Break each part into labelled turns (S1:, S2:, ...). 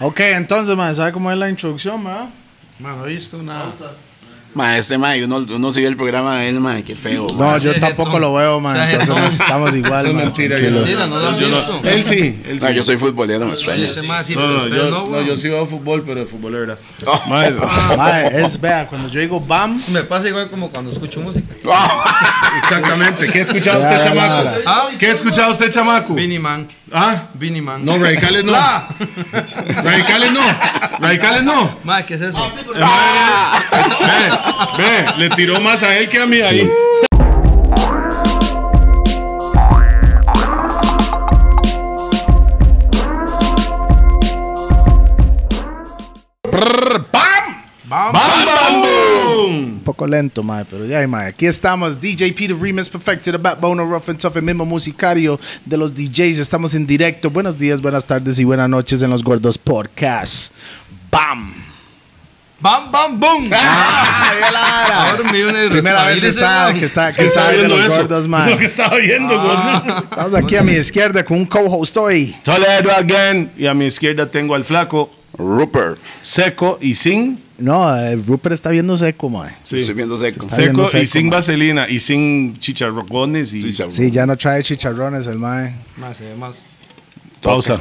S1: Ok, entonces, mae, ¿sabe cómo es la introducción, mae?
S2: Mae, no he visto nada.
S3: Ma, este ma, uno, uno sigue el programa de él, ma, qué feo.
S1: No,
S3: ma.
S1: yo
S2: ese
S1: tampoco
S2: jetón.
S1: lo veo, mae.
S2: Ese
S1: Entonces
S2: jetón.
S1: estamos igual,
S4: Eso es
S1: mae.
S4: mentira.
S1: Tranquilo.
S4: Yo,
S2: Mira, no lo han
S4: yo
S2: visto.
S4: no- él sí, él sí.
S3: Ma, yo soy futbolero, me extraña.
S2: Ese mae sí,
S4: no,
S2: pero
S4: no,
S2: usted
S4: yo,
S2: no,
S4: no,
S2: weón.
S4: yo sí veo fútbol, pero fútbol de verdad.
S1: Mae, es- mae, es, vea, cuando yo digo bam,
S2: Me pasa igual como cuando escucho música.
S4: Exactamente. ¿Qué escuchaba usted,
S1: Ya, ya,
S4: chamaco?
S2: Ah,
S4: ¿Qué escuchaba usted, chamaco?
S2: Vinny Man.
S4: Ah,
S2: Vinny Man.
S4: no, radicales no.
S2: Ah,
S4: Radicales no. Radicales no.
S2: Mae, ¿qué es eso?
S4: Ve, ve, le tiró más a él que a mí ahí. Prrr, ¡Pam! ¡Bam, bam, boom!
S1: un poco lento, mae, pero ya, mae. Aquí estamos, DJ Peter Remus Perfected, the backbone of Rough and Tough, el mismo musicario de los DJs. Estamos en directo. Buenos días, buenas tardes y buenas noches en los Gordos Podcast. ¡Bam!
S2: Bam, bam, boom. Ah, Ahora me dio una
S4: Pues
S1: Primera vez que está, que está, que
S4: Estaba
S1: sabe de
S4: viendo
S1: los
S4: eso.
S1: gordos, Ah.
S4: Eso es lo que
S1: mae.
S4: estaba viendo, gordo.
S1: Estamos aquí a mi izquierda con un co-host hoy.
S4: Toledo again. Y a mi izquierda tengo al flaco,
S3: Rupert.
S4: seco y sin.
S1: No, eh, Rupert está viendo seco, mae.
S3: Estoy viendo seco.
S1: Está
S4: Seco,
S1: viendo
S4: y
S1: seco,
S4: sin
S1: mae.
S4: vaselina. Y sin chicharrocones y
S3: Chicha-
S1: Sí, ya no trae chicharrones el mae.
S2: Mae, se ve más.
S4: pausa.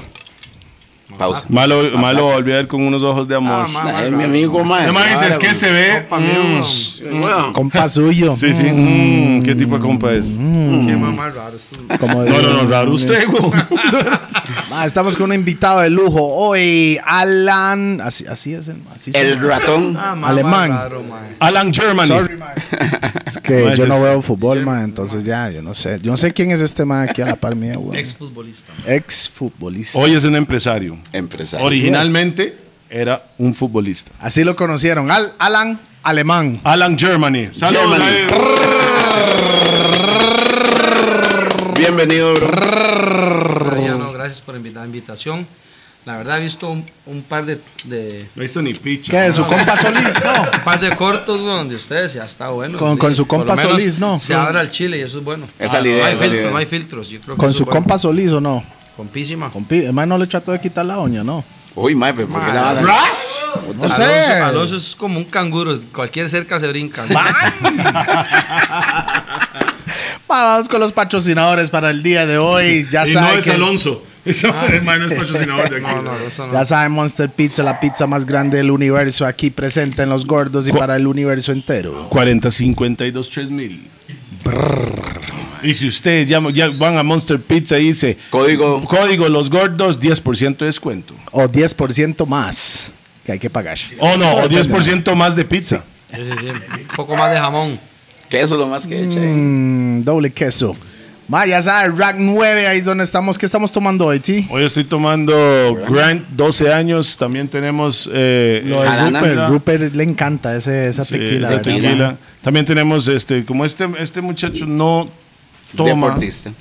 S3: Pausa.
S4: Malo, malo volver con unos ojos de amor.
S2: Ah, mae,
S3: Ma,
S2: mae,
S3: es mi
S2: mae.
S3: amigo, ma.
S4: Además, dice, es
S3: Ahora,
S4: que se ve.
S2: Pa' mí, weón.
S3: bueno,
S1: Compa suyo.
S4: Sí, sí. mm, ¿Qué tipo de compa es?
S2: Mm, Qué mae más raro esto.
S1: Como
S4: No,
S1: digo,
S4: no, no, raro usted, güey.
S1: Ma, estamos con un invitado de lujo hoy, Alan. Así, así es, el- así se
S3: El
S1: llama.
S3: ratón.
S2: Ah, mae,
S1: Alemán.
S2: más raro, mae.
S4: Alan Germany.
S1: Es que
S4: Ma,
S1: yo
S4: ese
S1: no
S4: es-
S1: veo fútbol, ma, entonces ya, yo no sé. Yo no sé quién es este man aquí a la par mía, weón.
S2: Ex futbolista.
S1: Ex futbolista.
S4: Hoy es un empresario.
S3: Empresario.
S4: Originalmente era un futbolista.
S1: Así lo conocieron, Al- Alan Alemán.
S4: Alan Germany. Saludos.
S3: Germany.
S4: Alan.
S3: Bienvenido, bro.
S2: Ya no, gracias por invitar- la invitación. La verdad, he visto un, un par de, de-
S4: No hizo ni picha.
S1: ¿Qué? ¿Su compa Solís? No.
S2: un par de cortos weón, donde ustedes ya está bueno.
S1: Con-
S2: sí.
S1: con su
S2: Por lo
S1: compa
S2: menos
S1: Solís, ¿no?
S2: Se abra el chile y eso es bueno. Ah,
S3: Esa es la
S2: no
S3: idea,
S2: hay
S3: esa es la
S2: filtro,
S3: idea.
S2: No hay filtros. Yo creo que
S1: ¿Con
S2: eso
S1: su
S2: es bueno.
S1: compa Solís o no?
S2: Compísima.
S1: Compi- El man no le trató de quitar la doña, ¿no?
S3: Uy, ma, pero ¿por qué la van a-
S4: ¿Ras?
S1: No
S2: Alonso,
S1: sé.
S2: Alonso es como un canguro. Cualquier cerca se brinca.
S1: Ma, Vamos con los patrocinadores para el día de hoy. Ya
S4: Y no
S1: saben
S4: es
S1: que-
S4: Alonso. Es hermano, es patrocinador de aquí.
S2: No, no, eso no.
S1: Ya saben, Monster Pizza, la pizza más grande del universo, aquí presente en los gordos y para el universo entero.
S4: 40 52 3000. Y si ustedes ya, ya van a Monster Pizza y dice
S3: Código.
S4: código los gordos 10% de descuento.
S1: O 10% más que hay que pagar.
S4: O no, o 10% más de pizza.
S2: Sí, sí, sí. Un poco más de jamón.
S3: Que eso es lo más que echa.
S1: Mm, doble queso. Ma, ya saben, Rack 9, ahí es donde estamos. ¿Qué estamos tomando hoy, Ti?
S4: Hoy estoy tomando Grant 12 años, también tenemos eh,
S3: de
S4: eh,
S3: Jarana.
S1: Rupert, Rupert le encanta ese, esa
S4: sí,
S1: tequila.
S4: esa
S1: ¿verdad?
S3: tequila.
S4: tequila. También tenemos este, como este este muchacho no toma,
S3: Deportista.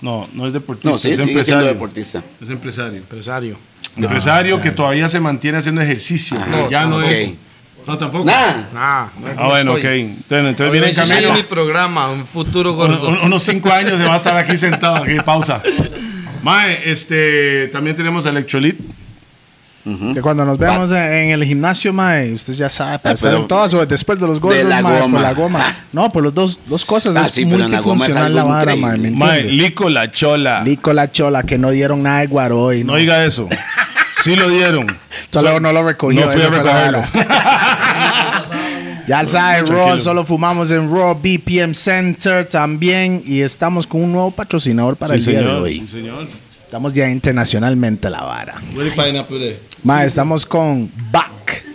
S4: no, no es deportista,
S3: No, sí, sigue
S4: es
S3: siendo
S4: empresario.
S3: deportista.
S4: Es empresario.
S2: Empresario.
S4: empresario que todavía se mantiene haciendo ejercicio. pero Ah, ya no
S3: ok.
S4: es. No, tampoco.
S3: Nada.
S2: Ah,
S4: Ah, bueno, ok.
S2: estoy.
S4: Entonces, entonces
S2: Hoy
S4: viene en
S2: sí sale mi
S4: camino.
S2: programa, un futuro
S4: Un-
S2: gordo.
S4: un- unos cinco años se va a estar aquí sentado. Aquí, pausa. Mae, este, también tenemos a Electrolit.
S1: Que cuando nos vemos en, en el gimnasio, ma, usted ya sabe, para
S3: Ah,
S1: estar
S3: pero-
S1: en todas, o después de los gordos,
S3: De la
S1: ma, por
S3: goma.
S1: la goma. No, por las dos, dos cosas.
S3: Ah,
S1: es
S3: sí, pero en la goma es
S1: multifuncional la
S3: algo
S1: vara, ma, ¿me
S3: increíble.
S4: Mae,
S1: entiende?
S4: Lico La Chola.
S1: Lico la chola, que no dieron nada de guaro hoy.
S4: No diga eso. Sí lo dieron.
S1: Solo no lo recogió.
S4: No fui
S1: esa
S4: a
S1: fue la
S4: recogerlo.
S1: vara. ya sabes, Raw,
S4: Tranquilo.
S1: solo fumamos en Raw BPM Center también. Y estamos con un nuevo patrocinador para el
S4: Sí,
S1: día de
S4: señor. Sí,
S1: hoy.
S4: señor.
S1: Estamos ya internacionalmente a la vara. Ma, estamos con BAC.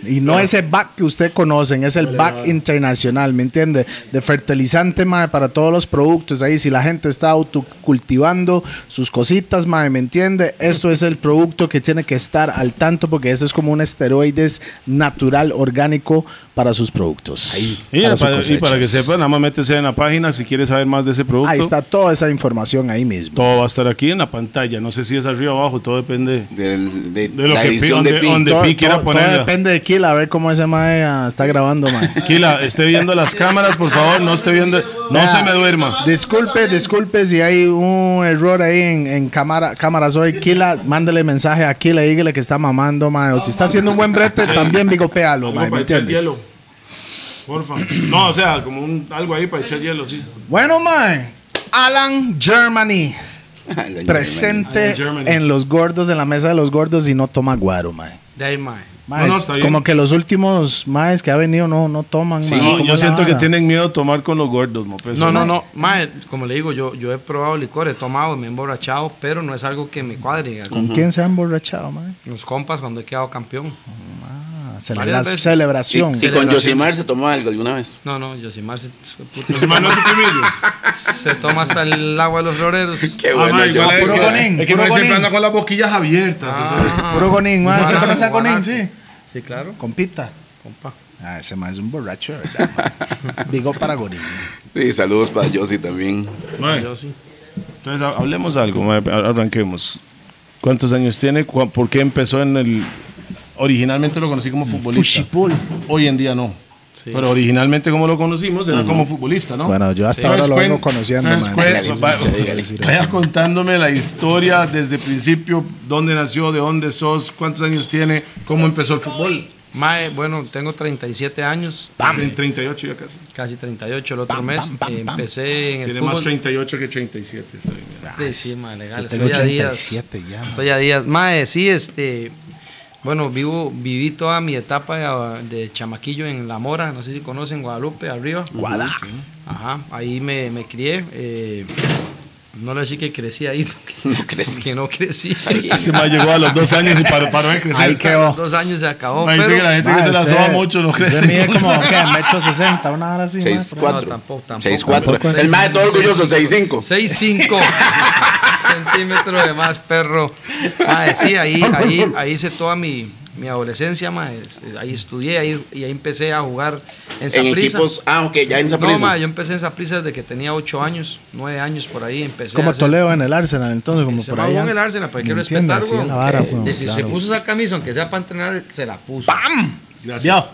S1: Y no ese BAC que usted conocen, es el BAC internacional, ¿me entiende? De fertilizante, ma, para todos los productos. Ahí, si la gente está autocultivando sus cositas, ma, ¿me entiende? Esto es el producto que tiene que estar al tanto porque ese es como un esteroides natural, orgánico para sus productos.
S4: Y
S1: para
S4: para,
S1: sus
S4: y para que
S1: cosechas.
S4: sepan, nada más métese en la página si quieres saber más de ese producto.
S1: Ahí está toda esa información ahí mismo.
S4: Todo va a estar aquí en la pantalla. No sé si es arriba o abajo, todo depende.
S3: Del- De,
S4: De lo
S3: la
S4: que
S3: edición
S4: pi-
S3: de
S4: donde-
S3: Pi.
S4: donde-
S1: Todo,
S4: Pi quiera
S1: todo- todo
S4: ponerla.
S1: depende de Kila a ver cómo ese mae ah, está grabando, mae.
S4: Kila, esté viendo las cámaras, por favor, no esté viendo, no se me duerma.
S1: Disculpe, disculpe si hay un error ahí en, en cámara, cámaras hoy. Kila, mándele mensaje a Kila, dígale que está mamando, mae. O si está haciendo un buen brete, también bigopealo, mae. ¿Me entiende?
S4: hielo. Porfa. No, o sea, como un, algo ahí para echar hielo, sí.
S1: Bueno, mae. Alan Germany. Presente
S4: Alan Germany.
S1: en los gordos, en la mesa de los gordos y no toma guaro, mae.
S2: De ahí, mae.
S1: Mae,
S4: No, no, está bien.
S1: como que los últimos maes que ha venido no, no toman. mae.
S4: No,
S1: ¿Cómo
S4: yo
S1: es la
S4: siento que
S1: vara?
S4: tienen miedo a tomar con los gordos, mo, pues, pero eso-
S2: No, no, no, mae, como le digo, yo, yo he probado licor, he tomado, me he emborrachado, pero no es algo que me cuadre.
S1: ¿Con quién se ha emborrachado, mae?
S2: Los compas cuando he quedado campeón.
S1: Ah,
S2: Varias
S1: celebra-
S2: veces.
S1: celebración.
S3: Y, y con Josimar se tomó algo alguna vez.
S2: No, no, Josimar se,
S4: Se mandó su primillo.
S2: se toma hasta el agua de los floreros.
S3: Qué
S4: Ah,
S3: bueno,
S4: ma, igual
S1: yo-
S4: es
S1: Puro
S4: que-
S1: gonín,
S4: Es que
S1: puro
S4: no siempre
S1: gonín.
S4: anda con las boquillas
S2: Ah,
S4: abiertas. o sea.
S1: Puro gonín, mae. ¿Se
S2: Guanaco,
S1: conoce a gonín?
S2: guanaco.
S1: Sí.
S2: Sí, claro,
S1: Compita.
S2: compa.
S1: Ah, ese mae es un borracho, de ¿verdad? mae? Digo para gonín.
S3: Sí, saludos para Josi también.
S4: Ma,
S2: Yo sí.
S4: Entonces, ha- hablemos algo, ma, a- arranquemos. ¿Cuántos años tiene? ¿Cu- ¿Por qué empezó en el...? Originalmente lo conocí como futbolista.
S1: Fushipul.
S4: Hoy en día no.
S2: Mm, Sí.
S4: Pero originalmente como lo conocimos era como futbolista, ¿no? pues,
S1: Bueno, yo hasta ahora lo vengo conociendo,
S4: First
S1: man.
S4: Quest,
S3: Dígale,
S4: pues, va-
S3: muchacho, dígale.
S4: Vaya contándome la historia desde el principio, dónde nació, de dónde sos, cuántos años tiene, cómo
S2: Pues,
S4: empezó el fútbol.
S2: Mae, bueno, tengo 37 años,
S4: En 38 ya casi.
S2: casi 38 el otro mes. eh, empecé en el
S4: Tiene
S2: fútbol.
S4: más 38 que 37. Está bien.
S2: Sí, sí, mae, legal.
S1: Ah, tengo
S2: Estoy a días.
S1: 87 ya, mae.
S2: Estoy a días. Mae, sí, este. Bueno, vivo, viví toda mi etapa de, de chamaquillo en La Mora, no sé si conocen Guadalupe, arriba.
S1: Guadá.
S2: Ajá, ahí me, me crié. eh, no le decía que crecí ahí, porque-
S3: No crecí.
S2: que no crecí.
S4: Ese ma llegó a los dos años y paró, paró de crecer.
S1: Ahí quedó.
S2: Dos años se acabó.
S4: Ma, dice
S2: pero-
S4: que la gente que
S1: Mae,
S4: se la
S1: usted-
S4: soba mucho no
S1: usted
S4: crece.
S1: mide como, ¿qué? Metro sesenta, una hora así, mae, por ahí.
S3: 6'4.
S2: tampoco, tampoco.
S3: 6'4.
S1: Tampoco
S3: El
S1: es-
S3: más de todo orgulloso, 6'5.
S2: 6'5 centímetros de más, perro. Ah, sí, ahí, ahí, ahí hice toda mi, mi adolescencia, ma, es- es- ahí estudié ahí, y ahí empecé a jugar en
S3: En
S2: Saprissa.
S3: equipos. Ah, ok, ya en
S2: No, ma,
S3: Zaprisa.
S2: yo empecé en Saprissa desde que tenía 8 años, 9 años por ahí. Empecé a
S1: Como
S2: hacer-
S1: Toledo en el Arsenal, entonces, como
S2: se
S1: por
S2: me ahogó
S1: allá.
S2: en el Arsenal, pero hay que
S1: ¿Me entiende?
S2: respetar,
S1: Así es la
S2: weón.
S1: vara,
S2: Eh,
S1: weón,
S2: de- Si se
S1: claro.
S2: puso esa camisa, aunque sea para entrenar, se la puso.
S1: Yo,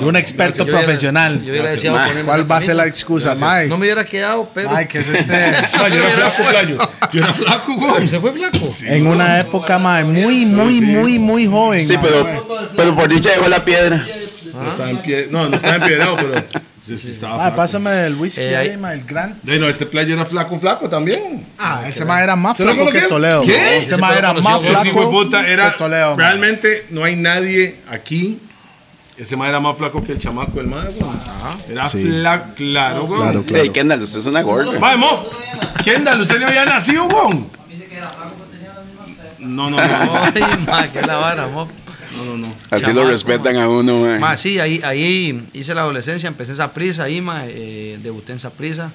S1: de un experto
S2: Yo hubiera-
S1: profesional.
S2: yo hubiera deseado
S3: Ma,
S2: ponerme
S1: ¿Cuál
S2: esa
S1: va a ser la
S2: camisa.
S1: excusa, Mike?
S2: No me hubiera quedado, pero.
S1: Mike, ¿qué es este?
S4: Ma, yo era flaco, playo. Yo era flaco, güey.
S2: ¿Se fue flaco?
S1: En una época, mae, muy, muy, muy, muy joven.
S3: Sí,
S1: mae.
S3: pero, pero por dicha llegó la piedra.
S2: Ah.
S4: No estaba en pie, no, no estaba empedrado, pero sí, sí estaba
S1: Mae,
S4: flaco.
S1: Ah, pásame el whisky
S2: Eh,
S1: ahí,
S2: ahí-
S1: mae, el Grant.
S4: Sí, no, este playo era flaco, flaco también.
S1: Ah, ese mae era más
S4: ¿Tú lo
S1: flaco que
S4: conocías?
S1: Toledo.
S4: ¿Qué?
S1: mae.
S2: Ese
S1: Ese mae
S2: te
S1: era
S2: lo
S1: más
S2: conocí,
S4: Ese hijo de
S1: flaco
S4: puta era
S1: que Toledo. mae.
S4: realmente no hay nadie aquí. Ese mae era más flaco que el chamaco, el mae. güey. Era
S1: Sí.
S4: flaco, claro, güey.
S1: Claro,
S3: Hey,
S1: claro.
S3: Kendall, usted es una gorda.
S4: Mae, mo, Kendall, usted no había nacido, güey. No, no, no.
S2: Ay, ma, qué la vara, mo.
S3: Así lo
S2: Chamaco,
S3: respetan a uno, man.
S2: Ma, sí, ahí, ahí hice la adolescencia, empecé en Saprissa, ahí, ma, eh, debuté en Saprissa.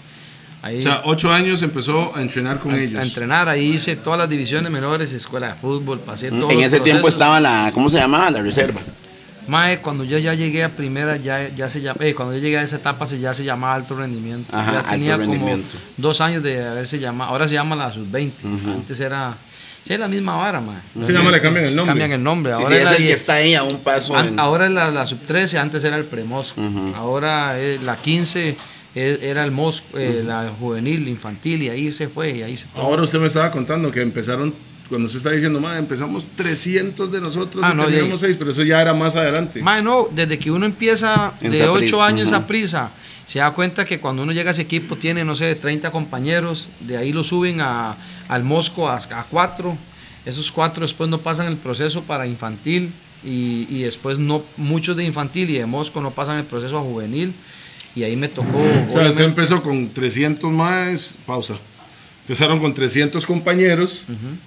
S2: Ahí
S4: O sea, ocho años empezó a entrenar con ellos.
S2: a entrenar, ahí hice todas las divisiones menores, escuela de fútbol, pasé todo.
S3: Mm, En ese tiempo estaba la, ¿cómo se llamaba? La reserva.
S2: Mae, eh, cuando yo ya llegué a primera, ya, ya se llam- eh, cuando yo llegué a esa etapa se, ya se llamaba alto rendimiento.
S3: Ajá,
S2: ya tenía
S3: alto
S2: como
S3: rendimiento.
S2: dos años de haberse llamado, ahora se llama la sub-20. Antes era, sí, es la misma vara, mae.
S4: Sí, nada más le cambian el nombre.
S2: Cambian el nombre.
S3: Sí,
S2: ahora Ah,
S3: sí,
S2: es
S3: es
S2: la
S3: el que
S2: die-
S3: está ahí a un paso.
S2: An-
S3: en-
S2: ahora es la, la sub 13, antes era el premosco. Ahora eh, la 15 eh, era el mosco, eh, la juvenil, infantil, y ahí se fue, y ahí se
S3: Oh,
S2: todo.
S4: Ahora usted me estaba contando que empezaron, cuando usted está diciendo, mae, empezamos 300 de nosotros
S2: Ah,
S4: y
S2: no,
S4: terminamos
S2: ya-
S4: 6, pero eso ya era más adelante.
S2: Mae, no, desde que uno empieza
S3: En
S2: de
S3: Saprissa,
S2: 8 años
S3: ujú.
S2: a prisa, se da cuenta que cuando uno llega a ese equipo tiene, no sé, 30 compañeros, de ahí lo suben a, al mosco a, a 4, esos 4 después no pasan el proceso para infantil, y, y después no muchos de infantil y de mosco no pasan el proceso a juvenil, y ahí me tocó...
S4: O sea,
S2: obviamente,
S4: usted empezó con 300 más, pausa. Empezaron con 300 compañeros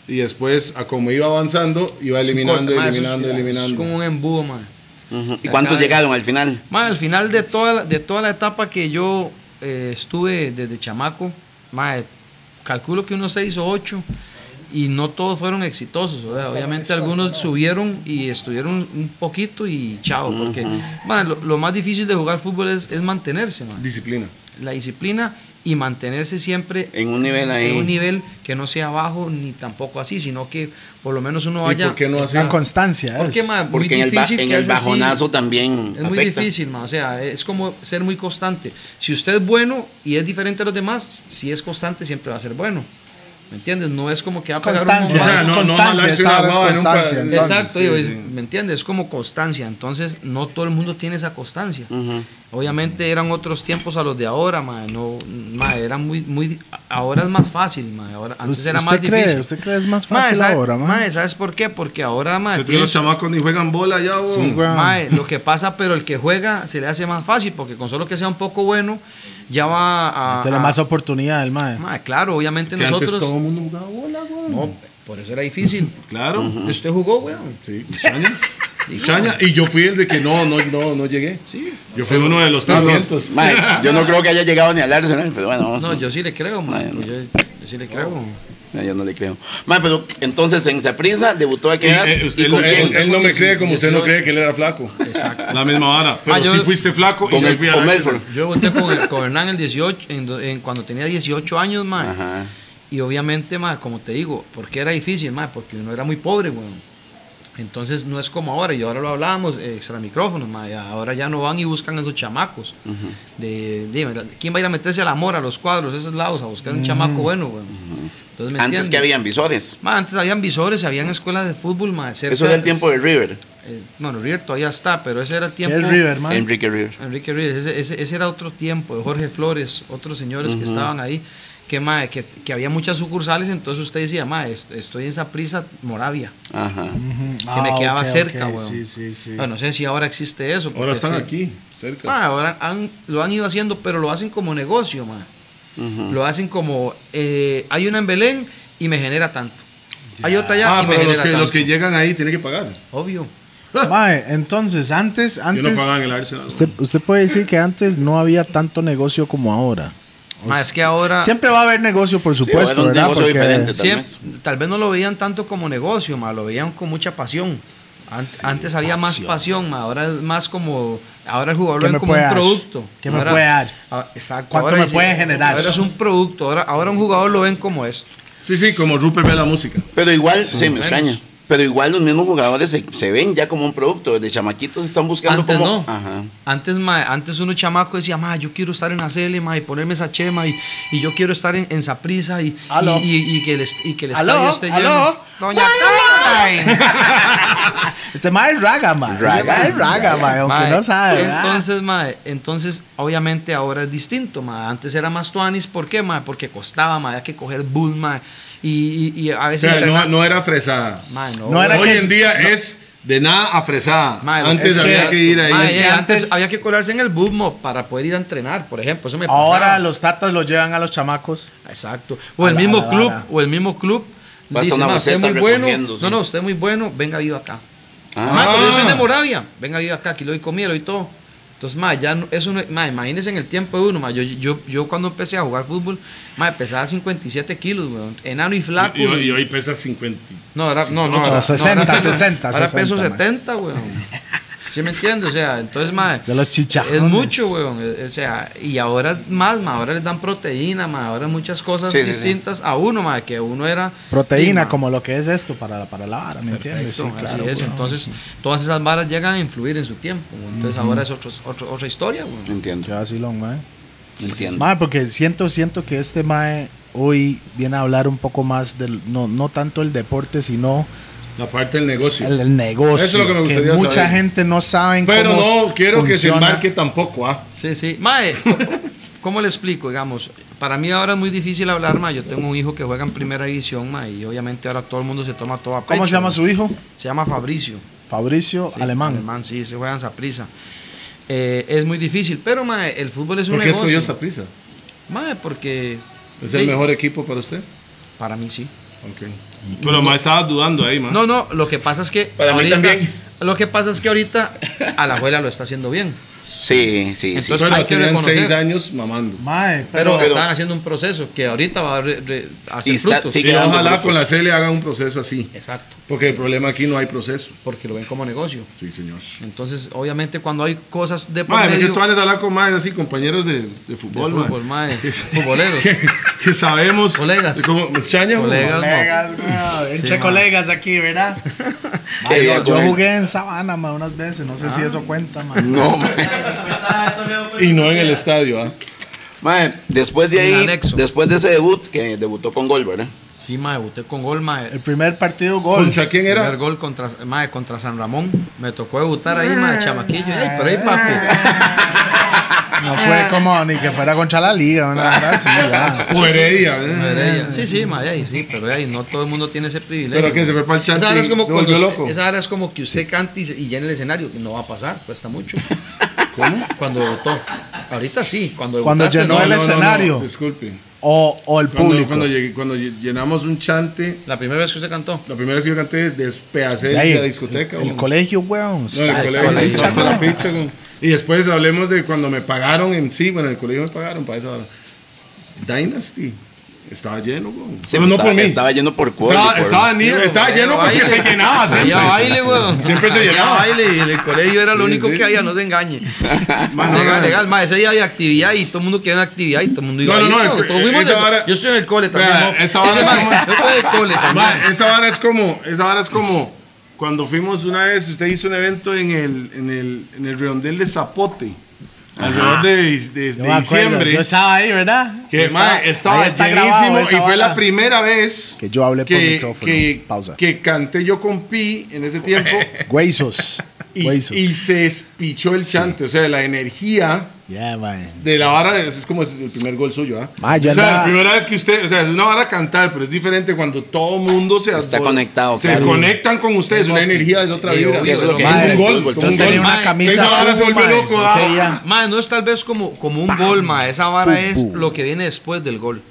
S4: y después, a como iba avanzando, iba
S2: Es un
S4: eliminando,
S2: corte, ma, eso es-
S4: eliminando,
S2: Es como
S4: eliminando.
S2: un embudo, man.
S3: Ujú. ¿Y cuántos llegaron al final?
S2: al final de toda, la- de toda la etapa que yo eh, estuve desde chamaco, ma, eh, calculo que unos seis o ocho, y no todos fueron exitosos. o sea, obviamente algunos subieron y estuvieron un poquito y chao, porque ma, lo, lo más difícil de jugar fútbol es, es mantenerse, ma,
S4: Disciplina.
S2: la disciplina y mantenerse siempre
S3: En un nivel ahí.
S2: en un nivel que no sea bajo ni tampoco así, sino que por lo menos uno
S5: ¿Y
S2: vaya.
S5: por qué no hace?
S1: La constancia.
S2: Porque,
S1: es.
S2: ma, muy
S3: Porque en el, ba-
S2: difícil
S3: en
S2: que
S3: el
S2: eso sí-
S3: bajonazo también.
S2: Es muy
S3: afecta.
S2: difícil, ma, o sea, es como ser muy constante. Si usted es bueno y es diferente a los demás, si es constante siempre va a ser bueno. ¿Me entiendes? No es como que va
S1: Es
S2: a pegar un
S1: constancia,
S2: bombazo.
S1: O sea, es constancia, esta vara es constancia, entonces,
S2: Exacto, pues, digo, ¿me entiendes? Es como constancia, entonces no todo el mundo tiene esa constancia.
S3: Ujú.
S2: Obviamente eran otros tiempos a los de ahora, mae, no, mae, era muy, muy, ahora es más fácil, mae, ahora, antes
S1: ¿Usted
S2: era más
S1: cree?
S2: difícil.
S1: ¿Usted cree es más
S2: Mae,
S1: fácil
S2: ¿sabe-
S1: ahora, mae?
S2: mae, ¿sabes por qué? Porque ahora, mae,
S4: Se tiene
S2: tienes-
S4: los chamacos ni juegan bola ya, bo.
S1: Sí, weón.
S2: Mae, lo que pasa, pero el que juega se le hace más fácil, porque con solo que sea un poco bueno, ya va a.
S1: Tiene
S2: a-
S1: más oportunidad, el mae.
S2: Mae, claro, obviamente
S4: Que antes
S2: nosotros.
S4: todo el mundo jugaba bola, güey.
S2: No, por eso era difícil.
S4: Claro.
S2: Usted jugó, weón.
S4: Sí, Chaña. Chaña. Y yo fui el de que no, no, no, no llegué. Yo fui uno de los
S3: No, no,
S4: 300.
S3: mae, yo no creo que haya llegado ni al Arsenal, pero bueno, vamos.
S2: No, yo sí le creo, mae.
S3: Mae, no.
S2: Yo, yo sí le creo.
S3: No, yo no le creo. Mae, pero entonces en Saprisa debutó a qué
S4: Y,
S3: edad?
S4: eh, usted-
S3: ¿Y con
S4: él,
S3: quién?
S4: él- él no me cree como usted no
S2: 18.
S4: cree que él era flaco.
S2: Exacto.
S4: La misma vara. Pero
S2: Ah, yo-
S4: sí fuiste flaco y
S3: Con
S4: sí
S3: el-
S4: fui a
S3: con
S4: la-
S3: Melford.
S2: Yo voté con, el- con Hernán el 18, en do- en cuando tenía 18 años, mae.
S3: Ajá.
S2: Y obviamente, ma, como te digo, porque era difícil, ma, porque uno era muy pobre, weón. Entonces no es como ahora, y ahora lo hablábamos eh, extra micrófonos, ma, ya- ahora ya no van y buscan a esos chamacos. de, dime, ¿Quién va a ir a meterse al amor, a los cuadros, a esos lados, a buscar un chamaco bueno, weón? Entonces, ¿me
S3: Antes que
S2: entiendes?
S3: habían visores.
S2: Ma, antes habían visores, habían escuelas de fútbol, ma, cerca-
S3: Eso del tiempo de River,
S2: eh, bueno, River todavía está, pero ese era el
S1: ¿Qué
S2: tiempo...
S1: es River, mae?
S3: Enrique River.
S2: Enrique Ríos, ese, ese- ese era otro tiempo, de Jorge Flores, otros señores que estaban ahí, que, mae, que, que había muchas sucursales, entonces usted decía, mae, est- estoy en esa prisa Moravia,
S3: Ajá.
S1: Ujú.
S2: que
S1: Ah,
S2: me quedaba
S1: ok,
S2: cerca,
S1: ok,
S2: weón.
S1: Sí, sí, sí.
S2: Bueno, no sé si ahora existe eso.
S4: Ahora
S2: porque
S4: están
S2: sí.
S4: aquí, cerca.
S2: Mae, ahora han- lo han ido haciendo, pero lo hacen como negocio, mae.
S3: Ujú.
S2: Lo hacen como, eh, hay una en Belén y me genera tanto. Hay otra allá
S4: Ah,
S2: y me
S4: pero los
S2: genera
S4: que,
S2: tanto.
S4: los que llegan ahí tienen que pagar.
S2: Obvio.
S1: Mae, entonces, antes,
S4: Yo no
S1: antes.
S4: pagan el Arsenal.
S1: Usted, usted puede decir que antes no había tanto negocio como ahora.
S2: Mae, es que ahora...
S1: Siempre va a haber negocio, por
S3: va a haber
S1: supuesto,
S3: un
S1: ¿verdad?
S3: negocio diferente. tal
S2: Siem-
S3: vez.
S2: tal, vez. no lo veían tanto como negocio, ma, lo veían con mucha pasión. An- antes había
S1: pasión.
S2: más pasión, ma, ahora es más como. Ahora el jugador
S1: ¿Qué
S2: lo
S1: me
S2: ven como
S1: puede
S2: un
S1: dar?
S2: producto.
S1: ¿Qué me
S2: Ahora-
S1: puede dar?
S2: ah, exacto,
S1: ¿Cuánto
S2: ahora
S1: me
S2: dice-
S1: puede generar?
S2: Ahora es un producto, ahora, ahora un jugador lo ven como esto.
S4: Sí, sí, como Rupert ve la música.
S3: Pero igual, sí, me
S2: menos.
S3: extraña. Pero igual los mismos jugadores se, se ven ya como un producto. De chamaquitos están buscando
S2: Antes no.
S3: como. Ajá.
S2: Antes, ma, antes uno chamaco decía, ma, yo quiero estar en la CL, ma, y ponerme esa chema, y, y yo quiero estar en, en Saprisa, y, y,
S1: Aló.
S2: y- y que el, est- y que el
S1: Aló,
S2: estadio esté
S1: aló.
S2: lleno. Doña Carmen.
S1: Este mae es raga, mae. Este
S3: Raga,
S1: mae es raga, mae, aunque
S2: Mae,
S1: no sabe. ¿verdad?
S2: Entonces, mae, entonces, obviamente ahora es distinto, mae. Antes era más tuanis, ¿por qué, mae? Porque costaba, mae, había que coger bull, mae. Y, y- y a
S4: O
S2: veces...
S4: sea, no,
S2: entrenar-
S4: no era fresada.
S2: Mae, no,
S1: no era
S4: Hoy
S1: que
S4: en
S1: es-
S4: día es de nada a fresada.
S2: mae, lo-
S4: Antes
S2: es
S4: había que, ir ahí.
S2: mae,
S1: es que
S2: eh, antes,
S1: antes-
S2: había que colarse en el boom para poder ir a entrenar, por ejemplo. Eso me
S1: Ahora
S2: pasaba.
S1: los tatas los llevan a los chamacos.
S2: Exacto. O
S1: A
S2: el
S1: la- a
S2: mismo
S1: la
S2: club,
S1: vara.
S2: o el mismo club.
S3: Pasa
S2: dice,
S3: una
S2: "Ma, usted es
S3: boceta
S2: muy bueno.
S3: recogiéndose.
S2: No, no, usted es muy bueno, venga vivo acá.
S3: Ah.
S2: Ma, pero yo soy de Moravia. Venga, vivo acá, aquí lo doy comido y todo. Entonces, ma, ya no- eso no, ma, imagínense en el tiempo de uno, ma, yo, yo, yo cuando empecé a jugar fútbol, ma, pesaba 57 kilos, weón, enano y flaco.
S4: Y, y hoy-
S2: weón.
S4: y hoy pesa 50.
S2: no, era, no, no,
S1: O sea,
S2: era- no,
S1: 60,
S2: era-
S1: 60,
S2: Ahora peso
S1: 60, ma.
S2: 70, weón. ¿Sí me entiendes? O sea, entonces, ma,
S1: De los chicharrones.
S2: es mucho, weón. eh, O sea, y ahora más, ma, ahora les dan proteína, ma, ahora muchas cosas
S3: Sí, sí, sí.
S2: distintas a uno, ma, que uno era...
S1: Proteína,
S2: Sí, ma.
S1: como lo que es esto para, la- para la vara, ¿me entiendes? Sí,
S2: Perfecto, así
S1: claro,
S2: es.
S1: weón.
S2: Entonces, todas esas varas llegan a influir en su tiempo. güey. Entonces, ahora es otro- otro- otra historia. güey.
S3: Entiendo.
S1: Yo así lo, mae.
S3: Entiendo.
S1: Mae, porque siento, siento que este mae hoy viene a hablar un poco más del, no, no tanto el deporte, sino
S4: La parte del negocio.
S1: el, el negocio.
S4: Eso es lo que me gustaría
S1: mucha
S4: saber.
S1: gente no sabe
S4: Pero
S1: cómo
S4: no quiero que se
S1: funciona.
S4: marque tampoco, ¿ah?
S2: Sí, sí. Mae, ¿cómo, cómo le explico? Digamos, para mí ahora es muy difícil hablar, mae. Yo tengo un hijo que juega en primera división, mae, y obviamente ahora todo el mundo se toma todo a pecho.
S1: ¿Cómo se llama
S2: güey.
S1: su hijo?
S2: Se llama Fabricio.
S1: Fabricio
S2: Sí,
S1: Alemán.
S2: Alemán, sí, se juega en Saprisa. es muy difícil, pero mae, el fútbol es un
S4: ¿Por qué escogió
S2: negocio.
S4: esa prisa?
S2: Mae, porque
S4: ¿Es el
S2: Sí.
S4: mejor equipo para usted?
S2: para mí sí.
S4: Ok. Pero más estaba dudando ahí, más.
S1: Ah.
S2: No, no, lo que pasa es que
S3: Para mí también.
S2: Lo que pasa es que ahorita a la abuela lo está haciendo bien.
S3: Sí, sí, sí.
S2: Entonces,
S4: Pero
S2: hay que
S4: tenían
S2: reconocer.
S4: seis años mamando.
S1: Mae,
S2: Pero,
S3: Pero-
S2: están haciendo un proceso que ahorita va a re- re- hacer
S3: Y está-
S2: frutos.
S3: sí.
S4: Y
S3: quedando
S4: ojalá
S3: frutos.
S4: con la CL haga un proceso así.
S2: Exacto,
S4: Porque el problema aquí no hay proceso.
S2: porque lo ven como negocio.
S4: Sí, señor.
S2: Entonces, obviamente, cuando hay cosas de por
S4: Madre,
S2: medio
S4: que tú andes a hablar con más así, compañeros de, de
S2: de
S4: fútbol,
S2: fútbol,
S4: mae.
S2: mae, futboleros,
S4: Que, que sabemos.
S2: Colegas.
S4: Como, Chaña,
S2: colegas, mae.
S1: Colegas, weón. Entre
S2: mae.
S1: colegas aquí, ¿verdad?
S3: Qué
S1: Ay,
S3: bien,
S1: no, yo
S3: güey.
S1: jugué en Sabana, mae, unas veces. No sé si eso cuenta, mae.
S3: No, mae.
S4: Y no en el estadio, ¿ah?
S3: Mae, después de
S2: En el
S3: ahí,
S2: anexo.
S3: después de ese debut, que debutó con gol, ¿verdad?
S2: Sí, mae, debuté con gol, mae.
S1: El primer partido, gol.
S4: ¿Contra quién
S2: Primer
S4: era?
S2: gol contra, mae, contra San Ramón. Me tocó debutar ahí, mae, chamaquillo. Ey, pero ahí, papi.
S1: No fue como ni que fuera contra la liga, una verdad así, ya.
S4: O Heredia. ¿eh?
S2: Madre, Sí, sí, mae, ahí, sí, pero ahí no todo el mundo tiene ese privilegio.
S4: Pero que se fue para el chante
S2: Esa hora es
S4: y
S2: como,
S4: se
S2: cuando
S4: volvió
S2: usted-
S4: loco.
S2: esa hora es como que usted cante y, se- y llene el escenario. No va a pasar, cuesta mucho. ¿Cómo? Cuando debutó. Ahorita sí, cuando
S1: Cuando
S2: debutaste,
S1: llenó
S2: no,
S1: el
S2: no,
S1: escenario.
S4: disculpe.
S1: O, o el
S4: Cuando,
S1: público.
S4: cuando, llegué- cuando llenamos un chante,
S2: La primera vez que usted cantó.
S4: la primera vez que yo canté es despedacé
S1: Ya, y
S4: la
S1: el-
S4: discoteca.
S1: El,
S4: weón.
S1: colegio, weón. Ah,
S4: No, en el
S1: está- está
S4: colegio,
S1: la picha,
S4: hasta la
S1: weón.
S4: picha, weón. Y después hablemos de cuando me pagaron en sí, bueno, en el colegio me pagaron para eso. Dynasty. Estaba lleno, weón.
S3: Sí,
S4: Pero no
S3: pues estaba,
S4: por mí.
S3: estaba yendo por cuál.
S4: Estaba, estaba ni- estaba lleno porque se llenaba.
S2: Allá
S4: siempre.
S2: baile, weón.
S4: Siempre se
S2: Allá
S4: llenaba.
S2: baile, y en el colegio era lo
S4: Sí,
S2: único
S4: sí.
S2: que había, no se engañe.
S4: Ma, no,
S2: legal,
S4: no.
S2: legal, ma, ese día había actividad y todo el mundo quería una actividad y todo el mundo iba
S4: No, no,
S2: ahí,
S4: no,
S2: weón.
S4: es que
S2: Todos fuimos
S4: esa
S2: en-
S4: vara-
S2: Yo estoy en el cole también.
S4: Vea,
S2: ¿no?
S4: esta vara
S2: Ese,
S4: es
S2: ma,
S4: como-
S2: Yo estoy en el cole
S4: Ma,
S2: también.
S4: esta vara es como, esta vara es como cuando fuimos una vez, usted hizo un evento en el, en el, en el redondel de Zapote, alrededor de, dis- de- de
S1: Yo me acuerdo,
S4: diciembre.
S1: Yo estaba ahí, ¿verdad?
S4: que
S1: Yo
S4: ma, estaba
S1: ahí está
S4: llenísimo
S1: grabado
S4: y
S1: esa
S4: fue
S1: vara.
S4: la primera vez
S1: Que yo hablé por
S4: que-
S1: micrófono.
S4: que-
S1: Pausa.
S4: que canté yo con Pi en ese tiempo
S1: Huesos.
S4: y,
S1: Huesos.
S4: y se espichó el chante, o sea, la energía
S1: Yeah, mae.
S4: de la vara es es como el primer gol suyo, ¿ah?
S1: Ma, yo
S4: o sea,
S1: andaba-
S4: la primera vez que usted, o sea, es una vara cantar, pero es diferente cuando todo mundo se
S3: Está
S4: asbo-
S3: conectado,
S4: se
S3: claro.
S4: conectan con ustedes, una energía es otra
S2: Sí,
S4: vibra.
S2: obvio,
S4: Es
S2: lo
S4: como
S2: que
S1: hay en
S4: un
S1: el
S4: gol,
S3: fútbol,
S4: como un
S1: Yo tenía
S4: gol.
S1: una
S2: mae.
S1: camisa.
S4: Esa vara se
S1: azul,
S4: volvió
S1: mae,
S4: loco, ah.
S1: ese día.
S2: Ma, no es tal vez como, como un gol, ma. Esa vara es lo que viene después del gol.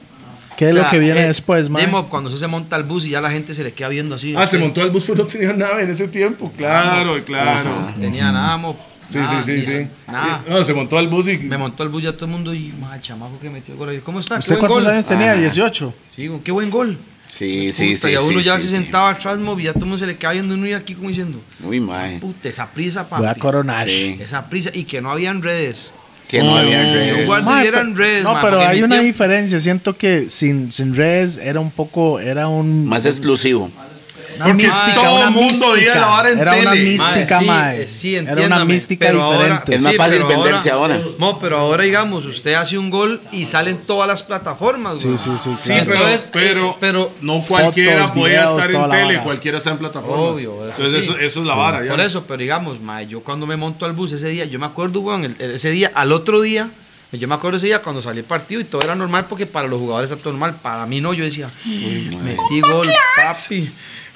S1: ¿Qué es
S2: O sea,
S1: lo que viene
S2: eh,
S1: después, mae?
S2: Demo, cuando usted se monta al bus y ya la gente se le queda viendo así.
S4: Ah, se montó el bus, pero no tenía nada en ese tiempo, claro, claro.
S2: Tenía nada, mo,
S4: Sí,
S2: nada,
S4: sí,
S2: ni-
S4: sí, sí.
S2: Nada.
S4: No, se montó al bus y
S2: Me montó el bulla todo el mundo y, ma, chamaco que metió el gol. Yo, ¿Cómo está?
S1: ¿Usted
S2: ¿Qué buen
S1: cuántos
S2: gol?
S1: años tenía?
S4: Ah.
S3: Ajá.
S1: 18.
S2: Sí, digo, qué buen gol.
S3: Sí, sí,
S2: Puta,
S3: sí.
S2: y a uno
S3: sí,
S2: ya
S3: sí,
S2: se
S3: sí.
S2: sentaba atrás, movía, todo el mundo se le cae uno y aquí como diciendo,
S3: Uy, mae.
S2: puta, esa prisa, papi.
S1: Voy a coronar.
S3: Sí.
S2: Esa prisa. Y que no habían redes.
S3: Que no había redes.
S2: guardo-
S1: Mae,
S2: Y eran
S1: pero-
S2: redes,
S1: no,
S2: mae,
S1: pero
S2: porque
S1: hay
S2: mi
S1: una
S2: tiempo-
S1: diferencia. Siento que sin, sin redes era un poco, era un,
S3: Más exclusivo.
S1: una
S4: Porque
S2: Ah,
S1: mística,
S4: todo
S1: una
S4: mundo veía
S1: mística.
S4: la vara en
S1: Era una
S4: tele.
S1: mística,
S2: sí,
S1: mae.
S2: eh, sí,
S1: era una
S2: entiéndame,
S1: mística
S2: pero ahora-
S1: diferente.
S3: Es más
S2: sí,
S3: fácil
S2: pero
S3: venderse ahora.
S2: No, pero ahora digamos, usted hace un gol y salen todas las plataformas,
S1: Sí,
S2: güey.
S1: sí, sí,
S4: Sí,
S1: claro.
S4: pero,
S2: Entonces,
S4: pero,
S2: eh, pero-
S4: no cualquiera
S1: Fotos,
S4: podía
S1: videos,
S4: estar
S1: toda
S4: en
S1: la
S4: tele,
S1: vara.
S4: cualquiera está en plataformas.
S2: Obvio, eso
S4: Entonces,
S2: sí.
S4: eso, eso es la vara. ya.
S2: Por eso, pero digamos, mae, yo cuando me monto al bus ese día, yo me acuerdo, weón, el- el- ese día, al otro día, yo me acuerdo ese día cuando salí el partido y todo era normal porque para los jugadores era todo normal, para mí no, yo decía, metí gol, papi.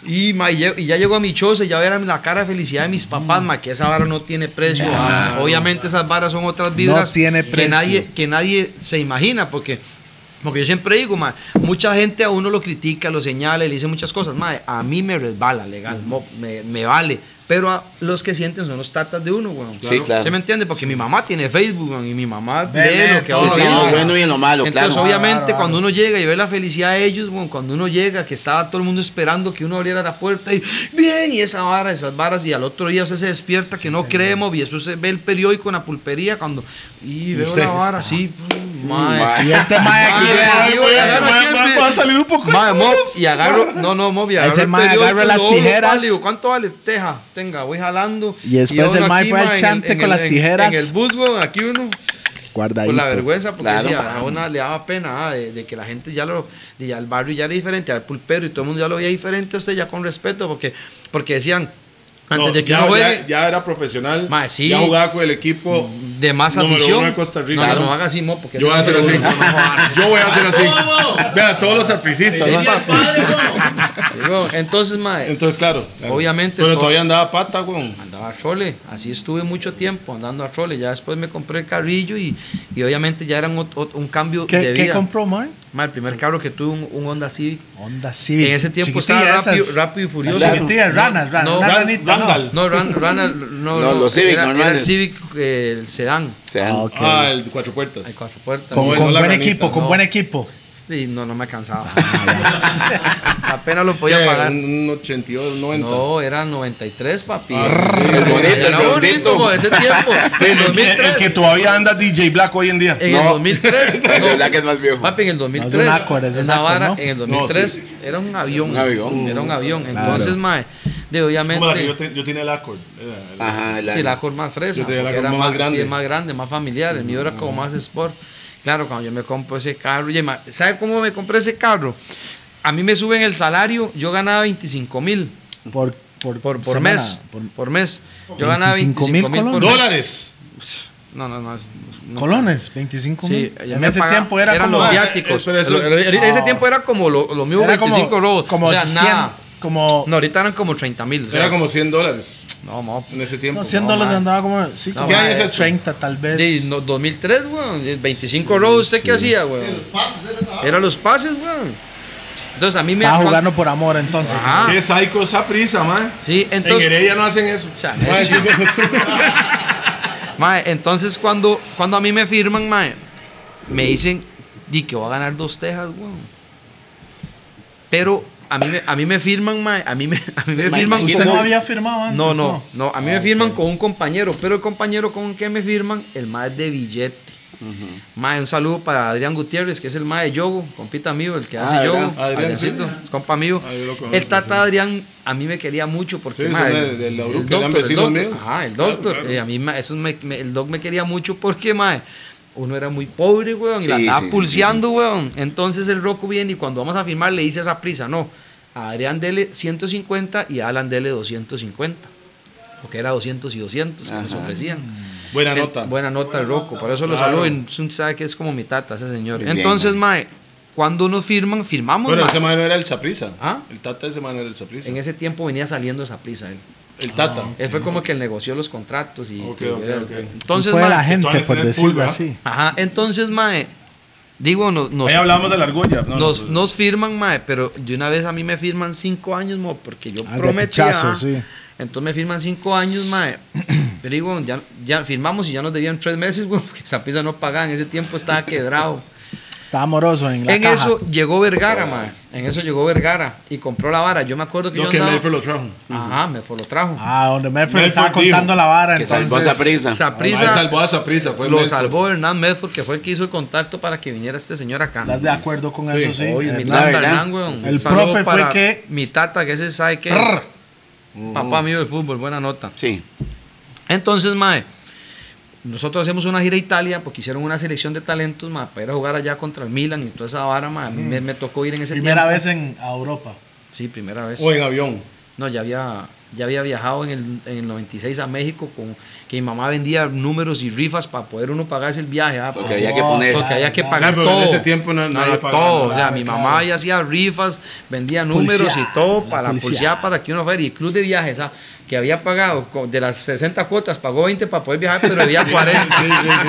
S2: Y, mae, lle- y ya llegó a mi choza, y ya era la cara de felicidad de mis papás, mae, que esa vara no tiene precio. Obviamente esas varas son otras vibras
S1: tiene
S2: que
S1: precio.
S2: nadie, que nadie se imagina porque... Porque yo siempre digo, mae, mucha gente a uno lo critica, lo señala, y le dice muchas cosas. mae, a mí me resbala, legal, mo- me, me vale. Pero a los que sienten son los tatas de uno, weón.
S3: Sí, claro.
S2: ¿Se me entiende? Porque mi mamá tiene Facebook, weón, y mi mamá
S1: Ve,
S2: ve
S1: ve
S2: lo que
S1: todo.
S2: uno
S1: Sí, sí, en lo
S2: dice.
S3: bueno y en lo malo,
S2: Entonces,
S3: claro.
S2: obviamente,
S1: Claro, claro.
S2: cuando uno llega y ve la felicidad de ellos, weón, cuando uno llega, que estaba todo el mundo esperando que uno abriera la puerta y bien, y esa vara, esas varas, y al otro día usted se despierta que no creemos, y después se ve el periódico en la pulpería cuando. Y veo la vara, así, mae.
S3: mae.
S1: Y este mae aquí,
S2: Mae,
S1: vea, Este
S2: mae, voy a agarrar
S4: Mae,
S2: siempre.
S4: mae, va a salir un poco
S2: Mae,
S4: de
S2: mo-
S4: cosas.
S2: y agarro, no, no, mob, y agarro
S1: Ese
S2: el
S1: mae
S2: periódico,
S1: agarra
S2: lo
S1: las
S2: doblo,
S1: tijeras.
S2: pal, digo, ¿Cuánto vale? Teja, tenga, voy jalando.
S1: Y después
S2: uno
S1: el mae
S2: aquí,
S1: fue al
S2: en el-
S1: chante
S2: en
S1: con
S2: el-
S1: las
S2: en-
S1: tijeras.
S2: En el bus, weón, aquí uno,
S1: Guardadito.
S2: por la vergüenza, porque
S3: Claro.
S2: sí, a una le daba pena ah, de, de que la gente ya lo, de ya el barrio ya era diferente, al pulpero y todo el mundo ya lo veía diferente, usted ya con respeto, porque, porque decían, antes
S4: No,
S2: de que
S4: ya,
S2: uno juegue,
S4: ya, ya era profesional.
S2: Mae, sí. Mm,
S4: Ya jugaba con el equipo.
S2: de más
S4: Número
S2: afición.
S4: uno de Costa Rica.
S2: No, no,
S4: Claro.
S2: no haga así, mo, porque
S4: Yo voy a hacer
S2: ese-
S4: así.
S2: no, no, no, no, no, no, no, no, no, no, no, no, no, no, no, no, no, no,
S4: Vean, todos los sapricistas. ¿no?
S2: Digo, Entonces, mae,
S4: Entonces, claro. claro.
S2: Obviamente,
S4: Pero
S2: todo-
S4: todavía andaba pata, weón.
S2: andaba a trole. Así estuve mucho tiempo andando a trole. Ya después me compré el carrillo y, y obviamente ya era un, ot- ot- un cambio de
S1: ¿Qué,
S2: vida.
S1: ¿qué compró, mae?
S2: Mae, el primer carro que tuve, un, un Honda Civic.
S1: Honda Civic.
S2: En ese tiempo
S1: Chiquitilla,
S2: estaba rápido,
S1: esas-
S2: rápido y furioso.
S1: Las chiquitillas,
S2: No,
S1: ranas, ranas,
S2: no,
S1: una
S2: ran-
S1: ranita, no.
S4: Randall.
S2: No, Ran- Rana, no,
S3: No, los Civic
S2: era, era el
S3: normales.
S2: Civic, eh, el sedán,
S3: Se dan-
S1: Ah, ok.
S4: Ah, el de cuatro puertas.
S2: hay cuatro puertas.
S1: Con,
S4: No,
S1: con
S4: no la
S1: buen
S4: ranita,
S1: equipo, con
S2: no.
S1: buen equipo.
S2: Y no, no me cansaba. Apenas lo podía
S4: ¿Qué?
S2: pagar.
S4: Eh, Un 82, 90.
S2: No, era 93, papi.
S3: Es bonito,
S2: era
S3: es
S2: bonito
S3: bonito.
S2: como ese tiempo. En
S5: El que, el que
S2: 2003.
S5: todavía anda DJ Black hoy en día.
S2: En el
S3: No.
S2: 2003.
S3: El
S2: no.
S3: Black es más viejo.
S2: Papi, en el
S1: es
S2: 2003.
S1: un Accord, es un
S2: esa
S1: Accord,
S2: vara,
S1: ¿no?
S2: en el 2003 era un avión.
S3: Un avión.
S2: Era un avión. Entonces, mae, de
S4: Como la que yo,
S2: obviamente.
S4: te- yo tenía el Accord. Era- era-
S3: Ajá, el
S2: Sí, la
S3: año.
S2: Accord más fresa.
S4: Yo tenía la
S2: porque era
S4: Accord
S2: más,
S4: más
S2: sí,
S4: grande.
S2: más grande, más familiar. El mío era como más sport. Claro, cuando yo me compro ese carro, y ma- ¿sabe cómo me compré ese carro? A mí me suben el salario, yo ganaba 25 mil.
S1: Por, por,
S2: Por, por
S1: semana,
S2: mes. Por,
S1: por-
S2: mes. Yo ganaba 25
S1: 25.000
S2: mil por
S1: colones.
S2: mes.
S4: Dólares.
S2: No, no, no. es- no.
S1: colones, 25
S2: Sí,
S1: mil.
S2: ya
S1: en
S2: me
S1: ese
S2: pagaba-
S1: tiempo era
S2: eran
S1: como.
S2: los
S4: Ah,
S2: viáticos.
S4: eh, pero eso-
S2: Lo- lo- En ese
S1: No.
S2: tiempo era como lo, lo mío,
S1: Era como,
S2: 25 robos.
S1: como
S2: o sea,
S1: 100,
S2: nada.
S1: como
S2: No, ahorita eran como 30 mil. O sea,
S4: Era como 100 dólares
S2: No, mo-
S4: en ese tiempo.
S1: no, 100
S2: no,
S1: dólares
S2: man.
S1: andaba como sí,
S2: No,
S1: como
S2: man,
S4: es eso.
S1: 30 tal vez.
S2: de- no, 2003, weón. 25 robos, ¿usted qué hacía, weón? Era los pases, weón. Entonces a mí me.
S1: Estaba
S2: cuan-
S1: jugando por amor entonces.
S2: Ajá.
S4: Qué psycho esa prisa, man.
S2: Sí,
S4: en
S2: Ah. entonces.
S4: Heredia no hacen eso.
S2: O sea,
S4: Ma,
S2: es-
S4: sí, pues,
S2: Mae, entonces cuando, cuando a mí me firman, mae, me dicen, di que voy a ganar dos tejas, weón. Pero a mí me, a mí me firman, mae, a mí me, a mí me
S3: Mae,
S2: firman
S1: Usted
S2: como-
S1: no había firmado antes.
S2: no, no, no, a mí
S4: Ah,
S2: me firman con un compañero, pero el compañero con el que me firman, el mae de billete. Mae, un saludo para Adrián Gutiérrez, que es el mae de Yogo, compita mío, el que hace
S3: Ah,
S2: Yogo,
S3: Adrián.
S4: Adrián, sí.
S2: Adriancito, es compa mío.
S4: Ah, yo lo conozco,
S2: el tata Adrián a mí me quería mucho porque
S4: Sí,
S2: mae,
S4: son
S2: el,
S4: de- de la
S2: el
S4: Uruca,
S2: doctor,
S4: eran
S2: el
S4: vecinos
S2: doctor,
S4: míos.
S2: ajá, el
S4: Claro,
S2: doctor,
S4: claro.
S2: eh, a mí mae, eso me- me- el doc me quería mucho porque mae, uno era muy pobre, weón, y la
S3: Sí,
S2: andaba
S3: sí, sí,
S2: pulseando, weón. Entonces el Rocco viene y cuando vamos a firmar le dice a esa prisa, no, a Adrián dele 150 y a Alan dele 250 porque era 200 y 200 que nos ofrecían.
S4: Buena
S2: Eh,
S4: nota.
S2: Buena nota, el Rocco. Por eso lo
S4: Claro.
S2: saludo. y es un- sabe que es como mi tata, ese señor.
S3: Bien,
S2: Entonces,
S3: bien.
S2: mae, cuando nos firman, firmamos,
S4: Bueno,
S2: mae.
S4: ese man no era el Saprisa.
S2: ¿Ah?
S4: El Tata ese man era el Saprisa.
S2: En ese tiempo venía saliendo esa prisa. Él,
S4: El Tata.
S2: Él fue como que él negoció los contratos y...
S4: Ok,
S2: y-
S4: ok, ok.
S2: Entonces,
S1: fue
S2: mae,
S1: la gente,
S4: Actuales
S1: por
S4: en el
S1: decirlo
S4: pool,
S1: así.
S2: Ajá, entonces, mae, digo, no- nos...
S5: Ahí hablábamos de la argolla. No, no,
S2: nos,
S5: pues,
S2: nos firman, mae, pero de una vez a mí me firman cinco años, mo, porque yo
S1: Ah, de
S2: prometía.
S1: pichazo, sí.
S2: Entonces me firman cinco años, mae. Pero digo, ya, ya firmamos y ya nos debían tres meses, güey, porque esa pizza no pagaba. En ese tiempo estaba quebrado.
S1: Estaba amoroso en la
S2: en
S1: caja.
S2: eso llegó Vergara, mae. En eso llegó Vergara y compró la vara. Yo me acuerdo que
S4: Lo
S2: yo
S4: que
S2: andaba-
S4: Mayfair lo trajo.
S2: Ajá, me fue, lo trajo.
S1: Ah, donde Medford
S4: Medford
S1: estaba
S4: dijo
S1: contando la vara.
S3: Que
S1: entonces,
S3: salvó a Saprisa.
S2: Esa
S4: Ahí
S2: prisa
S4: salvó a Saprisa. Fue
S2: lo
S4: Mayfair.
S2: salvó Hernán Medford, que fue el que hizo el contacto para que viniera este señor acá.
S1: ¿Estás de acuerdo con eso? Sí.
S2: Obvio, mi
S1: Eh,
S3: La
S2: tata
S3: verdad.
S2: Hernán, weón.
S1: El
S2: Un saludo
S1: profe fue
S2: para
S1: que-
S2: Mi tata, que ese sabe que es papá mío del fútbol, buena nota.
S3: Sí.
S2: Entonces, mae, nosotros hacemos una gira a Italia porque hicieron una selección de talentos, mae, para ir a jugar allá contra el Milan y toda esa vara, mae. A mí me, me tocó ir en ese
S1: Mm. Primera
S2: tiempo.
S1: vez en a Europa.
S2: Sí, primera vez.
S4: O en avión.
S2: No, ya había, ya había viajado en el, en el 96 a México con que mi mamá vendía números y rifas para poder uno pagarse el viaje. ah,
S3: Porque
S2: porque-
S3: había que
S1: Oh,
S3: poner.
S2: porque había que
S1: Sí,
S2: pagar
S4: porque en
S2: todo.
S4: ese tiempo no- no
S2: había
S4: había pagado
S2: todo.
S4: nada,
S2: o sea, mi
S1: claro.
S2: mamá ya hacía rifas, vendía números
S1: Policía,
S2: y todo
S1: la
S2: para la
S1: policía.
S2: policía, para que uno fuera. Y el club de viajes, ah, que había pagado co- de las 60 cuotas, pagó 20 para poder viajar, pero debía 40.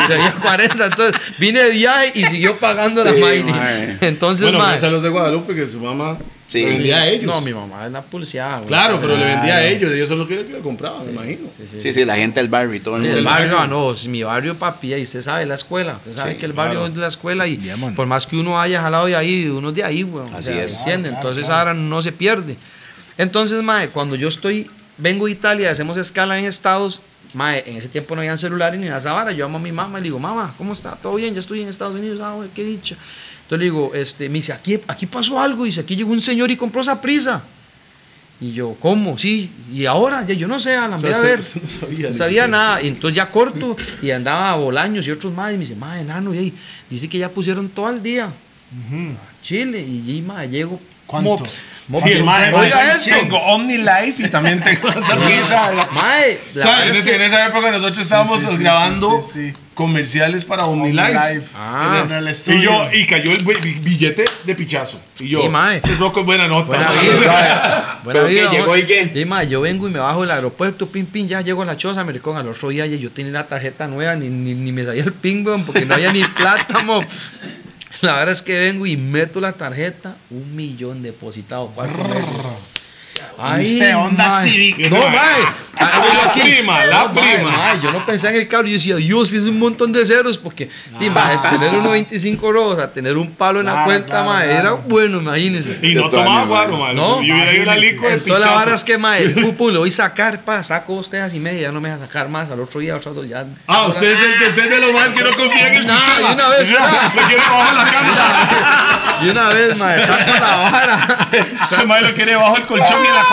S2: Debía 40. Entonces vine de viaje y siguió pagando la
S3: Sí,
S2: Mighty.
S3: mae.
S2: Entonces,
S4: Bueno,
S2: mae,
S4: gracias a los de Guadalupe que su mamá
S3: Sí.
S4: le vendía a ellos.
S2: no, mi mamá es la pulseada. güey.
S4: Claro, pero le vendía a
S1: Claro.
S4: ellos. Ellos son los que le compraban, me imagino.
S2: Sí, sí.
S3: Sí, sí, la gente del barrio y todo el
S2: Sí,
S3: mundo.
S2: el barrio,
S4: barrio.
S2: ah, no, es mi barrio, papi, y usted sabe la escuela, usted sabe que el barrio
S4: claro.
S2: es la escuela y
S1: Ya, mano.
S2: por más que uno haya jalado de ahí, uno es de ahí, weón.
S3: Así es.
S2: ¿entiende? Entonces ahora no se pierde. Entonces, mae, cuando yo estoy, vengo de Italia, hacemos escala en Estados, mae, en ese tiempo no habían celulares ni nada, de esa vara, yo amo a mi mamá y le digo, mamá, ¿cómo está? ¿Todo bien? Ya estoy en Estados Unidos, ah, güey, qué dicha. Entonces le digo, este, me dice, aquí, aquí pasó algo, dice, aquí llegó un señor y compró esa prisa. Y yo, ¿cómo? Sí. Y ahora, ya yo no sé, Alan,
S4: O sea,
S2: ve a
S4: usted-
S2: ver. No
S4: usted no sabía,
S2: sabía,
S4: ni
S2: nada. Y entonces ya corto y andaba a Bolaños y otros más. Y me dice, madre, enano, y ahí, dice que ya pusieron todo el día. a Chile. Y, y mae, llego
S1: ¿Cuánto?
S2: Mo-
S4: Y el mae,
S2: Oiga
S4: mae,
S2: esto.
S4: tengo OmniLife y también tengo una sonrisa.
S2: Mae, la
S4: ¿Sabes?
S2: verdad
S4: En,
S2: es
S4: ese-
S2: que-
S4: en esa época nosotros estábamos
S1: sí, sí,
S4: grabando
S1: sí, sí, sí.
S4: comerciales para OmniLife.
S2: Ah.
S1: en el estudio.
S4: Y yo, y cayó el bi- billete de pichazo. Y yo,
S2: Sí, mae.
S4: ese loco es buena nota.
S2: Buena
S4: mae".
S2: vida, ¿sabe? Buena
S3: Pero que
S2: vida,
S3: llegó
S2: ¿no?
S3: y qué.
S2: Sí, mae, yo vengo y me bajo del aeropuerto, pim, pim, ya llego a la choza, Americón, al otro día ya yo tenía la tarjeta nueva, ni, ni, ni me sabía el ping, weón, porque no había ni plata, mo. La verdad es que vengo y meto la tarjeta, un millón depositado, cuatro meses.
S1: Viste, onda
S2: mae.
S1: cívica.
S2: No, mae. Ah, yo
S4: La
S2: aquí-
S4: prima, la
S2: No, mae,
S4: prima.
S2: mae, yo no pensé en el carro. Yo decía, Dios, es un montón de ceros. Porque, di, mae, tener unos 25 rojos, a tener un palo en la
S1: Ah. Claro,
S2: cuenta,
S1: claro,
S2: mae,
S1: claro.
S2: era bueno, imagínese.
S4: Y
S3: Yo
S4: no
S3: todavía,
S4: tomaba
S3: mae.
S4: guaro, mae.
S2: No,
S4: yo hubiera ido a la licua de
S2: Entonces la vara es
S4: pichazo.
S2: que, mae, pum, pum, lo voy a sacar, pa, saco ustedes así media, ya no me deja sacar más. Al otro día, otros dos ya.
S4: Ah, usted es, el, usted es de los más que no confía en el
S2: Nah,
S4: sistema.
S2: de una vez,
S4: Yo-
S2: nah.
S4: Lo quiere bajo la cama.
S2: Y una vez, mae, saco la vara.
S4: Ese mae lo quiere bajo el colchón y en la
S2: Ah,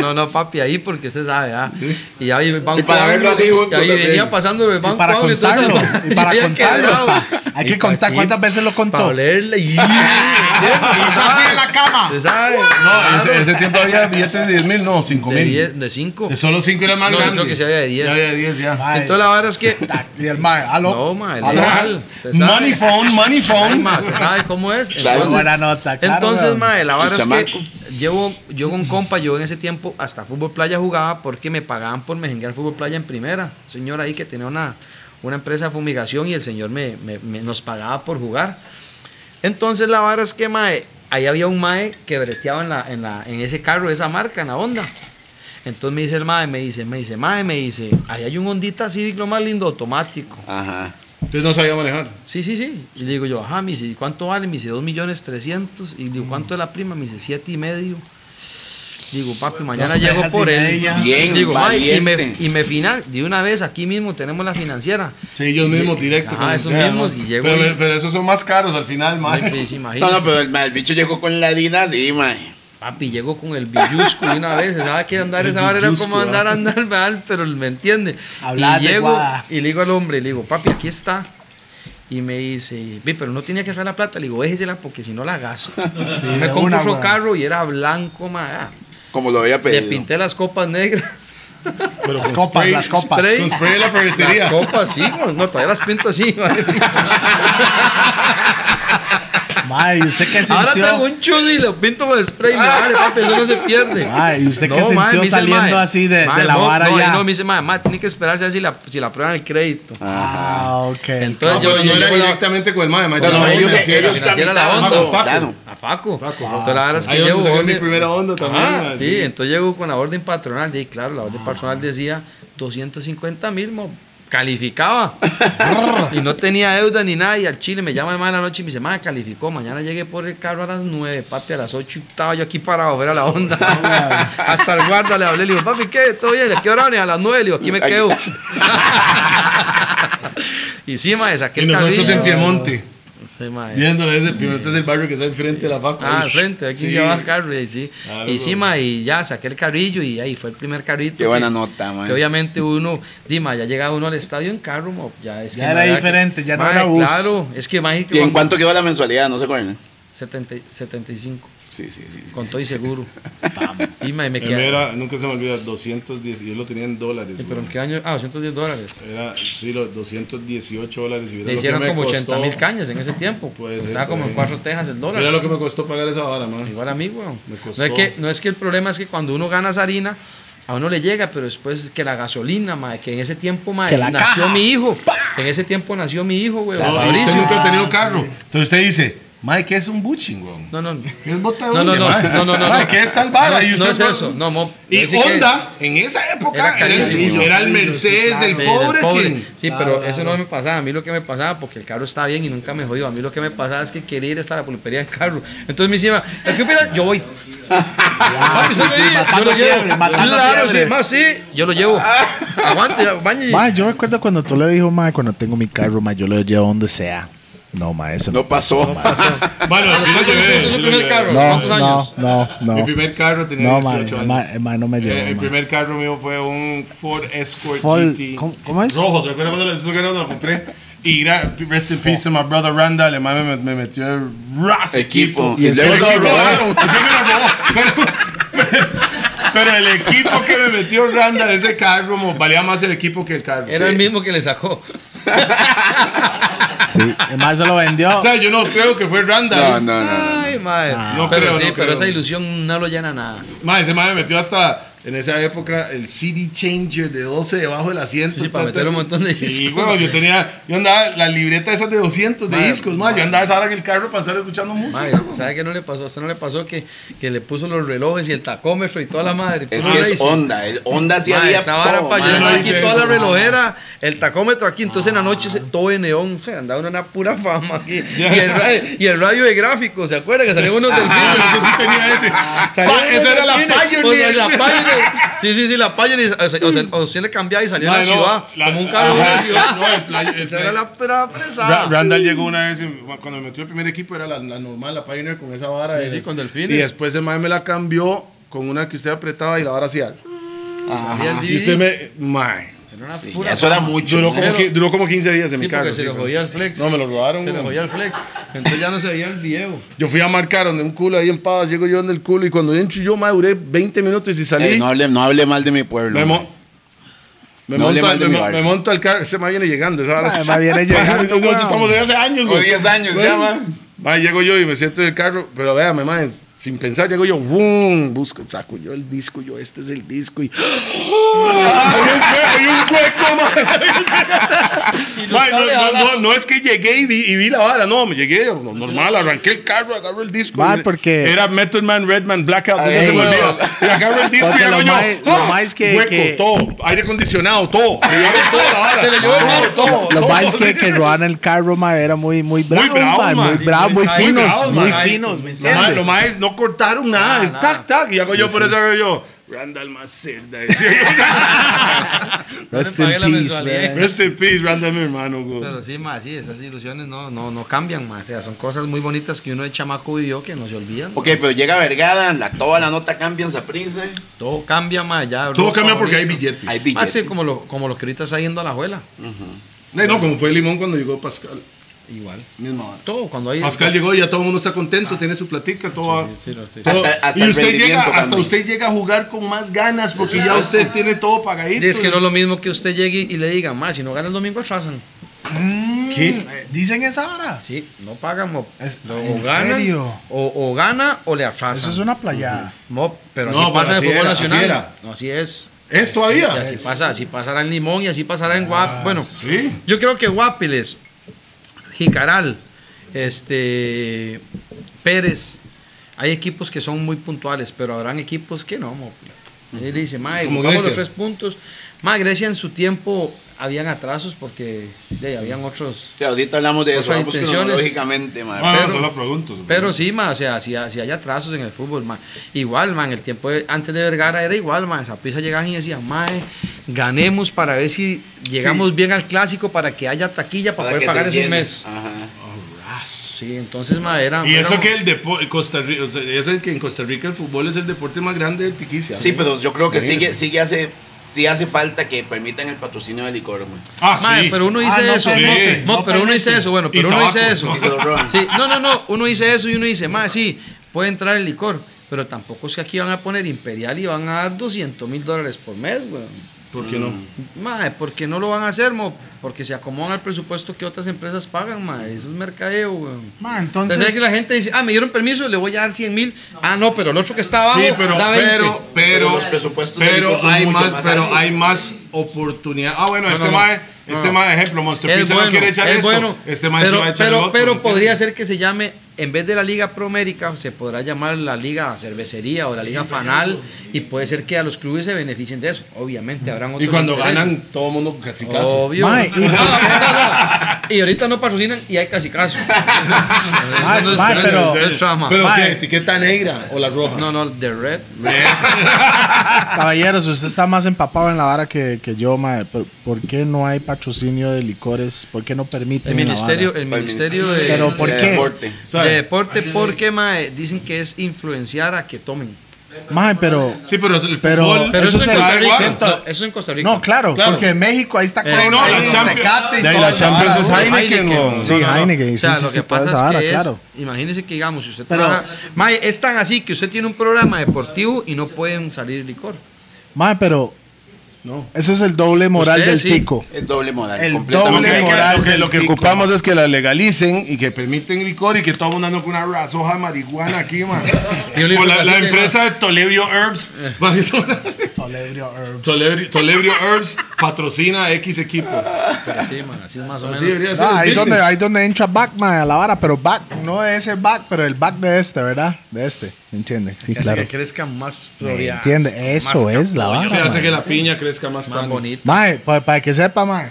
S2: No, no, no, papi, ahí porque usted sabe, ah. Y ahí el banco.
S3: Y para verlo
S2: Anglo,
S3: así junto
S2: y ahí
S3: también.
S2: venía pasando el banco.
S1: para
S2: Anglo, entonces,
S1: contarlo, y para
S2: había
S1: contarlo.
S2: quebrado.
S1: Hay
S2: Y
S1: que
S2: pa-
S1: contar
S2: sí,
S1: cuántas veces lo contó.
S2: Para olerle. Y,
S1: Hizo así en la cama.
S2: ¿Usted sabe?
S5: No,
S2: claro,
S5: ese, ese tiempo había billetes de 10 mil, no, 5
S2: de
S5: mil.
S2: diez- De 5.
S4: Solo 5 era más
S2: No, yo
S4: grande.
S2: creo que sí había de 10.
S4: Ya había 10, ya.
S1: Mae,
S2: Entonces la vara es que.
S1: Y el mae, aló.
S2: No, mae,
S1: aló.
S2: legal. usted sabe.
S5: Money phone, money
S2: Ay,
S5: phone.
S2: ma, ¿usted sabe cómo es?
S3: Claro.
S2: Entonces-
S1: Buena nota, claro.
S2: Entonces,
S1: weón.
S2: mae, la vara
S3: El
S2: es
S3: chamaco.
S2: que llevo, yo con compa, yo en ese tiempo hasta fútbol playa jugaba porque me pagaban por mejenguear fútbol playa en primera. Un señor ahí que tenía una, una empresa de fumigación y el señor me, me- me- nos pagaba por jugar. Entonces, la vara es que, mae, ahí había un mae que breteaba en, la, en, la, en ese carro, esa marca, en la Honda. Entonces me dice el mae, me dice, me dice, mae, me dice, ahí hay un Hondita Civic lo más lindo, automático.
S3: Ajá.
S4: Entonces no sabía manejar.
S2: Sí, sí, sí. Y le digo yo, ajá, me dice, "¿Y ¿cuánto vale? Me dice, dos millones trescientos. Y digo, ¿cuánto es la prima? Me dice, siete y medio. Digo, papi, mañana
S1: Dos
S2: llego
S1: tejas
S2: por
S1: y
S2: él.
S1: media.
S3: Bien,
S2: digo, "Ay, y me,
S3: valiente.
S2: y me finan, de una vez, aquí mismo tenemos la financiera.
S4: Sí, ellos mismos directo.
S2: Ajá,
S4: con el
S2: Ah, esos
S4: tema,
S2: mismos,
S4: ¿no?
S2: y llego
S4: pero,
S2: y-
S4: pero esos son más caros al final,
S2: Ay,
S4: mae.
S2: pues, imagínese.
S3: No, no, pero el, ma- el bicho llegó con la Dina así, mae.
S2: Papi, llego con el billusco de una vez. ¿Sabes que andar esa vara era como andar, andar, ¿verdad? pero me entiende.
S1: Hablabas
S2: y
S1: de
S2: llego
S1: guada.
S2: y le digo al hombre, le digo, papi, aquí está. Y me dice, "Ve, pero no tenía que traer la plata. Le digo, déjesela porque si no la gasto.
S1: de
S2: me compré
S1: una,
S2: otro
S1: weón.
S2: carro y era blanco, ma.
S3: Como lo había
S2: Le
S3: pedido.
S2: pinté las copas negras.
S1: Las copas, las copas.
S2: spray.
S4: Con spray de la
S2: Las
S4: ferretería.
S2: copas, sí, weón. no, todavía las pinto así. ma.
S1: Mae, ¿y usted qué
S2: Ahora tengo
S1: sintió?
S2: un chulo y lo pinto con spray. Me vale, papi, eso no se pierde.
S1: Ay, ¿y usted qué
S2: mae,
S1: sintió
S2: me dice el
S1: saliendo
S2: mae,
S1: así de-
S2: mae,
S1: de la
S2: no,
S1: vara
S2: no,
S1: ya?
S2: ahí No, me dice, mae, mae, tiene que esperarse a ver si la, si la aprueban el crédito.
S1: Ah, ok.
S4: Ah,
S2: Entonces
S4: pero
S2: yo,
S4: no
S2: yo
S4: era
S2: llego a la-
S4: directamente con el mae. mae,
S3: No, no,
S4: con la
S3: ellos,
S4: financiera.
S3: ellos
S2: financiera la
S3: tramitando,
S4: onda. Facu,
S3: claro.
S2: a Faco. Entonces la verdad es que
S4: Ahí donde
S2: llego.
S4: saqué
S2: orden-
S4: mi primera onda también, Ah.
S2: Ah,
S4: mae,
S2: sí,
S4: sí.
S2: entonces llego con la orden patronal. Y claro, la orden patronal decía 250 mil, mo, calificaba. y no tenía deuda ni nada. Y al chile me llama el madre en la noche y me dice, madre, calificó. Mañana llegué por el carro a las 9, papi, a las 8 estaba yo aquí parado, fuera la onda. Hasta el guarda le hablé, le digo, papi, ¿qué? ¿Todo bien? ¿A qué hora? A las 9, le digo, aquí me
S3: Ay.
S2: quedo. y sí, mae, saqué
S4: Y
S2: el
S4: nosotros en
S2: carrillo.
S4: Piemonte.
S2: Sí, mae.
S4: Viendo desde Piemonte es el barrio que está enfrente de la facu.
S2: Ah,
S4: Ahí.
S2: al frente, aquí
S4: Sí.
S2: llevaba el carro y sí.
S4: Claro,
S2: y sí,
S4: bro.
S2: ma, y ya saqué el carrillo y ahí fue el primer carrito.
S3: Qué
S2: que-
S3: buena nota,
S2: Que
S3: mae.
S2: obviamente uno, Dima, ya llegaba uno al estadio en carro, mo, ya es que
S1: Ya
S2: la
S1: era
S2: verdad
S1: diferente, ya no
S2: Mae,
S1: era bus.
S2: Claro, es que más
S3: ¿Y en cuánto quedó la mensualidad? No se acuerdan.
S2: 70, 75,
S3: Sí, sí, sí. sí.
S2: con todo y seguro. Dima, y me
S4: El
S2: quedé.
S4: mío era- nunca se me olvida, 210. Yo lo tenía en dólares.
S2: Sí, pero
S4: güey.
S2: en qué año, ah, 210 dólares.
S4: Era, sí, los 218 dólares. y mira
S2: Le
S4: lo que
S2: hicieron
S4: me
S2: como
S4: costó-
S2: 80 mil cañas en ese tiempo.
S4: Puede ser,
S2: Estaba como en
S4: güey.
S2: cuatro tejas el dólar.
S4: Mira lo que me costó pagar esa vara, man.
S2: Igual a mí, weón.
S4: Me
S2: No
S4: costó.
S2: es, que, no es que el problema es que cuando uno gana esa harina, a uno le llega, pero después que la gasolina, mae, que en ese tiempo, mae,
S1: Que la
S2: nació
S1: caja.
S2: mi hijo. En ese tiempo nació mi hijo, weón.
S4: No, y usted
S2: Fabricio.
S4: nunca ha tenido carro. Entonces usted dice, Mike, ¿qué es un buching, weón?
S2: No, no.
S4: ¿Qué es bota de
S2: No, no,
S4: uña,
S2: no,
S4: mae?
S2: no, no, no,
S4: Mae,
S2: no.
S4: ¿Qué es tal vara?
S2: No es-
S4: Y
S2: no es
S4: usted-
S2: eso, no, mo-
S4: Y
S2: sí que-
S4: Honda, en esa
S2: Era
S4: época, era, el-
S2: carísimo.
S4: era el Mercedes del
S2: Sí,
S4: pobre.
S2: pobre.
S4: que-
S2: Sí,
S1: Claro,
S2: pero
S1: claro.
S2: eso no me pasaba. A mí lo que me pasaba, porque el carro estaba bien y nunca me jodió. A mí lo que me pasaba es que quería ir hasta la pulpería en carro. Entonces me decía, "¿A ¿qué opinas? Yo voy. Papi,
S1: sí,
S2: solo
S1: sí,
S2: ir. yo
S1: matando
S2: lo llevo.
S1: fiebre, matando
S2: Claro,
S1: fiebre.
S2: sí, más sí, yo lo llevo. Aguante, bañe.
S1: Mae, yo recuerdo cuando tú le dijo, mae, cuando tengo mi carro, mae, yo lo llevo donde sea. No, mae, eso no.
S3: No pasó.
S4: Bueno, sí lo
S2: ¿Cuántos
S4: llevé,
S2: años
S4: sí
S2: es su
S4: lo
S2: primer
S4: llevé.
S2: carro?
S1: No,
S2: ¿Cuántos
S1: no,
S2: años?
S1: no, no.
S4: Mi primer carro tenía
S1: No, mae,
S4: 18
S1: mae,
S4: años.
S1: mae, no me llevó.
S4: Eh, el
S1: mae.
S4: primer carro mío fue un Ford Escort
S1: Ford-
S4: GT.
S1: ¿cómo- cómo es?
S4: Rojo, ¿se acuerdan cuando, se acuerdan cuando lo compré? Y gra- rest in peace to my brother Randall. El mame me, me metió el ras
S3: Equipo.
S4: equipo.
S1: Y
S3: Y luego
S1: después
S3: se lo robaron.
S4: El primero robó, pero- Pero el equipo que me metió Randall, ese carro, mo, valía más el equipo que el carro.
S2: Era el mismo que le sacó.
S1: Sí, el mae se lo vendió.
S4: O sea, yo no creo que fue
S3: No,
S4: Randall.
S3: no, no.
S2: Ay, madre.
S4: No
S2: pero
S4: creo,
S2: sí,
S4: no
S2: pero
S4: creo.
S2: esa ilusión no lo llena nada.
S4: Ma, ese mae me metió hasta en esa época el CD changer de 12 debajo del asiento.
S2: Sí, para
S4: Tanto-
S2: meter un montón de
S4: Sí,
S2: discos.
S4: bueno, yo tenía, yo andaba la libreta esas de 200 de discos, ma, yo andaba esa hora en el carro para estar escuchando música.
S2: Madre, ¿sabe qué no le pasó? A usted no le pasó que, que le puso los relojes y el tacómetro y toda la madre.
S3: Es
S2: Uno
S3: que
S2: le
S3: es
S2: dice,
S3: onda. es- Onda sí
S2: "Mae,
S3: había
S2: esa vara
S3: todo,
S2: pa'
S3: mae.
S2: llenar
S4: no
S2: aquí
S4: hice
S2: toda la
S4: eso, Ah.
S2: relojera, el tacómetro aquí. Entonces en la noche se- todo de neón, se andaba una, pura fama aquí. Y el, radio, y el radio de gráficos, ¿se acuerda? Que salían unos del
S4: Ah,
S2: video.
S4: yo sí tenía ese.
S2: Salían
S4: Pa,
S2: unos
S4: esa era la
S2: delfines,
S4: Pioneer.
S2: o sea, la Pioneer. Sí, sí, sí, la Pioneer. O sea, o sea, o sea, le cambiaba y salía
S4: Ma,
S2: una
S4: no,
S2: ciudad.
S4: la-
S2: como un carro de una
S4: ajá,
S2: ciudad.
S4: no, el play- el
S2: Esa era
S4: play-
S2: la pera presa.
S4: Ra- Randall llegó una vez, y cuando me metió el primer equipo era la, la normal, la Pioneer con esa vara.
S2: Sí, sí,
S4: esas.
S2: con delfines.
S4: y después el mae me la cambió con una que usted apretaba y la vara hacía.
S2: Y el
S4: Y
S2: DVD,
S4: usted me. Mae.
S2: era una
S3: Sí,
S2: pura
S3: Eso era
S2: fama.
S3: mucho. Eh,
S4: Duró
S3: mae.
S4: como, qui- duró como 15 días en
S2: Sí,
S4: mi carro.
S2: porque se
S4: sí,
S2: lo
S4: pues.
S2: jodía el flex.
S4: No, me lo robaron.
S2: Se le
S4: weón.
S2: jodía el flex. Entonces ya no se veía el video.
S4: Yo fui a marcar donde un culo ahí en Pavas, llego yo donde el culo y cuando entro yo, mae, duré 20 minutos y salí.
S2: Eh,
S3: Ey, no, hable, no hable mal de mi
S4: me,
S3: pueblo.
S4: mo-
S3: mae.
S4: me
S3: No hable
S4: monto,
S3: mal
S4: al,
S3: de
S4: me,
S3: mi
S4: mo-
S3: barrio.
S4: me monto al carro. Ese mae viene llegando. Esa vara
S1: Mae, mae, viene llegando,
S4: Nosotros
S1: weón.
S4: estamos desde hace años,
S3: Como
S4: güey.
S3: 10 años ya, mae.
S4: Ma, llego yo y me siento en el carro, pero véame, ma, sin pensar, llego yo, boom, busco, saco yo el disco, yo, este es el disco, y... ¡Ah! ¡Hay un hueco, hay un hueco, ma. Ma, no, no, no, no es que llegué y vi, y vi la vara, no, me llegué, no, normal, arranqué el carro, agarro el disco.
S1: Ma,
S4: y-
S1: porque-
S4: Era Method Man, Redman, Blackout, no
S3: Ay,
S4: se me
S3: no.
S4: olvida. Y agarro el disco y
S1: Porque
S4: hago
S1: lo
S4: yo,
S1: mae- lo
S4: ¡ah!
S1: mae es que-
S4: hueco,
S1: que-
S4: todo, aire acondicionado, todo, se llevó toda la vara.
S2: Se le llevó el mar,
S4: todo, todo,
S1: Los
S4: todo,
S1: maes que,
S4: sí.
S1: que robaban el carro, ma, era muy, muy bravos,
S4: bravos,
S1: ma,
S4: ma,
S1: muy
S4: sí,
S1: bravos, muy,
S2: muy
S1: finos,
S4: bravos,
S1: muy
S2: ma.
S1: finos, ¿me
S2: Los
S4: Los maes,
S1: entiendes?
S4: los maes no cortaron nada,
S2: Nada,
S4: es tac, tac. Y hago yo por eso hago yo. Randall Macerda.
S1: Rest
S2: Yo le
S1: in
S2: pagué la
S1: peace,
S2: mensualidad.
S1: man.
S4: Rest in peace, Randall, mi hermano. güey.
S2: Pero sí, más, sí, esas ilusiones no, no, no cambian más. O sea, son cosas muy bonitas que uno de chamaco vivió que no se olvidan.
S3: Ok, pero llega Vergada, la, toda la nota cambia en prisa.
S2: Todo cambia más allá.
S4: Todo cambia porque hay billetes.
S3: Hay
S2: Más que
S3: billetes.
S2: como lo, como lo que ahorita está yendo a la abuela.
S4: No, no, como fue Limón cuando llegó Pascal.
S2: Igual.
S4: Misma vara.
S2: Todo, cuando hay.
S4: Pascal llegó y ya todo el mundo está contento, tiene su platica, todo. va-
S2: Ah. Sí, no, Ah, sí.
S4: todo-
S3: Hasta- hasta
S4: y
S3: el
S4: usted
S3: rendimiento
S4: llega, hasta
S3: cambia.
S4: usted llega a jugar con más ganas porque ya usted tiene todo pagadito.
S2: Y es que no es lo mismo que usted llegue y le diga, más, si no gana el domingo atrasan.
S1: Eh, ¿Dicen esa hora?
S2: Sí, no pagan. O,
S1: Es-
S2: lo-
S1: ¿en
S2: o ganan,
S1: serio?
S2: O, o gana o le atrasan.
S1: Eso es una playada.
S2: No, pero así
S4: No, pero
S2: pasa en
S4: así
S2: el fútbol
S4: era, así
S2: nacional.
S4: era.
S2: No, así es.
S4: ¿Es
S2: Y
S4: todavía? Ah,
S2: así pasa, así pasará en Limón y así pasará en Guap. bueno,
S4: sí.
S2: yo creo que Guapiles, Jicaral, este Pérez, hay equipos que son muy puntuales, pero habrán equipos que no. mo. Él dice, mae,
S4: Como
S2: jugamos los
S4: Grecia.
S2: tres puntos. Mae, Grecia en su tiempo habían atrasos porque de, habían otros.
S3: O sea, ahorita hablamos de eso.
S2: Otras
S3: Vamos
S2: intenciones.
S3: cronológicamente, mae.
S4: Ah,
S2: pero-
S4: solo pregunto. solo
S2: Pero sí, ma, o sea, si, si hay atrasos en el fútbol, ma. Igual, man, el tiempo de- antes de Vergara era igual, man. Zapisa llegaban y decían, mae, ganemos para ver si llegamos bien al clásico para que haya taquilla para,
S3: Para que
S2: poder pagar ese
S3: se llene.
S2: mes.
S3: Ajá.
S2: Sí, entonces, ma, era.
S4: Y
S2: era
S4: eso
S2: un-
S4: que el deporte, Costa Rica, o sea, eso que en Costa Rica el fútbol es el deporte más grande de Tiquicia.
S3: Sí,
S4: ¿no?
S3: pero yo creo que sigue,
S4: Imagínese.
S3: sigue hace, sí hace falta que permitan el patrocinio de licor, mae.
S4: Ah,
S2: Ma,
S4: sí.
S2: pero uno dice
S1: Ah, no
S2: eso.
S1: permiten,
S2: Mo,
S1: no
S2: pero uno dice
S1: permiten.
S2: eso, bueno,
S4: Y
S2: pero uno
S4: tabaco.
S2: dice eso.
S3: Y se lo roban.
S2: Sí, no, no, no. Uno dice eso y uno dice, ma, sí, puede entrar el licor, pero tampoco es que aquí van a poner Imperial y van a dar 200 mil dólares por mes, weón.
S4: ¿Por qué no?
S2: Mae, ¿por qué no lo van a hacer, mo? Porque se acomodan al presupuesto que otras empresas pagan, mae. Eso es mercadeo, weón.
S1: Ma,
S2: Entonces,
S1: entonces,
S2: que la gente dice, ah, me dieron permiso, le voy a dar 100 mil. Ah, no, pero el otro que está abajo.
S4: Sí, pero,
S2: da 20.
S4: pero, pero,
S3: Pero los presupuestos de
S4: pero
S3: Licor son
S4: hay
S3: mucho
S4: más,
S3: más
S4: pero
S3: altos.
S4: hay más oportunidad. Ah, bueno,
S2: No,
S4: este
S2: no, no.
S4: mae,
S2: No,
S4: este
S2: no.
S4: mae, ejemplo, Monster
S2: Es
S4: Pizza
S2: bueno,
S4: no quiere echar
S2: es
S4: esto.
S2: bueno.
S4: este mae
S2: pero,
S4: se va a echar
S2: pero,
S4: el otro,
S2: pero
S4: ¿me
S2: podría
S4: entiendes?
S2: ser que se llame, en vez de la Liga Pro América, se podrá llamar la Liga Cervecería o la Liga Fanal. Y puede ser que a los clubes se beneficien de eso. Obviamente, habrán otros.
S4: Y cuando
S2: intereses.
S4: ganan, todo el mundo
S2: Oh,
S4: casi casi.
S2: Obvio.
S1: Mae, y-
S2: No, no, no, no. y ahorita no patrocinan y hay casi caso.
S1: Mae, mae, pero-
S2: es drama.
S4: Pero
S1: Mae.
S4: qué, etiqueta negra o la roja.
S2: no, no, The Red.
S1: caballeros, usted está más empapado en la vara que, que yo, ma. ¿Por, por qué no hay patrocinio de licores? ¿Por qué no permiten
S2: El
S1: en la
S2: ministerio,
S1: vara?
S2: el ministerio de,
S1: Pero, ¿por
S3: De
S1: qué?
S3: deporte.
S2: de deporte, porque mae, dicen que es influenciar a que tomen.
S1: Mae, pero.
S4: Sí, pero es el
S1: Pero-
S4: fútbol.
S1: pero eso
S4: es
S1: se
S4: el
S1: va
S4: fútbol.
S1: exento.
S2: No, eso en Costa Rica.
S1: No, claro,
S4: Claro.
S1: porque en México ahí está
S4: no,
S1: Corona,
S4: la
S1: ahí,
S4: Champions-
S1: Tecate y
S5: De ahí
S1: toda
S5: la
S1: esa
S5: Champions
S1: vara,
S5: es
S1: güey.
S2: Heineken,
S5: Heineken,
S2: güey.
S5: weón.
S1: Sí,
S5: No, no, no.
S1: Heineken,
S2: O sea,
S1: sí, sí,
S2: lo
S1: sí,
S2: que
S1: toda
S2: pasa
S1: esa
S2: es
S1: vara,
S2: que es-
S1: claro.
S2: imagínese que digamos, si usted
S1: Pero-
S2: trabaja- Mae, es tan así que usted tiene un programa deportivo y no pueden salir licor.
S1: Mae, pero.
S4: No.
S1: Ese es el doble moral
S2: Ustedes
S1: del
S2: sí.
S1: tico.
S3: El doble modal.
S1: El
S3: completamente.
S1: doble
S4: Lo que-
S1: moral.
S4: lo que, lo que
S1: del tico.
S4: ocupamos es que la legalicen y que permiten licor y que todo el mundo anda con una ra- soja de marihuana aquí, man.
S2: Yo le
S4: Como la, la
S2: información que
S4: empresa de Tolebrio Herbs. man, eso-
S1: Eh. Tolebrio Herbs.
S4: Tolebrio, Tolebrio Herbs patrocina X equipo.
S2: Pero sí, man, así es más o menos.
S4: Así debería ser.
S1: Ah, ahí,
S4: el
S1: donde,
S4: business.
S1: ahí donde entra back, mae, a la vara, pero back, no de ese back, pero el back de este, ¿verdad? De este, ¿me entiende? Sí,
S2: Que hace
S1: claro.
S2: que crezcan más floreadas,
S1: Entiende, eso
S2: más
S1: es la
S2: capullos,
S4: Se
S1: vara,
S4: hace
S1: mae.
S4: que la piña crezca más,
S2: Más
S4: tanis.
S2: bonita.
S1: Mae, pa- para, que sepa, mae.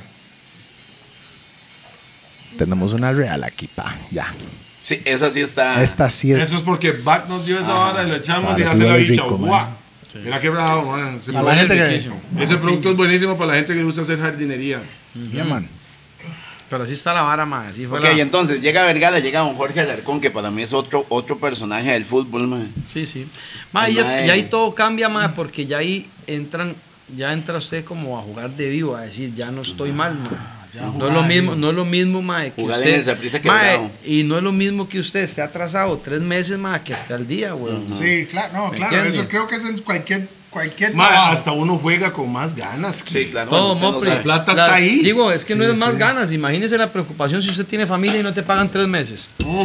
S1: Tenemos una real aquí, pa, ya.
S3: Sí, esa sí está.
S1: Esta sí es.
S4: Eso es porque Bach nos dio esa vara y la echamos y
S1: Ahora
S4: ya
S1: sí
S4: se la
S1: Ah, huele
S4: bicha.
S1: rico, man.
S4: ¡Guau! Mira qué bravo, man. Ese
S1: A la
S4: producto
S1: gente
S4: es
S1: que-
S4: riquísimo. Ese producto es buenísimo para la gente que le gusta hacer jardinería.
S1: Yeah, man.
S2: Pero así está la vara, man. Así fue
S3: Ok,
S2: la-
S3: y entonces llega Vergara, llega don Jorge Alarcón, que para mí es otro, otro personaje del fútbol, man.
S2: Sí, sí. Ma, y, ya,
S3: Mae.
S2: y ahí todo cambia más porque ya ahí entran, ya entra usted como a jugar de vivo, a decir, ya no
S3: Ah,
S2: estoy mal, ma. No es lo mismo, no es lo mismo, ma, que
S3: Jugar en el
S2: usted.
S3: Saprissa
S2: ma,
S3: quebrado.
S2: y no es lo mismo que usted esté atrasado tres meses, ma, que esté al día, weón.
S4: Ah.
S1: Sí, claro, no, claro,
S2: entiende?
S1: eso creo que es en cualquier, cualquier
S4: Man,
S1: trabajo.
S4: hasta uno juega con más ganas.
S3: Sí, claro.
S2: Todo,
S3: bueno,
S2: mopre.
S3: usted no
S4: La
S3: sabe.
S4: plata está ahí.
S2: Digo, es que no
S1: Sí,
S2: es más
S1: sí.
S2: ganas. Imagínese la preocupación si usted tiene familia y no te pagan tres meses.
S4: Mm.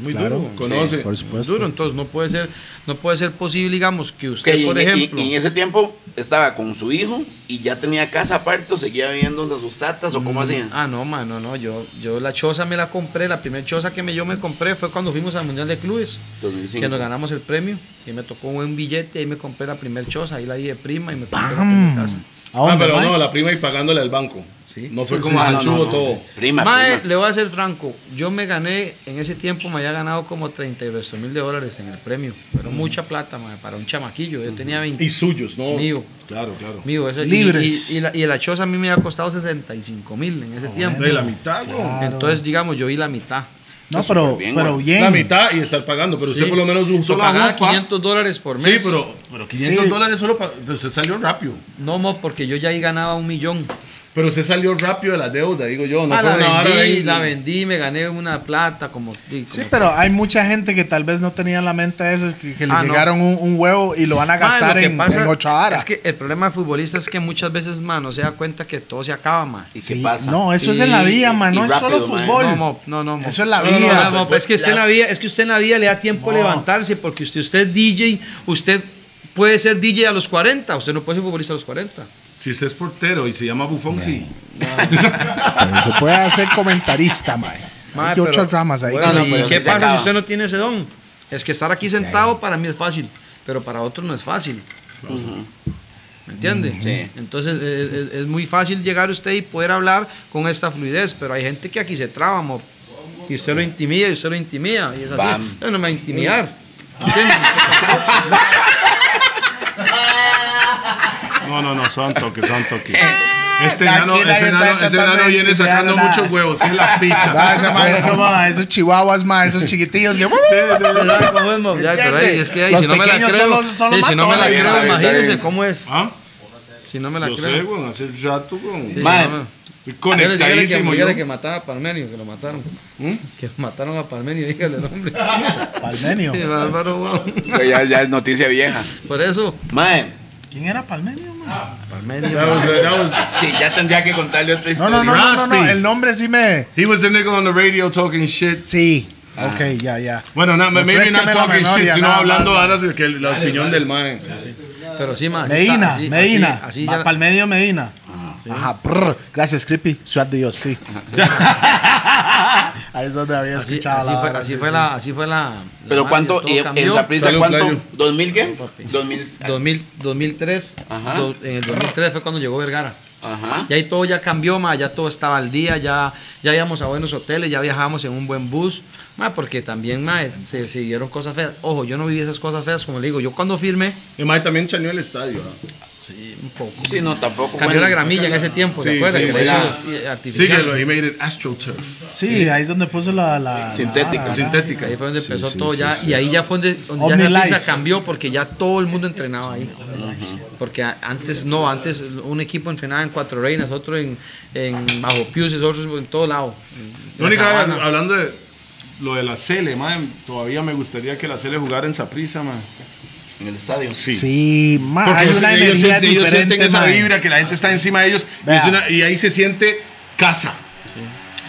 S4: Es Muy
S1: Claro,
S4: duro. Conoce.
S1: Por supuesto.
S2: Duro, entonces no puede ser, no puede ser posible, digamos, que
S3: Ok,
S2: usted,
S3: y,
S2: por
S3: y- y-
S2: ejemplo.
S3: y en ese tiempo estaba con su hijo y ya tenía casa aparte o seguía viviendo donde sus tatas o cómo hacían.
S2: Ah, no, mano, no, yo, yo la choza me la compré, la primera choza que me, yo me compré fue cuando fuimos al Mundial de Clubes,
S3: 2005.
S2: que nos ganamos el premio, y me tocó un buen billete, y me compré la primera choza, ahí la di de prima, y me compré la primera casa.
S1: ¿A dónde,
S4: Ah, pero
S1: mae?
S4: no, la prima y pagándole al banco.
S2: Sí.
S4: No fue
S1: Sí,
S4: como
S1: sí,
S4: se
S1: sí,
S4: subo
S1: sí,
S4: todo.
S3: sí. Prima,
S2: Mae,
S3: prima.
S2: le voy a ser franco, yo me gané, en ese tiempo me había ganado como 38 mil de dólares en el premio, pero mucha plata, mae, para un chamaquillo, yo tenía 20
S4: Mm. Y suyos, ¿no?
S2: Mío.
S4: Claro, claro.
S2: mío, eso- y-
S1: Libres.
S2: Y, y la, y la choza a mí me había costado 65 mil en ese tiempo.
S4: De la mitad, bro.
S2: Entonces, digamos, yo vi la mitad.
S1: No, pero,
S3: bien,
S1: pero
S3: güey.
S1: bien.
S4: La mitad y estar pagando. Pero usted
S2: Sí.
S4: por lo menos
S2: Yo
S4: usó la
S2: pagaba
S4: jupa.
S2: 500 dólares por mes.
S4: Sí, pero, pero 500
S1: Sí.
S4: dólares solo para. Entonces salió rápido.
S2: No, mo, porque yo ya ahí ganaba un millón.
S4: Pero usted salió rápido de la deuda, digo yo. No
S2: Ah,
S4: fue
S2: la
S4: una vara
S2: vendí,
S4: ahí-
S2: la vendí, me gané una plata como... di-
S1: Sí,
S2: como-
S1: pero hay mucha gente que tal vez no tenía en la mente eso, que, que le
S2: Ah, no.
S1: llegaron un, un huevo y lo van a
S2: Ma,
S1: gastar
S2: lo que
S1: en,
S2: pasa
S1: en ocho horas.
S2: Es que el problema de futbolista es que muchas veces, man, no se da cuenta que todo se acaba, man.
S3: ¿Y
S1: Sí,
S3: qué pasa?
S1: No, eso es en la
S3: Y-
S1: vida, man.
S3: y
S1: No es solo
S3: rápido, mae.
S1: fútbol.
S2: No, mo, no, no, mo.
S1: Eso es la
S2: No, no, no,
S1: vida.
S2: no, mo, es que usted en la vida, es que usted en la vida le da tiempo a levantarse porque usted, usted es DJ, usted puede ser DJ a los 40, usted no puede ser futbolista a los 40.
S4: Si usted es portero y se llama Bufón, sí.
S1: Pero se puede hacer comentarista, man.
S2: Ma,
S1: hay
S2: pero-
S1: otras ramas ahí.
S2: Bueno, pues,
S1: que
S3: no,
S1: sí.
S2: ¿y
S3: pero
S2: ¿Qué
S3: sí se
S2: pasa si
S3: acaba.
S2: usted no tiene ese don? Es que estar aquí sentado para mí es fácil, pero para otros no es fácil. ¿Me entiende?
S1: Mm,
S3: Sí.
S2: Entonces eh, es, es- es muy fácil llegar usted y poder hablar con esta fluidez, pero hay gente que aquí se traba, mo. Y usted lo intimida y usted lo intimida. Y es así.
S3: Bam.
S2: Yo no me va a intimidar. ¿entiende?
S4: No, no, no, son toques, son toques.
S2: Eh,
S4: Este
S1: Aquí
S4: enano,
S1: nadie
S4: ese
S1: está
S4: enano, ese
S1: tratando
S4: enano
S1: de
S4: viene
S1: intimidar
S4: sacando
S1: nada.
S4: muchos huevos, es la
S1: Ah,
S4: picha.
S1: esa madre es como, ah, esos chihuahuas, ma, esos chiquitillos que-
S2: ¿Sabe cómo es, mo? Ya, pero ahí, es que ahí,
S1: Los
S2: si no me la
S1: pequeños son
S2: creo,
S1: los- son los
S2: sí, si no me
S1: más
S2: la
S1: que van a
S2: creo,
S3: aventar
S2: imagínense
S3: en-
S2: cómo es.
S4: ¿Ah?
S2: Si no me la
S4: Yo sé,
S2: creo.
S4: güey, hace rato, güey.
S2: Sí,
S3: Mae,
S2: si no me-
S4: Estoy
S2: Dígale, dígale
S4: conectadísimo
S2: que,
S4: yo. ¿Mm?
S2: dígale que mataba a Parmenio, que lo mataron. Que mataron a Parmenio, dígale el nombre.
S1: Palmenio.
S2: Sí, bárbaro, wow.
S3: Ya, ya es noticia vieja.
S2: Por eso.
S3: Mae,
S1: ¿Quién era Palmenio,
S2: Ah,
S1: ma?
S4: That was, that was,
S3: sí, ya tendría que contarle otra
S1: No,
S3: historia.
S1: no, no, no, no, no,
S4: Rusty.
S1: el nombre sí me...
S4: he was the nigga on the radio talking shit.
S1: Sí.
S2: Ah.
S1: Ok, ya, ya.
S4: Bueno, no, maybe
S1: Refrescame
S4: not
S1: la
S4: talking
S1: memoria,
S4: shit, sino
S1: nada
S4: hablando
S1: más.
S4: ahora de que la opinión del man.
S2: Pero sí, más.
S1: Medina, Medina.
S2: Así,
S1: Va
S2: ya- Ah.
S1: pa'l medio Medina. Ajá, prr. Gracias, Creepy. Ciudad de Dios, sí. Ahí es donde había
S2: así-
S1: escuchado
S2: así
S1: la
S2: fue,
S1: vara,
S2: así
S1: sí,
S2: fue
S1: sí.
S2: la. Así fue la.
S3: Pero
S2: la
S3: cuánto,
S2: radio, todo
S3: y en
S2: cambió.
S3: Saprissa,
S4: Salud,
S3: ¿cuánto?
S4: playo.
S3: ¿2000 qué?
S2: Papi.
S3: 2000.
S2: 2000, 2003,
S3: Ajá.
S2: do- en el 2003 fue cuando llegó Vergara.
S3: Ajá.
S2: Y ahí todo ya cambió, ma, ya todo estaba al día, ya, ya íbamos a buenos hoteles, ya viajábamos en un buen bus, ma, porque también ma, se siguieron cosas feas. Ojo, yo no viví esas cosas feas, como le digo, yo cuando firmé,
S4: El man también chaneó el estadio. ¿ah?
S2: Sí, un poco.
S3: Sí, no, tampoco.
S2: Cambió
S3: bueno,
S2: la gramilla en ese tiempo, ¿se
S4: Sí,
S2: acuerdan?
S4: sí,
S2: Que
S3: sí.
S2: era
S3: Ah.
S4: Sí, que
S2: artificial.
S4: lo he made it AstroTurf.
S1: Sí, ahí es donde puso la. la
S3: Sintética.
S1: la- la-
S4: Sintética.
S2: Ahí fue donde
S5: Sí,
S2: empezó
S5: sí,
S2: todo
S5: sí,
S2: ya,
S5: sí.
S2: y ahí ya fue donde, donde
S1: Omni
S2: ya la pizza
S1: Life.
S2: cambió, porque ya todo el mundo entrenaba ahí. Porque a- antes no, antes un equipo entrenaba en Cuatro Reinas, otro en, en Bajo Piuses, otro en todo lado. en
S4: Lo
S2: la
S4: único,
S2: sabana.
S4: hablando de lo de la Cele, mae, todavía me gustaría que la Cele jugara en Saprissa, mae.
S3: En el estadio.
S1: Sí, ma, hay
S4: ellos-
S1: una
S4: ellos
S1: energía
S4: sienten- ellos
S1: diferente.
S4: sienten esa
S1: ma.
S4: vibra que la gente está encima de ellos y,
S1: Vea.
S4: es una- y ahí se siente casa.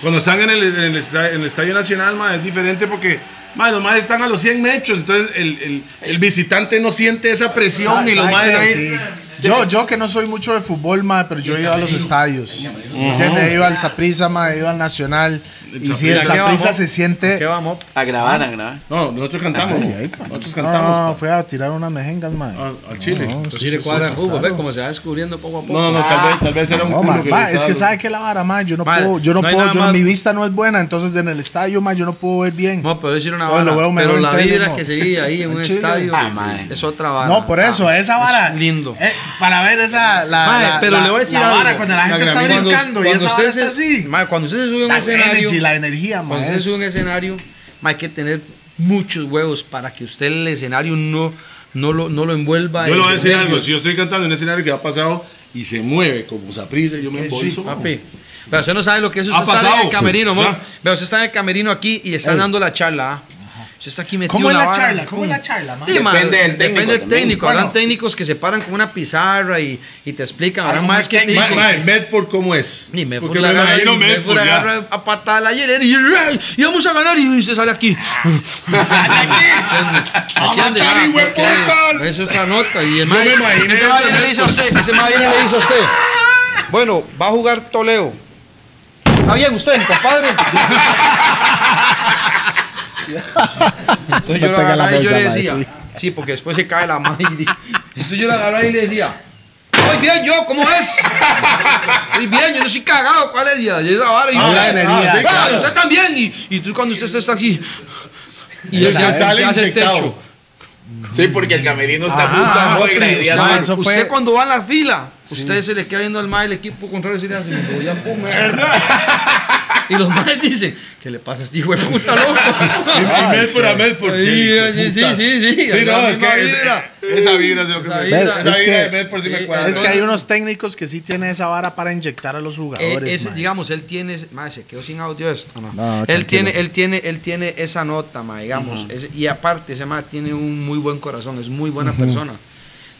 S4: Cuando están en el, en el esta- en el Estadio Nacional, ma, es diferente porque ma, los más están a los 100 metros, entonces el, el- el visitante no siente esa presión
S1: Sa-
S4: y los
S1: sabe
S4: más
S1: que-
S4: ahí.
S1: sí. Yo, yo que no soy mucho de fútbol, ma, pero yo he ido a los estadios. ¿Entiendes? He ido al Saprisa, ma, he ido al Nacional. Y si el
S4: Saprissa.
S1: Saprisa se siente.
S2: ¿Qué vamos?
S3: A grabar, a grabar.
S4: No, nosotros cantamos. nosotros cantamos Ah,
S1: No, fue a tirar unas mejengas, ma.
S4: a- al Chile.
S1: No,
S2: Sí, le cuadra el fútbol, ve cómo se va descubriendo poco a poco.
S5: No, no, tal vez, tal vez era un
S1: No,
S5: culo
S1: ma,
S5: que
S1: ma,
S5: le
S1: es que
S5: estaba-
S1: sabe que la vara, ma, yo no
S2: Ma,
S1: puedo, yo no,
S2: no hay
S1: puedo,
S2: nada
S1: yo no-
S2: más.
S1: mi vista no es buena, entonces en el estadio, ma, yo no puedo ver bien.
S2: No, pero decir una
S1: Bueno,
S2: vara,
S1: huevo,
S2: pero
S1: mejor
S2: la
S1: en tele,
S2: vibra
S1: mo.
S2: que se vive ahí en
S1: En
S2: un
S1: Chile.
S2: estadio
S3: Ah, mae.
S2: es otra vara.
S1: No, por eso, esa vara.
S2: es lindo.
S1: eh, para ver esa. La,
S2: Mae,
S1: la-
S2: pero
S1: la-
S2: le voy a decir
S1: la
S2: algo.
S1: vara cuando la gente está
S2: gramilla-
S1: brincando y
S2: cuando
S1: esa vara
S2: usted
S1: está
S2: se-
S1: así.
S2: mae, cuando usted se sube a un
S1: La
S2: escenario,
S1: energy, la energía, mae,
S2: cuando usted se sube a un
S1: es-
S2: escenario, mae, hay que tener muchos huevos para que usted el escenario no, no, lo, no lo envuelva.
S4: Yo
S2: en
S4: le voy a decir
S2: nervios.
S4: algo, si yo estoy cantando en un escenario que ha pasado y se mueve como Saprissa, yo me
S2: Sí,
S4: embolso.
S2: papi. Pero usted no sabe lo que es usted
S4: Ha
S2: estar en
S4: pasado.
S2: el camerino, amor.
S4: Ya.
S2: Pero usted está en el camerino aquí y está dando la charla. ah. Usted está aquí metido
S1: ¿Cómo
S2: en
S1: es la
S2: vara.
S1: charla? ¿Cómo es la charla, ma?
S2: Sí, ma,
S3: Depende del técnico
S2: Depende del
S3: también.
S2: técnico.
S1: Bueno.
S2: Habrán técnicos que se paran con una pizarra y, y te explican. Habrán
S1: Algo
S2: más
S1: más
S2: que te
S1: técnico.
S2: dicen-
S4: Mae, Medford, ¿cómo es?
S2: Ni me fue
S4: Porque
S2: la
S4: me
S2: agarra,
S4: imagino
S2: y me fue
S4: Medford.
S2: la
S4: ya.
S2: agarra a patada la hielera y, y vamos a ganar y se sale aquí. aquí ande,
S4: matar,
S2: ah,
S4: hijo de
S2: porque
S4: putas.
S2: Eso es la nota. Y el
S4: Yo
S2: mae-
S4: me imaginé
S2: ese
S4: eso,
S2: mae viene y le dice a usted, ese mae viene y le dice a usted. Bueno, va a jugar Toleo. Está bien usted, compadre. Entonces yo
S1: No
S2: la
S1: pega la
S2: agarraba y yo
S1: mesa,
S2: le
S1: mae,
S2: decía,
S1: sí.
S2: sí, porque después se cae la madre. Entonces yo la agarraba y le decía, muy bien yo, ¿cómo es? Muy bien, yo no soy cagado, ¿cuál es? Y esa vara, y
S1: Ah,
S2: yo,
S1: la
S2: ah,
S1: energía,
S2: sí,
S1: claro.
S2: ah, usted también, y, y tú cuando usted está aquí, y
S1: Esa
S2: se,
S1: es,
S2: hace- se hace el
S5: inyectado.
S2: techo.
S3: Sí, porque el camerino está
S2: Ah,
S1: Ajá,
S3: justo
S1: ajá,
S3: abajo de
S1: pero-
S3: gradería.
S1: no,
S3: ¿no?
S1: eso fue-
S2: Usted cuando va a la fila, usted se le queda viendo al mae el equipo contrario y se le hace, "Me voy a comer". Y los maes dicen, ¿qué le pasa a este hijo de puta
S4: Y-
S2: loco?
S4: y Medford a Medford.
S2: Sí, sí, sí, sí, sí,
S4: Sí, no,
S2: la
S4: es
S2: misma
S4: que es-
S2: vibra.
S4: esa vibra es lo que
S2: Esa
S4: me
S2: vibra.
S4: Esa
S1: Es
S4: vibra de
S1: que-
S4: Medford sí me
S2: sí,
S4: cuadra.
S1: Es que hay unos técnicos que sí tienen esa vara para inyectar a los
S2: Eh,
S1: jugadores.
S2: ese,
S1: ma.
S2: digamos, él tiene, mae, se quedó sin audio esto, ¿no?
S1: No,
S2: él
S1: tranquilo.
S2: tiene, él tiene, él tiene esa nota, mae, digamos, ese- y aparte ese mae tiene un muy buen corazón, es muy buena persona.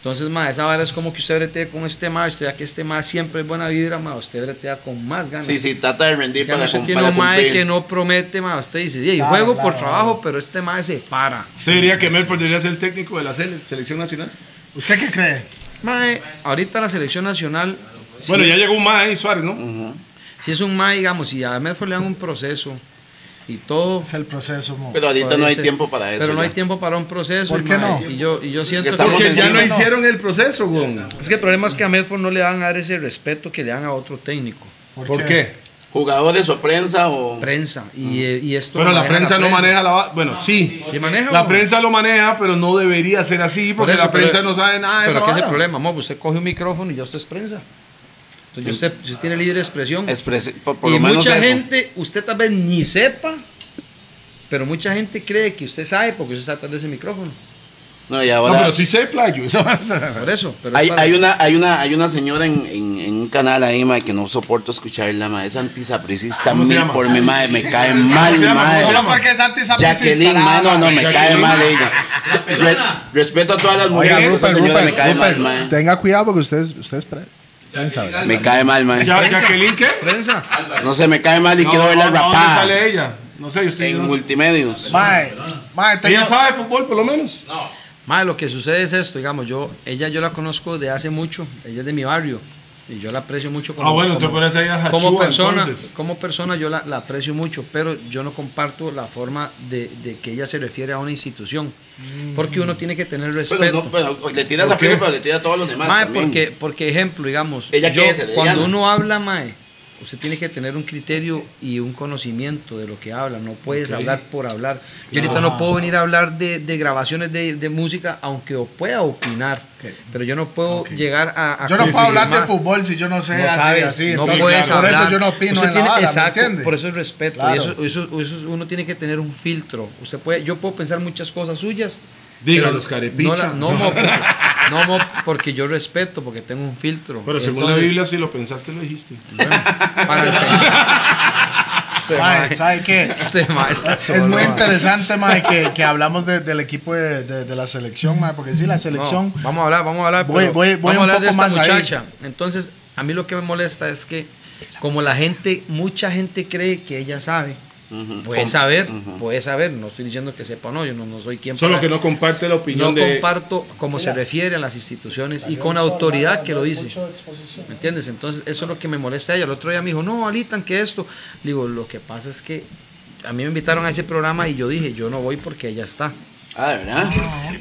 S2: Entonces, mae, esa vara es como que usted bretea con este mae, usted ya que este mae siempre es buena vibra, mae, usted bretea con más ganas.
S3: Sí, sí, trata de rendir
S2: Ya no
S3: para,
S2: sé
S3: cum-
S2: quién
S3: para
S2: no mae
S3: cumplir.
S2: que no promete, mae, usted dice, "Ey,
S1: Claro,
S2: juego por
S1: claro,
S2: trabajo, pero este mae se para.
S4: Se diría que Medford debería ser el técnico de la sele- selección nacional.
S1: ¿Usted qué cree?
S2: Mae, ahorita la selección nacional si
S4: Bueno, ya
S2: es-
S4: llegó un mae ahí, Suárez, ¿no?
S2: si es un mae, digamos, y a Medford le dan un proceso y todo.
S1: Es el proceso, mo.
S3: Pero ahorita no
S2: podría
S3: hay
S2: ser.
S3: tiempo para eso.
S2: Pero no
S3: ya.
S2: hay tiempo para un proceso.
S1: ¿Por
S2: y,
S1: qué
S2: mae,
S1: no?
S2: Y yo, y yo siento
S3: estamos
S4: Porque ya
S3: encima, ¿no?
S4: no hicieron el proceso, güey.
S2: Es que el problema es que a Medford no le van a dar ese respeto que le dan a otro técnico.
S4: ¿Por qué?
S3: Jugadores o prensa o.
S2: Prensa.
S3: Mm.
S2: Y, eh, y esto.
S4: Pero
S2: lo
S4: la
S2: maneja
S4: prensa no maneja la... va- Bueno, sí.
S2: Sí maneja,
S4: La
S2: mo.
S4: prensa lo maneja, pero no debería ser así
S2: Por
S4: porque
S2: eso,
S4: la prensa
S2: pero-
S4: no sabe nada de
S2: Pero
S4: esa
S2: ¿qué es el
S4: vara.
S2: problema? Mob, usted coge un micrófono y ya usted es prensa. Entonces, usted, usted tiene libre expresión.
S3: expresi- por, por
S2: y
S3: lo menos
S2: mucha
S3: eso.
S2: gente, usted tal vez ni sepa, pero mucha gente cree que usted sabe porque usted está atrás de ese micrófono.
S3: No, y ahora.
S4: No, pero sí sé, playo. esa vara.
S2: Por eso. Pero es
S3: Hay,
S2: para-
S3: hay una, hay, una, hay una señora en, en- en un canal ahí, mae, que no soporto escucharla, mae. Es antisapricista
S4: ¿Cómo se
S3: mil
S4: llama?
S3: por mi madre. Me cae mal,
S4: se llama?
S3: mae.
S4: ¿Cómo se llama?
S1: porque es antisapricista.
S3: Jacqueline,
S1: la
S3: mano,
S1: vara.
S3: no, me cae
S4: Jacqueline.
S3: mal ella. Re- respeto a todas las mujeres,
S1: Oiga,
S3: pero esa
S1: Rupert,
S3: señora me
S1: Rupert,
S3: cae mal,
S1: Rupert,
S3: mae.
S1: tenga cuidado porque ustedes, ustedes pre- prensa, ¿verdad?
S3: Me cae mal, mae.
S4: Ya- ¿Jacqueline qué?
S2: Prensa.
S3: No sé, me cae mal y quiero verla
S4: No, no, ¿Dónde
S3: rapada.
S4: sale ella? No sé, yo estoy...
S3: En
S4: no sé.
S3: multimedios.
S1: Mae, mae, tengo-
S4: Ella sabe fútbol, por lo menos.
S2: Mae, lo que sucede es esto, digamos, yo, ella yo la conozco de hace mucho, ella es de mi barrio y yo la aprecio mucho como,
S4: Ah, bueno,
S2: como,
S4: tú puedes ir a
S2: como
S4: Hachúa,
S2: persona,
S4: entonces.
S2: como persona yo la, la aprecio mucho, pero yo no comparto la forma de, de que ella se refiere a una institución, porque uno tiene que tener
S3: Pero
S2: respeto.
S3: no, pero le tiras a
S4: ¿Por qué?
S3: prisa, pero le tiras a todos los demás.
S2: Mae,
S3: también.
S2: porque, porque ejemplo, digamos,
S3: Ella
S2: yo,
S3: que es, ella
S2: cuando
S3: no.
S2: uno habla, mae, usted tiene que tener un criterio y un conocimiento de lo que habla. No puedes hablar por hablar. Yo ahorita no puedo venir a hablar de, de grabaciones de, de música, aunque pueda opinar. Pero yo no puedo llegar a. a
S1: Yo no puedo hablar de
S2: confirmar.
S1: fútbol si yo no sé
S2: No
S1: así,
S2: sabes,
S1: así.
S2: no
S1: Entonces,
S2: puedes
S1: por eso
S2: hablar.
S1: yo no opino
S2: Usted
S1: en
S2: tiene-
S1: la vara, ¿me
S2: exacto,
S1: entiendes?
S2: Por eso es respeto. y
S1: Claro.
S2: eso, eso- eso es- uno tiene que tener un filtro. Usted puede, yo puedo pensar muchas cosas suyas.
S4: Diga,
S2: pero
S4: los carepichas.
S2: No, la- no, mo, porque, no, mo, porque yo respeto, porque tengo un filtro.
S4: Pero según la
S2: Entonces,
S4: Biblia, si lo pensaste, lo dijiste.
S2: Para el Señor. Este
S1: Mae,
S2: mae-
S1: ¿sabe qué?
S2: este mae está
S1: Es
S2: solo,
S1: muy
S2: mae.
S1: interesante, mae, que, que hablamos de- del equipo de, de- de la selección, mae, porque sí, la
S2: No,
S1: selección.
S2: vamos a hablar, vamos a hablar.
S1: Voy-
S2: pero
S1: voy- voy
S2: vamos
S1: un
S2: a hablar de
S1: poco
S2: esta
S1: más ahí.
S2: muchacha. Entonces, a mí lo que me molesta es que, como la gente, mucha gente cree que ella sabe. Puede saber, puede saber. No estoy diciendo que sepa o no, yo no, no soy quien
S4: Solo
S2: para-
S4: que no comparte la opinión
S2: no
S4: de.
S2: comparto cómo se refiere a las instituciones y con autoridad que lo dice. ¿Me entiendes? Entonces, eso es lo que me molesta a ella. El otro día me dijo, no, Alitan, que esto. Le digo, lo que pasa es que a mí me invitaron a ese programa y yo dije, yo no voy porque ella está.
S3: Ah, ¿de verdad?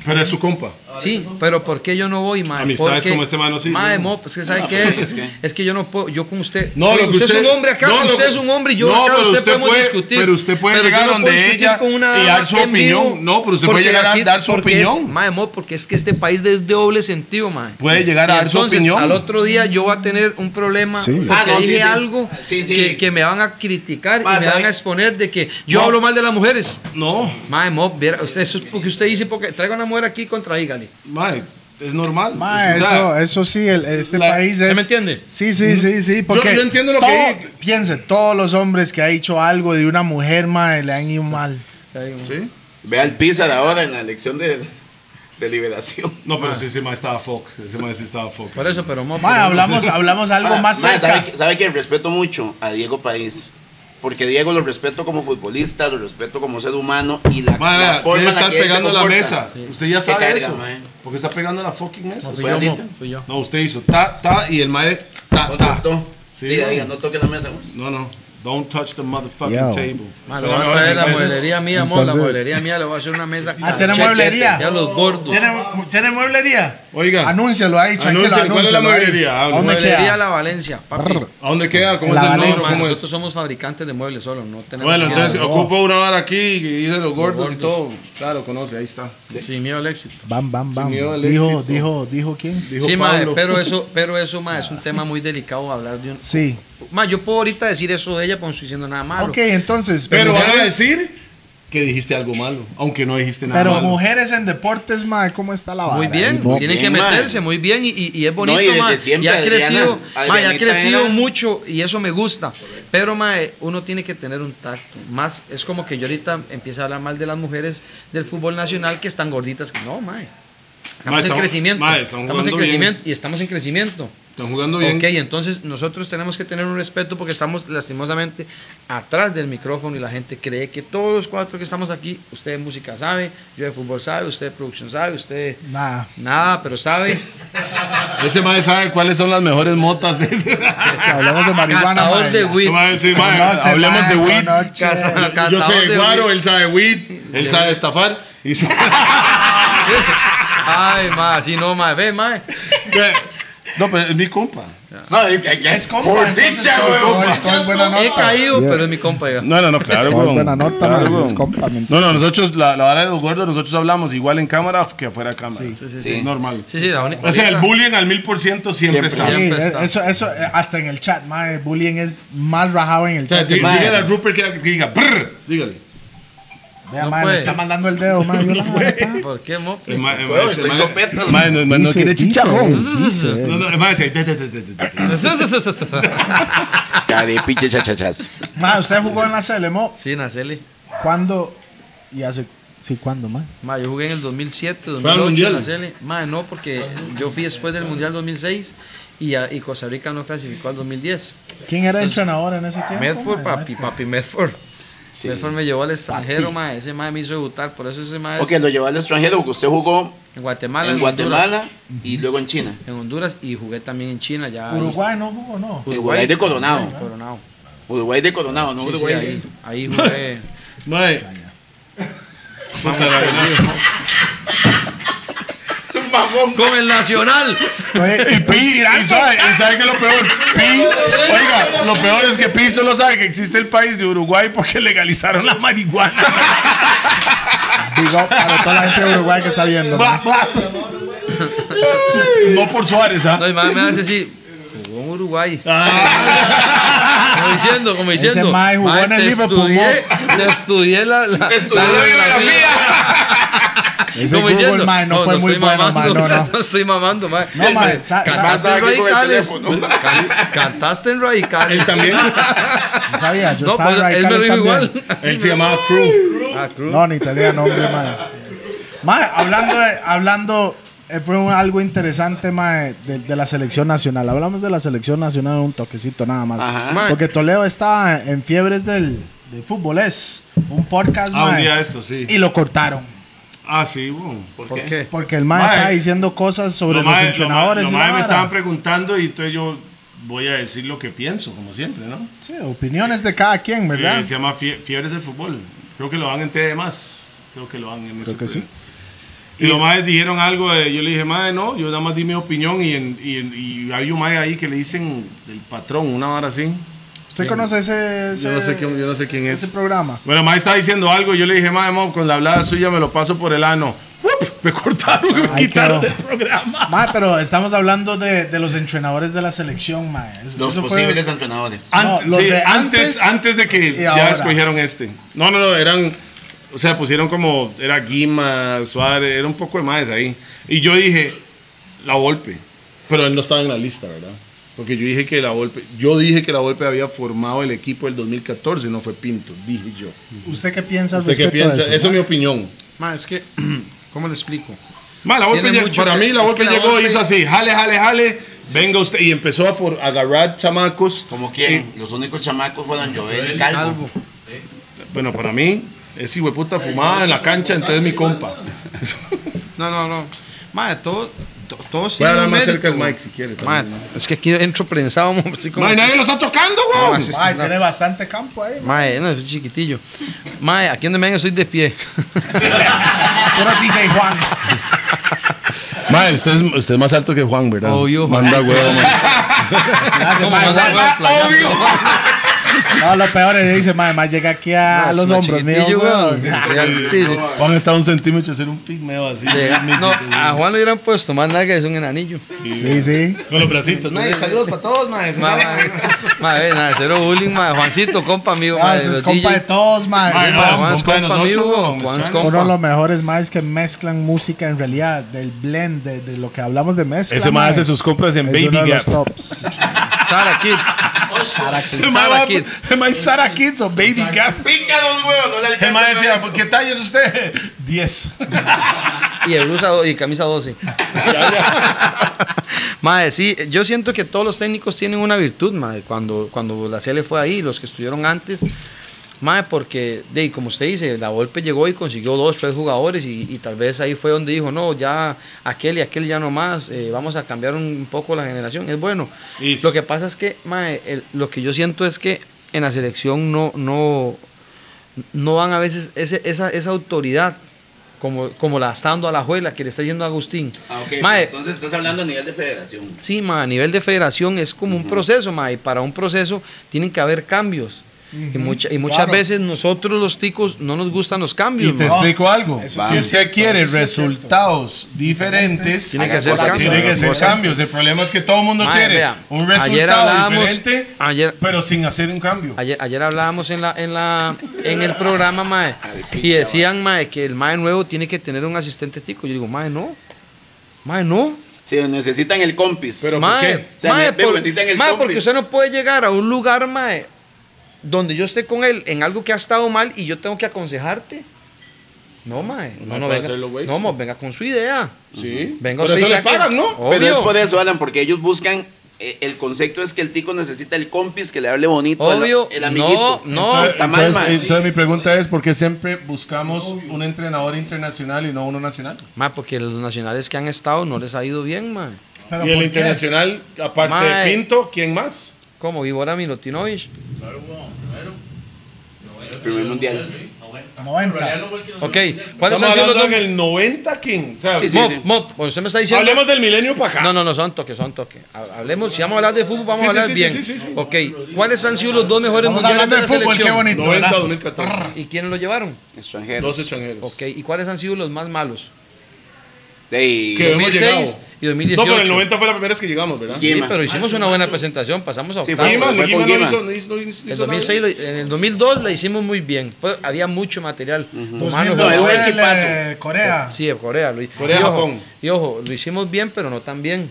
S4: Pero es su compa.
S2: Sí, pero ¿por qué yo no voy, mae?
S4: Amistades
S2: Porque-
S4: como este mae no sirven.
S2: Mae, mo, pues que ¿sabe
S3: No,
S2: qué
S3: pero
S2: es?
S3: es
S2: es?
S3: que-
S2: que... yo no puedo, yo con usted...
S4: No,
S2: sí,
S4: lo que
S2: usted,
S4: usted-
S2: es un hombre acá,
S4: no, lo
S2: usted
S4: que-
S2: es un hombre y yo acá,
S4: No, pero
S2: usted,
S4: usted
S2: podemos
S4: puede-
S2: discutir.
S4: pero usted puede
S2: Pero yo
S4: llegar
S2: no
S4: donde
S2: puedo discutir
S4: ella
S2: con una
S4: y dar su
S2: aquí en vivo,
S4: opinión. No, pero usted puede
S2: porque
S4: llegar a dar su
S2: porque es-
S4: opinión.
S2: mae, mo, porque es que este país es de doble sentido, mae.
S4: Puede llegar a
S2: Y
S4: dar su
S2: entonces,
S4: opinión.
S2: al otro día yo voy a tener un problema
S1: Sí.
S2: porque
S3: Ah, no, sí,
S2: dije
S3: sí.
S2: algo
S3: Sí, ¿eh? sí.
S2: Que, que me van a criticar
S3: Mae,
S2: y me
S3: ¿sabe?
S2: van a exponer de que yo
S4: No.
S2: hablo mal de las mujeres.
S4: No,
S2: Mae, mo, viera, usted, eso es porque usted dice, porque traigo una mujer aquí contra Dígale.
S4: mae, es normal.
S1: Mae,
S4: O sea,
S1: eso, eso sí, el- este
S4: la-
S1: país
S2: ¿se
S1: es.
S2: me entiende?
S1: Sí, sí, sí, sí. Porque
S4: yo entiendo lo
S1: todo-
S4: que-
S1: Piense, todos los hombres que ha hecho algo de una mujer, mae, le han ido mal.
S4: Sí.
S3: Ve al Pizar ahora en la elección de, de liberación.
S4: No, pero sí, ese mae estaba fuck. Ese mae sí estaba fuck.
S2: Por eso, pero mo,
S1: Mae,
S2: pero-
S1: hablamos, hablamos algo
S3: Ma,
S1: más
S3: ma,
S1: cerca.
S3: ¿sabe, que- sabe que respeto mucho a Diego País. Porque Diego lo respeto como futbolista, lo respeto como ser humano y la,
S4: Mae,
S3: la
S4: vea,
S3: forma en
S4: quiere
S3: la
S4: estar
S3: que él se
S4: pegando la
S3: comporta.
S4: mesa. Usted ya
S3: Qué
S4: sabe
S3: carga,
S4: eso.
S3: mae.
S4: Porque está pegando la fucking mesa.
S2: No,
S3: Fue
S2: fui yo,
S3: Alita.
S2: mo, fui yo.
S4: No, usted hizo ta, ta y el mae ta, ta.
S3: Contestó.
S4: Sí,
S3: diga,
S4: mae.
S3: diga, no toque la mesa. pues.
S4: No, no. Don't touch the motherfucking
S1: Yo.
S4: table.
S2: Ma,
S4: Suena
S2: le voy a
S4: mejor
S2: traer
S4: mil
S2: la
S4: veces.
S2: mueblería mía, amor.
S1: Entonces-
S2: la mueblería mía le voy a hacer una mesa.
S1: Ah,
S2: con
S1: tiene
S2: chachete,
S1: mueblería.
S2: Ya los gordos.
S1: ¿Tiene, tiene mueblería?
S4: Oiga,
S1: Anúncialo ahí, tranquilo,
S4: Anúncialo, Ah. ¿cuál es
S1: anúncialo
S4: la
S1: ahí.
S4: mueblería? Habla.
S1: ¿A ¿Dónde
S2: Mueblería
S1: queda?
S2: La Valencia, papi.
S1: Brr.
S4: ¿a dónde queda? ¿Cómo
S1: La
S4: es el
S1: Valencia.
S4: nombre?
S2: Ma,
S4: ¿Cómo
S2: nosotros
S4: es?
S2: somos fabricantes de muebles solo, no tenemos
S4: Bueno,
S2: nada.
S4: entonces ocupo una hora aquí y dice los gordos y
S2: gordos.
S4: todo. Claro, conoce, ahí está.
S2: Sin miedo al éxito.
S1: Bam, bam, bam.
S4: miedo al
S1: Dijo,
S4: éxito.
S1: dijo, dijo quién.
S4: Dijo
S2: sí, ma,
S4: Pablo.
S2: pero eso, pero eso ma, es un tema muy delicado hablar de un...
S1: Sí.
S2: Ma, yo puedo ahorita decir eso de ella porque no estoy diciendo nada malo.
S1: Ok, entonces.
S4: Pero van a
S1: mujeres-
S4: decir que dijiste algo malo, aunque no dijiste nada
S1: Pero
S4: malo.
S1: mujeres en deportes, mae, ¿cómo está la vara?
S2: Muy bien,
S1: Ahí, no.
S2: tiene
S3: bien,
S2: que
S3: man.
S2: meterse muy bien y, y- y es bonito,
S3: No, y desde
S2: man.
S3: siempre
S2: y ha
S3: Adriana-
S2: crecido, man, y ha
S3: Adrianita
S2: crecido
S3: era-
S2: mucho y eso me gusta. Pero man, eh, uno tiene que tener un tacto. Más es como que yo ahorita empiezo a hablar mal de las mujeres del fútbol nacional que están gorditas. que No, mae. Estamos en
S4: estamos-
S2: crecimiento.
S4: mae, estamos
S2: estamos en
S4: jugando bien.
S2: crecimiento y estamos en crecimiento.
S4: Están jugando bien.
S2: Ok, entonces nosotros tenemos que tener un respeto porque estamos lastimosamente atrás del micrófono y la gente cree que todos los cuatro que estamos aquí, usted de música sabe, yo de fútbol sabe, usted de producción sabe, usted
S1: Nah.
S2: nada, pero sabe,
S4: Ese mae sabe cuáles son las mejores motas de este
S1: pues, Si hablamos de marihuana,
S2: catados Ah, de
S1: mae.
S2: weed,
S4: Mae, sí, mae,
S1: Conoce,
S4: hablemos
S1: mae,
S4: de weed.
S1: conoce.
S2: Casa- ca-
S4: Yo sé
S2: Catados
S4: de
S2: de
S4: guaro,
S2: weed.
S4: él sabe weed, él sabe estafar. Y
S2: ay, ma, así no, ma, ve, ma,
S4: no, pero es mi compa.
S3: No, es que- que-
S1: Es compa,
S3: Por
S1: entonces,
S3: dicha,
S1: todo- todo-
S3: weón.
S1: todo es buena
S2: he
S1: nota.
S2: caído,
S1: Yeah.
S2: pero es mi compa, ya.
S5: No, no, no, claro.
S1: Todo es
S5: weón.
S1: buena nota,
S5: Claro,
S1: man,
S5: weón.
S1: es compa, mentira.
S5: No, no, nosotros, la, la vara de los gordos, nosotros hablamos igual en cámara que afuera de cámara.
S3: sí.
S4: Es normal.
S2: Sí, sí, la única-
S4: O sea, el
S2: ahorita-
S4: bullying al mil por ciento siempre
S3: Siempre.
S4: está.
S1: Sí,
S2: Siempre
S1: eh,
S2: está.
S1: eso, eso, eh, hasta en el chat, mae, bullying es más rajado en el
S4: O sea,
S1: chat.
S4: dí-
S1: que-
S3: mae.
S4: dígale a Rupert que, que diga, brr, dígale.
S1: Vea,
S2: no
S1: mae, le
S2: puede.
S1: está mandando el dedo, mae. yo la- pa.
S2: ¿Por qué, mo?
S4: El mae- el mae-
S3: Weón,
S4: ese
S3: soy
S4: mae-
S3: sopeta,
S5: Madre, no, no
S1: Dice,
S5: quiere
S1: dice,
S5: chicharrón.
S1: dice.
S4: No, no, el mae dice, "Te, te, te, te, te, te".
S3: Carepiche chachachas.
S1: Mae, usted jugó en la Celemo.
S2: sí, Naceli.
S1: ¿Cuándo? ¿Y hace? Sí, ¿cuándo, mae?
S2: Ma, yo jugué en el 2007,
S4: al
S2: 2008
S4: Mundial?
S2: en la Sele. Ma, no, porque yo fui después del Mundial 2006 y, a- y Costa Rica no clasificó al 2010.
S1: ¿Quién era el entrenador en
S3: Ah,
S1: ese tiempo? mae?
S2: Medford, papi, papi Medford. Medford me llevó al extranjero, ma, ese ma me hizo debutar, por eso ese ma es
S3: Ok, lo llevó al extranjero porque usted jugó
S2: en Guatemala, Ah,
S3: en
S2: Honduras,
S3: Guatemala y luego en China.
S2: en Honduras y jugué también en China, ya
S1: Uruguay no jugó, no.
S3: Uruguay de Coronado.
S2: coronado.
S3: Uruguay de Coronado, no
S2: Sí, sí,
S3: Uruguay.
S2: ahí, ahí jugué.
S4: Mae. Puta la verdad.
S3: mamón.
S2: con el Nacional.
S1: Estoy,
S5: Y
S1: estoy
S5: Pi,
S1: tirando.
S5: y sabe, y sabe que lo peor, Pi, oiga, lo peor es que Pi solo sabe que existe el país de Uruguay porque legalizaron la marihuana.
S1: Digo, para toda la gente de Uruguay que está viendo. ¿no?
S5: Bla, bla. No por Suárez, ¿ah?
S2: No, y más me hace así. Jugó en Uruguay.
S3: Ah.
S2: Como diciendo, como diciendo.
S1: mae jugó
S2: "Mae,
S1: en el
S2: te
S1: Liverpool,
S2: estudié, te estudié la, la,
S3: Estudié
S2: la
S3: la
S2: biografía".
S1: Ese Google, mae, no fue muy
S2: estoy
S1: bueno, mae,
S2: mamando,
S1: no, no.
S2: estoy mamando, mae.
S1: No, mae, sa- sa-
S2: Cantaste en
S3: Cantaste aquí con el
S2: radicales.
S3: teléfono.
S2: Can- Cantaste en radicales.
S4: Él también.
S1: no sabía, yo
S2: No,
S1: estaba
S2: pues, él me lo
S1: radicales
S2: dijo
S1: también.
S2: igual.
S4: Él se llamaba Crew.
S3: Ah,
S1: No, ni tenía nombre, mae. Mae, hablando, de- hablando eh, fue un- algo interesante, mae, de, de la selección nacional. Hablamos de la selección nacional un toquecito nada más.
S3: Ajá.
S2: Mae.
S1: Porque Toledo estaba en fiebres del, del fútbol, es un podcast,
S4: Ah, un
S1: mae,
S4: día esto, sí.
S1: y lo cortaron.
S4: Ah, sí, bueno.
S2: ¿Por qué?
S1: Porque el mae,
S4: Mae.
S1: estaba diciendo cosas sobre
S4: Lo
S1: los
S4: mae- lo
S1: entrenadores
S4: mae-
S1: y
S4: lo
S1: la
S4: mae me
S1: vara.
S4: estaban preguntando y entonces yo voy a decir lo que pienso, como siempre, ¿no?
S1: Sí, opiniones de cada quien, ¿verdad?
S4: Eh, se llama Fie- Fiebres del Fútbol. Creo que lo van en TD más. Creo que lo van en ese
S1: que sí.
S4: programa. Y los madres dijeron algo, de- yo le dije, madre, no, yo nada más di mi opinión y, en, y, en- y hay un madre ahí que le dicen el patrón, una vara así.
S1: ¿Usted conoce ese,
S4: Yo no sé quién, yo no sé quién
S1: ese
S4: es.
S1: programa?
S4: Bueno, madre estaba diciendo algo, yo le dije, madre, mo, con la hablada suya me lo paso por el ano. ¡Wup! Me cortaron, y me
S1: Ahí
S4: quitaron
S1: quedó.
S4: del programa.
S1: Mae, pero estamos hablando de, de los entrenadores de la selección, mae. Eso-
S3: Los
S1: eso fue-
S3: posibles entrenadores.
S4: Antes,
S1: No, los
S4: sí,
S1: de antes
S4: antes, antes de que ya
S1: ahora.
S4: escogieron este. No, no, no, eran. O sea, pusieron como. Era Guima, Suárez, era un poco de más ahí. Y yo dije, la golpe. Pero él no estaba en la lista, ¿verdad? Porque yo dije que la golpe. Yo dije que la golpe había formado el equipo del 2014, no fue Pinto, dije yo.
S1: ¿Usted qué piensa al
S4: ¿Usted qué
S1: respecto de
S4: piensa?
S1: Pues eso?
S4: Eso, es mi opinión.
S2: Mae, es que, ¿cómo le explico?
S4: Ma, la Volpe
S2: Tiene
S4: llegó-
S2: mucho
S4: para
S2: que-
S4: mí la
S2: es
S4: golpe
S2: que la
S4: llegó
S2: Volpe-
S4: hizo así, jale, jale, jale, venga usted, y empezó a, for- a agarrar chamacos.
S3: Como
S4: Eh,
S3: quién, los únicos chamacos fueron Joel y Calvo.
S2: Calvo.
S4: Bueno, para mí, ese hueputa fumaba en la cancha, entonces mi compa.
S2: No, no, no. Mae, todo. to- Todos
S4: Voy
S2: tienen
S4: a hablar
S2: un
S4: más
S2: mérito,
S4: cerca del
S2: mae.
S4: mic si quiere.
S2: Mae, es que aquí entro prensado, mo, estoy como-
S4: Mae, nadie lo está tocando,
S2: Ah,
S4: güey.
S2: sí,
S1: Mae,
S2: está-
S1: tiene bastante campo ahí.
S2: Mae, no, es chiquitillo. Mae, aquí donde me ven estoy de pie.
S1: Puro DJ Juan.
S5: Mae, usted es, usted es más alto que Juan, ¿verdad?
S1: Oh.
S2: Obvio, Juan.
S5: Manda huevo, mae.
S1: Gracias,
S2: Como
S1: mae,
S2: manda
S1: Juan.
S3: Ah,
S2: huevo playazo.
S1: No, lo peor es que dice, mae, mae, llega aquí a
S2: Ah, Mae, es
S1: los
S2: más
S1: hombros míos.
S2: chiquitillo,
S1: weón.
S2: weón. Sí, altísimo.
S5: Juan está a un centímetro de ser un pigmeo así.
S2: Llega-
S5: mi
S2: No,
S5: chiquillo.
S2: a Juan le hubieran puesto más nalga es un enanillo.
S1: Sí, sí.
S4: Con los bracitos. ¿no?
S3: saludos para todos, maestro.
S2: Mae, mae, mae, ve, nada, cero bullying, mae. Juancito, compa mío.
S1: Ah,
S2: mae,
S1: ese es
S2: los
S1: compa de
S2: DJ.
S1: todos,
S4: Mae,
S1: mae.
S4: no,
S2: Mae,
S4: es
S2: Juan es
S4: compa de
S2: compa
S4: nosotros,
S2: mío,
S4: weón.
S2: Juan es
S4: Uno
S1: Uno de
S2: compa.
S1: los mejores maes que mezclan música en realidad, del blend, de, de lo que hablamos de mezcla.
S5: Ese mae
S1: mae.
S5: hace sus compras en
S1: Es
S5: Baby
S1: uno de los
S5: Gap.
S1: tops.
S2: Sara Kids.
S1: Sara Kids.
S5: El mae
S2: Sara
S5: va-
S2: Kids.
S5: el mae es Sara Kids o Baby Gap.
S3: Pícaros, weón, no le
S5: El mae decía,
S3: alcanza.
S5: ¿qué talla es usted? 10.
S2: Y el blusa do- y camisa 12. Mae, sí, yo siento que todos los técnicos tienen una virtud, mae. Cuando, cuando la CL fue ahí, los que estuvieron antes, mae, porque, de, y como usted dice, la golpe llegó y consiguió dos, tres jugadores y, y tal vez ahí fue donde dijo, no, ya aquel y aquel ya no más, eh, vamos a cambiar un poco la generación. Es bueno.
S4: Y-
S2: Lo que pasa es que, mae, el- lo que yo siento es que en la selección no, no, no dan a veces ese- esa, esa autoridad. Como, como la está dando a la juela que le está yendo a Agustín.
S3: Ah, ok.
S2: Mae,
S3: Entonces estás hablando a nivel de federación.
S2: Sí, ma, a nivel de federación es como un proceso, ma, y para un proceso tienen que haber cambios. y, mucha- y muchas
S1: claro.
S2: veces nosotros los ticos no nos gustan los cambios,
S5: Y te
S2: ma.
S5: explico algo.
S1: eso sí
S5: Si
S1: es
S5: usted
S1: cierto,
S5: quiere
S1: eso sí es cierto.
S5: resultados diferentes,
S2: Tiene que
S3: Hagan
S2: hacer
S3: cosas
S2: cambios.
S5: tiene que
S3: diferentes.
S5: hacer cambios. El problema es que todo el mundo
S2: Madre,
S5: quiere
S2: vea,
S5: un
S2: ayer
S5: resultado
S2: hablábamos-
S5: diferente,
S2: ayer-
S5: pero sin hacer un cambio.
S2: Ayer, ayer hablábamos en la en la en el programa, mae, y decían, mae, que el mae nuevo tiene que tener un asistente tico. Yo digo, mae, no. Mae, no.
S3: Sí, necesitan el compis.
S4: Pero- ¿por
S2: Mae,
S4: qué?
S3: O sea,
S2: mae,
S3: me- me
S2: por-
S3: metiste en el
S2: mae,
S3: compis.
S2: porque usted no puede llegar a un lugar, mae, donde yo esté con él en algo que ha estado mal y yo tengo que aconsejarte. No, mae. No,
S4: Mae,
S2: no,
S4: para
S2: venga,
S4: hacerlo, güey,
S2: no,
S4: sí.
S2: mo, venga con su idea.
S4: Sí.
S2: Venga
S4: Por
S2: usted
S4: eso
S2: y
S4: le
S2: saque-
S4: pagan, ¿no?
S2: Obvio.
S3: Pero es por eso, Alan, porque ellos buscan. eh, el concepto es que el tico necesita el compis que le hable bonito. al-
S2: Obvio.
S3: el amiguito.
S2: No, no.
S3: Está mal,
S5: entonces,
S3: man.
S5: entonces mi pregunta es, ¿por qué siempre buscamos un entrenador internacional y no uno nacional?
S2: Mae, porque los nacionales que han estado no les ha ido bien, mae.
S1: Pero
S4: Y el
S1: ¿por qué?
S4: internacional, aparte
S2: Mae.
S4: de Pinto, ¿quién más?
S2: Como Víbora Milutinovich.
S3: El primer mundial.
S1: 90.
S2: Ok, ¿cuáles
S4: Estamos
S2: han sido los
S4: hablando en
S2: nombres?
S4: el 90, King. O sea,
S3: Sí, sí,
S4: mo-
S2: Mop, Mop, bueno, usted me está diciendo.
S4: Hablemos del milenio para acá.
S2: No, no, no, son toques, son toques. Ha- Hablemos, si vamos a hablar de fútbol, vamos a
S4: Sí, sí,
S2: hablar
S4: sí,
S2: bien.
S4: sí, sí, sí.
S2: Ok, ¿cuáles han sido los dos mejores
S1: Estamos hablando de
S2: mundiales la
S1: fútbol, qué
S2: selección?
S1: bonito.
S4: 90,
S1: ¿verdad?
S4: 2014.
S2: ¿Y quiénes lo llevaron?
S3: Extranjeros.
S4: Dos extranjeros.
S2: Ok, ¿y cuáles han sido los más malos?
S3: De ahí,
S4: Que hemos
S2: 2006
S4: llegado.
S2: y 2018.
S4: No, pero el 90 fue la primera vez que llegamos, ¿verdad?
S2: Sí,
S3: Guima.
S2: pero hicimos una
S4: Ah,
S2: buena presentación, pasamos a
S3: Sí,
S2: octavos.
S3: fue-
S4: Guima,
S3: fue
S4: Guima
S3: con
S4: no
S3: Guima.
S4: hizo- no hizo- no hizo
S2: El
S4: nada.
S2: 2006, lo- en el 2002 la hicimos muy bien. Fue- había mucho material. humano,
S1: 2002
S3: no, es un
S1: el,
S3: equipazo.
S1: eh, Corea.
S2: Sí, de Corea. Lo,
S4: Corea,
S2: y ojo,
S4: Japón.
S2: Y ojo, lo hicimos bien, pero no tan bien.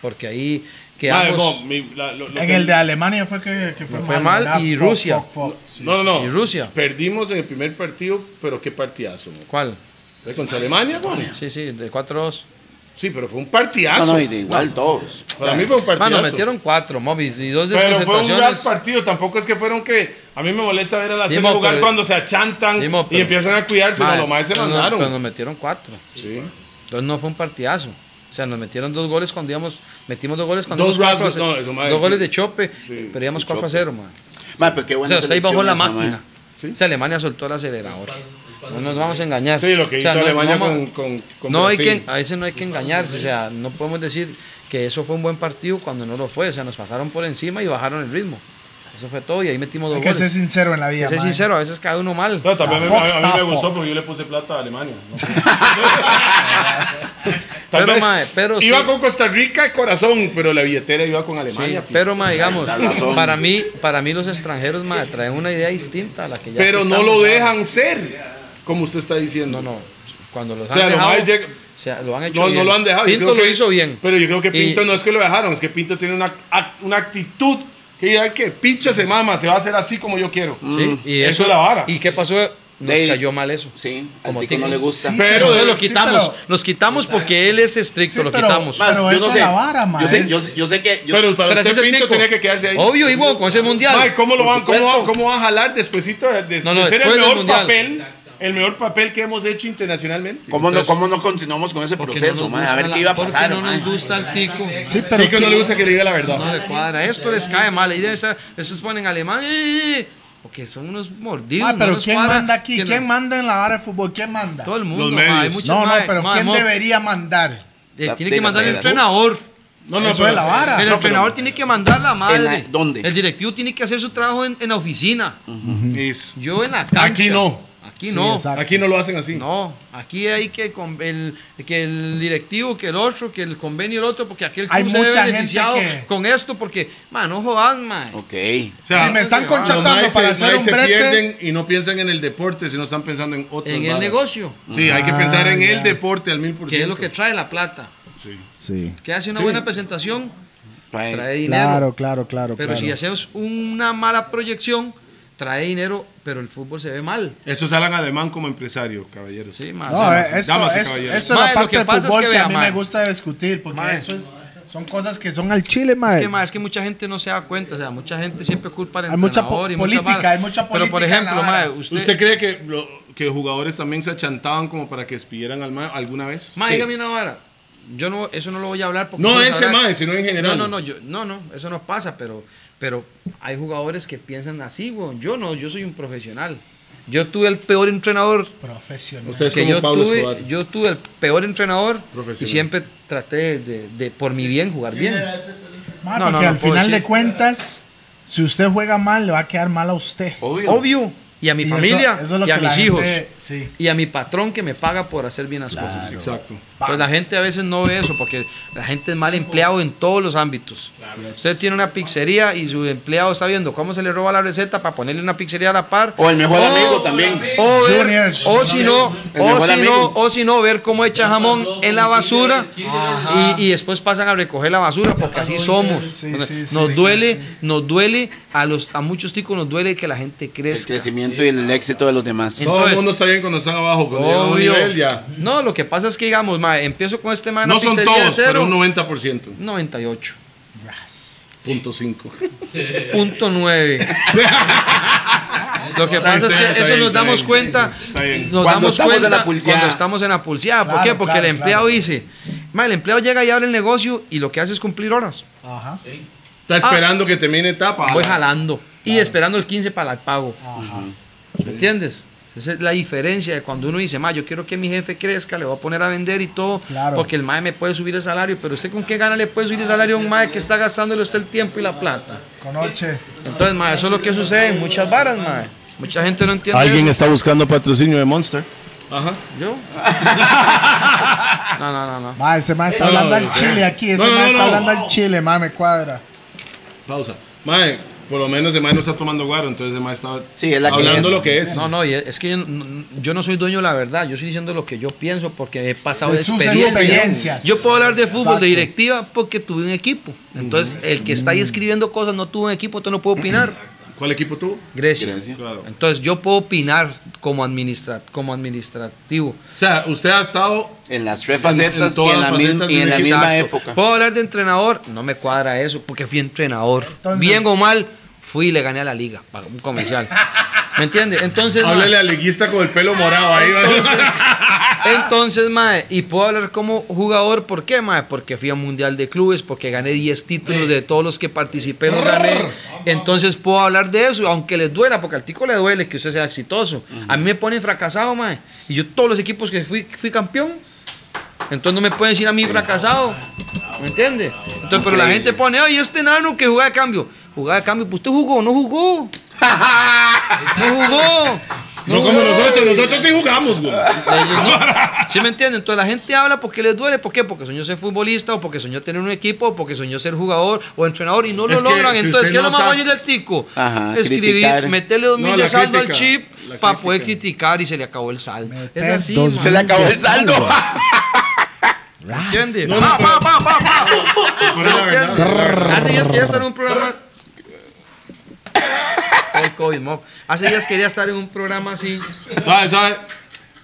S2: Porque ahí
S4: Madre,
S2: quedamos...
S4: no, mi- la- lo- lo
S1: En
S4: que-
S1: el de Alemania fue que, que fue,
S2: Fue mal,
S1: ¿verdad?
S2: y
S1: Fuck,
S2: Rusia.
S1: fuck, fuck, sí.
S4: No, no, no.
S2: ¿Y Rusia?
S4: Perdimos en el primer partido, pero qué partidazo. ¿no?
S2: ¿Cuál?
S4: Fue Contra Alemania, güey.
S2: Sí, sí, de 4-2.
S4: Sí, pero fue un partidazo.
S3: No, no, y de igual todos.
S4: Para mí fue un partidazo.
S2: Mano, metieron 4, Moby, y dos
S4: Pero fue un gran
S2: desconcentraciones.
S4: partido, tampoco es que fueron que. A mí me molesta ver a la
S2: Sí,
S4: serie
S2: mo,
S4: jugar
S2: pero-
S4: cuando se achantan
S2: Sí, mo,
S4: y
S2: pero-
S4: empiezan a cuidarse.
S2: Madre,
S4: no, los más se
S2: no, no,
S4: mandaron.
S2: Pero nos metieron 4.
S4: Sí.
S2: Entonces no fue un partidazo. O sea, nos metieron dos goles cuando íbamos. Metimos dos goles cuando
S4: Dos
S2: íbamos cuatro a
S4: rasgos,
S2: ce-
S4: no, eso, madre,
S2: Dos
S4: sí.
S2: goles de chope,
S4: Sí,
S2: pero íbamos
S3: de
S2: 4 a
S3: chope.
S2: 0, man.
S3: Ma, pero qué
S2: O
S3: buena
S2: sea, usted ahí bajó
S3: selección
S2: la
S3: esa,
S2: máquina.
S3: ma.
S4: Sí.
S2: O sea, Alemania soltó el acelerador. No nos vamos a engañar.
S4: Sí, lo que
S2: O sea,
S4: hizo
S2: no-
S4: Alemania
S2: no vamos-
S4: con, con, con
S2: no hay
S4: Brasil.
S2: que, a veces no hay que engañarse, o sea, no podemos decir que eso fue un buen partido cuando no lo fue, o sea, nos pasaron por encima y bajaron el ritmo. Eso fue todo y ahí metimos dos
S1: Hay que
S2: goles.
S1: ser sincero en la vida.
S2: Hay que ser
S1: mae.
S2: sincero, a veces cada uno mal.
S4: No, también
S1: La
S4: me-
S1: Fox
S4: a mí me
S1: está
S4: gustó
S1: Fox.
S4: porque yo le puse plata a Alemania. ¿no? Tal
S2: Pero,
S4: vez
S2: mae, pero
S4: iba
S2: sí.
S4: con Costa Rica y corazón, pero la billetera iba con
S2: Sí,
S4: Alemania. pi-
S2: pero ma, digamos,
S3: Está razón.
S2: para mí, para mí los extranjeros ma, traen una idea distinta a la que ya
S4: pero
S2: aquí
S4: no
S2: estamos,
S4: lo
S2: ma.
S4: dejan ser, como usted está diciendo.
S2: No, no. Cuando los
S4: O sea,
S2: han
S4: lo
S2: dejado,
S4: más llega-
S2: o sea, lo han hecho
S4: No,
S2: bien.
S4: no lo han dejado. Yo
S2: Pinto
S4: creo
S2: lo
S4: que-
S2: hizo bien.
S4: Pero yo creo que
S2: Y-
S4: Pinto no es que lo dejaron, es que Pinto tiene una, act- una actitud que ya que picha se mama, se va a hacer así como yo quiero.
S2: Mm. Sí, y
S4: Mm. Eso
S2: eso,
S4: es la vara.
S2: ¿Y qué pasó? Nos
S3: Dey.
S2: cayó mal eso.
S3: Sí,
S2: Como
S3: como tico no
S2: tico.
S3: le gusta.
S1: Sí,
S4: Pero
S2: Entonces
S4: de-
S2: lo
S1: sí,
S2: quitamos,
S1: pero-
S2: los quitamos porque él es estricto,
S1: Sí,
S2: lo
S1: pero-
S2: quitamos.
S1: Mas- Pero
S3: yo
S1: eso
S3: no
S1: es
S3: sé.
S1: la vara, ma,
S3: yo, sé
S1: es-
S3: yo, sé- yo sé que. yo-
S4: pero para
S2: Pero así es
S4: usted
S2: el
S4: Pinto
S2: tico.
S4: tenía que quedarse ahí.
S2: Obvio, igual con ese mundial.
S4: Ay, ¿cómo, lo van,
S3: Por
S4: cómo, va,
S3: supuesto.
S4: ¿Cómo va a jalar despuesito de, de-
S2: No, no,
S4: de ser el
S2: después del
S4: mejor
S2: Mundial.
S4: papel? El mejor papel que hemos hecho internacionalmente.
S3: ¿cómo, no, ¿Cómo no continuamos con ese
S2: Porque
S3: proceso,
S2: no nos
S3: ma?
S2: gusta
S3: A ver
S2: la-
S3: qué iba a
S2: porque
S3: pasar,
S2: no
S3: ma.
S2: nos gusta el tico.
S1: Sí, pero
S4: Tico no le gusta que le diga la verdad.
S2: No le cuadra. Esto les cae mal. Y debe ser- estos ponen alemán. ¡eh! Porque son unos mordidos.
S1: Ah,
S2: no
S1: pero
S2: nos
S1: ¿quién
S2: cuadra.
S1: manda aquí?
S2: ¿Quién-
S1: ¿Quién manda en la vara de fútbol? ¿Quién manda?
S2: Todo el mundo.
S4: Los
S2: ma, hay
S4: medios.
S2: muchos,
S1: No, no,
S2: ma,
S1: pero
S2: ma,
S1: ¿quién
S2: mo-
S1: debería mandar?
S2: eh,
S3: La
S2: tiene que mandar el
S3: primera.
S2: entrenador.
S4: No, no,
S1: Eso
S4: pero-
S1: es la vara.
S2: el entrenador tiene que mandar la
S3: En la-
S2: madre.
S3: ¿dónde?
S2: El directivo tiene que hacer su trabajo en, en la oficina.
S4: Es-
S2: Yo en la cancha.
S4: Aquí no.
S2: Aquí
S1: Sí,
S2: no.
S1: exacto.
S4: Aquí no lo hacen así.
S2: No, aquí hay que con- el, que el directivo, que el otro, que el convenio, el otro, porque aquel club
S1: Hay
S2: se ve
S1: mucha gente
S2: beneficiado
S1: que-
S2: con esto, porque, man, no jodan, man.
S3: Ok.
S4: O sea,
S1: si me están
S2: no,
S4: Los
S1: conchatando
S4: maes
S1: para
S4: se-
S1: hacer
S4: maes
S1: un
S4: se
S1: brete,
S4: pierden y no piensan en el deporte, sino están pensando en otro.
S2: En el negocio,
S4: Sí, hay que
S1: Ah,
S4: pensar en el
S1: ya.
S4: deporte al mil por
S2: que
S4: ciento.
S2: Pues es lo que trae la plata.
S4: Sí.
S1: sí, Eh,
S2: Que hace una
S4: Sí.
S2: buena presentación,
S3: Pa-
S2: trae dinero.
S1: claro, claro, claro.
S2: pero
S1: claro.
S2: si hacemos una mala proyección, trae dinero, pero el fútbol se ve mal.
S4: Eso salen alemán como empresario, caballero.
S2: Sí, man.
S1: No,
S2: O sea,
S1: eh,
S2: man,
S1: esto,
S4: damas y
S1: esto-
S4: caballeros.
S1: esto es
S2: Mae,
S1: la
S2: lo
S1: parte
S2: que
S1: de
S2: pasa es
S1: fútbol que,
S2: que
S1: a
S2: vea,
S1: mí
S2: mae.
S1: me gusta discutir, porque
S2: Mae.
S1: eso es, son cosas que son al chile, mae.
S2: Es que, ma, es que mucha gente no se da cuenta, o sea, mucha gente siempre culpa al
S1: eh. Hay mucha
S2: entrenador
S1: po-
S2: y
S1: política,
S2: vara.
S1: hay mucha
S2: Pero por
S1: política en la
S2: ejemplo, ma,
S1: vara.
S2: usted,
S4: ¿Usted cree que, lo- que jugadores también se achantaban como para que despidieran al ma alguna vez?
S2: ma,
S3: Sí.
S2: dígame una vara. Yo no, eso no lo voy a hablar porque
S4: No
S2: vamos a
S4: ese
S2: hablar-
S4: ma, sino en general.
S2: No, no, no, yo- no, no, eso no pasa, pero, pero hay jugadores que piensan así, weón. Yo no, yo soy un profesional. Yo tuve el peor entrenador
S1: Profesional.
S4: Usted es
S2: que
S4: como
S2: yo
S4: Pablo Escobar.
S2: tuve, yo tuve el peor entrenador y
S4: Profesional.
S2: siempre traté de, de por mi bien jugar bien.
S1: Mae,
S2: No, no,
S1: porque
S2: no
S1: al
S2: puedo
S1: final
S2: decir.
S1: de cuentas, si usted juega mal, le va a quedar mal a usted.
S3: Obvio.
S2: Obvio. Y a mi
S1: Y eso-
S2: familia
S1: eso es lo
S2: y a
S1: que la
S2: mis hijos.
S1: gente- sí.
S2: Y a mi patrón que me paga por hacer bien las cosas.
S4: Exacto.
S2: Pero la gente a veces no ve eso porque la gente es mal empleado en todos los ámbitos. Usted tiene una pizzería y su empleado está viendo cómo se le roba la receta para ponerle una pizzería a la par.
S3: O el mejor amigo también.
S2: O, ver-
S1: Juniors.
S2: o si no,
S3: El
S2: o
S3: mejor
S2: si no,
S3: amigo.
S2: o si no, ver cómo echa jamón en la basura y, y después pasan a recoger la basura porque así somos.
S1: Sí,
S2: Nos-
S1: sí, sí,
S2: nos
S1: sí,
S2: duele, nos duele, a los a muchos ticos nos duele que la gente
S3: El
S2: crezca.
S3: crecimiento y el éxito de los demás.
S4: Todo el
S2: Entonces-
S4: mundo está bien cuando están abajo, cuando llegan a un
S2: Obvio.
S4: nivel ya.
S2: No, lo que pasa es que digamos, ma, empiezo con este man
S4: No
S2: una
S4: son
S2: pizzería
S4: todos,
S2: de
S4: pero
S2: cero,
S4: un 90%.
S2: 98.
S4: Punto 5.
S2: Punto 9. Lo que
S4: Está
S2: pasa es
S4: bien,
S2: que
S4: está
S2: eso
S4: bien,
S2: nos
S4: está
S2: damos
S4: bien,
S2: cuenta.
S4: está bien.
S2: Nos
S3: Cuando
S2: damos
S3: estamos en
S2: cuenta
S3: la pulseada.
S2: cuando estamos en la pulseada. ¿Por
S1: Claro,
S2: qué? Porque
S1: claro,
S2: el empleado
S1: claro.
S2: dice, "Ma, el empleado llega y abre el negocio y lo que hace es cumplir horas.
S1: Ajá.
S4: Está esperando que termine etapa.
S2: Voy jalando y esperando el 15 para el pago. ¿Me entiendes? Esa es la diferencia de cuando uno dice, ma, yo quiero que mi jefe crezca, le voy a poner a vender y todo,
S1: Claro.
S2: porque el mae me puede subir el salario, pero usted con qué gana le puede subir el salario a un mae que está gastándole a usted el tiempo y la plata.
S1: Conoche.
S2: Entonces, mae, eso es lo que sucede en muchas varas, mae. Mucha gente no entiende
S5: Alguien
S2: eso.
S5: está buscando patrocinio de Monster.
S4: Ajá.
S2: ¿Yo? No, no, no, no.
S1: Ma, este man está
S4: Ah. No,
S1: hablando
S4: no,
S1: al chile aquí. Este
S4: no,
S1: man
S4: no,
S1: está
S4: no.
S1: hablando al chile, ma, me cuadra.
S4: Pausa. Mae, por lo menos el mae no está tomando guaro, entonces el mae está
S3: Sí, es la que
S4: hablando
S3: es.
S4: lo que es.
S2: No, no, y es que yo no, yo no soy dueño de la verdad, yo estoy diciendo lo que yo pienso porque he pasado
S1: De
S2: de,
S1: sus
S2: experiencia.
S1: experiencias.
S2: Yo puedo hablar de fútbol,
S1: Exacto.
S2: de directiva, porque tuve un equipo. Entonces, el que está ahí escribiendo cosas no tuvo un equipo, entonces no puedo opinar.
S4: ¿Cuál equipo tú?
S2: Grecia.
S4: Claro.
S2: Entonces, yo puedo opinar como, administra como administrativo.
S4: O sea, usted ha estado
S3: En las tres facetas y
S4: todas
S3: en la,
S4: las
S3: mi-
S4: facetas
S3: y en la
S4: de-
S3: misma
S2: Exacto. Pues,
S3: época.
S2: Puedo hablar de entrenador, no me cuadra eso, porque fui entrenador.
S1: Entonces-
S2: Bien o mal, fui y le gané a la liga, para un comercial. ¿Me entiende? Entonces, ma,
S4: Háblale al liguista con el pelo morado ahí.
S2: Entonces, mae, y puedo hablar como jugador, ¿por qué, mae? Porque fui a Mundial de Clubes, porque gané 10 títulos de todos los que participé, los gané. Entonces puedo hablar de eso, aunque les duela, porque al tico le duele que usted sea exitoso. A mí me ponen fracasado, mae. Y yo todos los equipos que fui, fui campeón, entonces no me pueden decir a mí fracasado. ¿Me entiende? Entonces, pero la gente pone, ay, este nano que jugaba de cambio. Jugaba de cambio, pues usted jugó, no jugó. No jugó.
S4: No como nosotros, nosotros sí jugamos, güey.
S2: Ellos no. ¿Sí me entienden? Entonces la gente habla porque les duele. ¿Por qué? Porque soñó ser futbolista o porque soñó tener un equipo o porque soñó ser jugador o entrenador y no lo
S4: Es que
S2: logran.
S4: si
S2: Entonces,
S4: usted
S2: ¿qué es lo más
S4: nota-
S2: valioso del tico?
S3: Ajá,
S2: Escribir,
S3: criticar.
S2: meterle dos
S4: No,
S2: mil
S4: la
S2: de saldo al
S4: crítica,
S2: chip
S4: la
S2: para
S4: crítica.
S2: poder criticar y se le acabó el saldo. Es
S1: Meter
S2: así,
S1: dos
S2: man.
S3: Se le acabó el
S1: Dios
S3: saldo.
S2: ¿Entiende?
S4: No, no,
S2: Pa, pa, pa, pa, pa.
S4: Pero la verdad.
S2: Hace días quería estar en un programa. Ay, COVID, mo. Hace días quería estar en un programa así.
S4: ¿Sabe, sabe?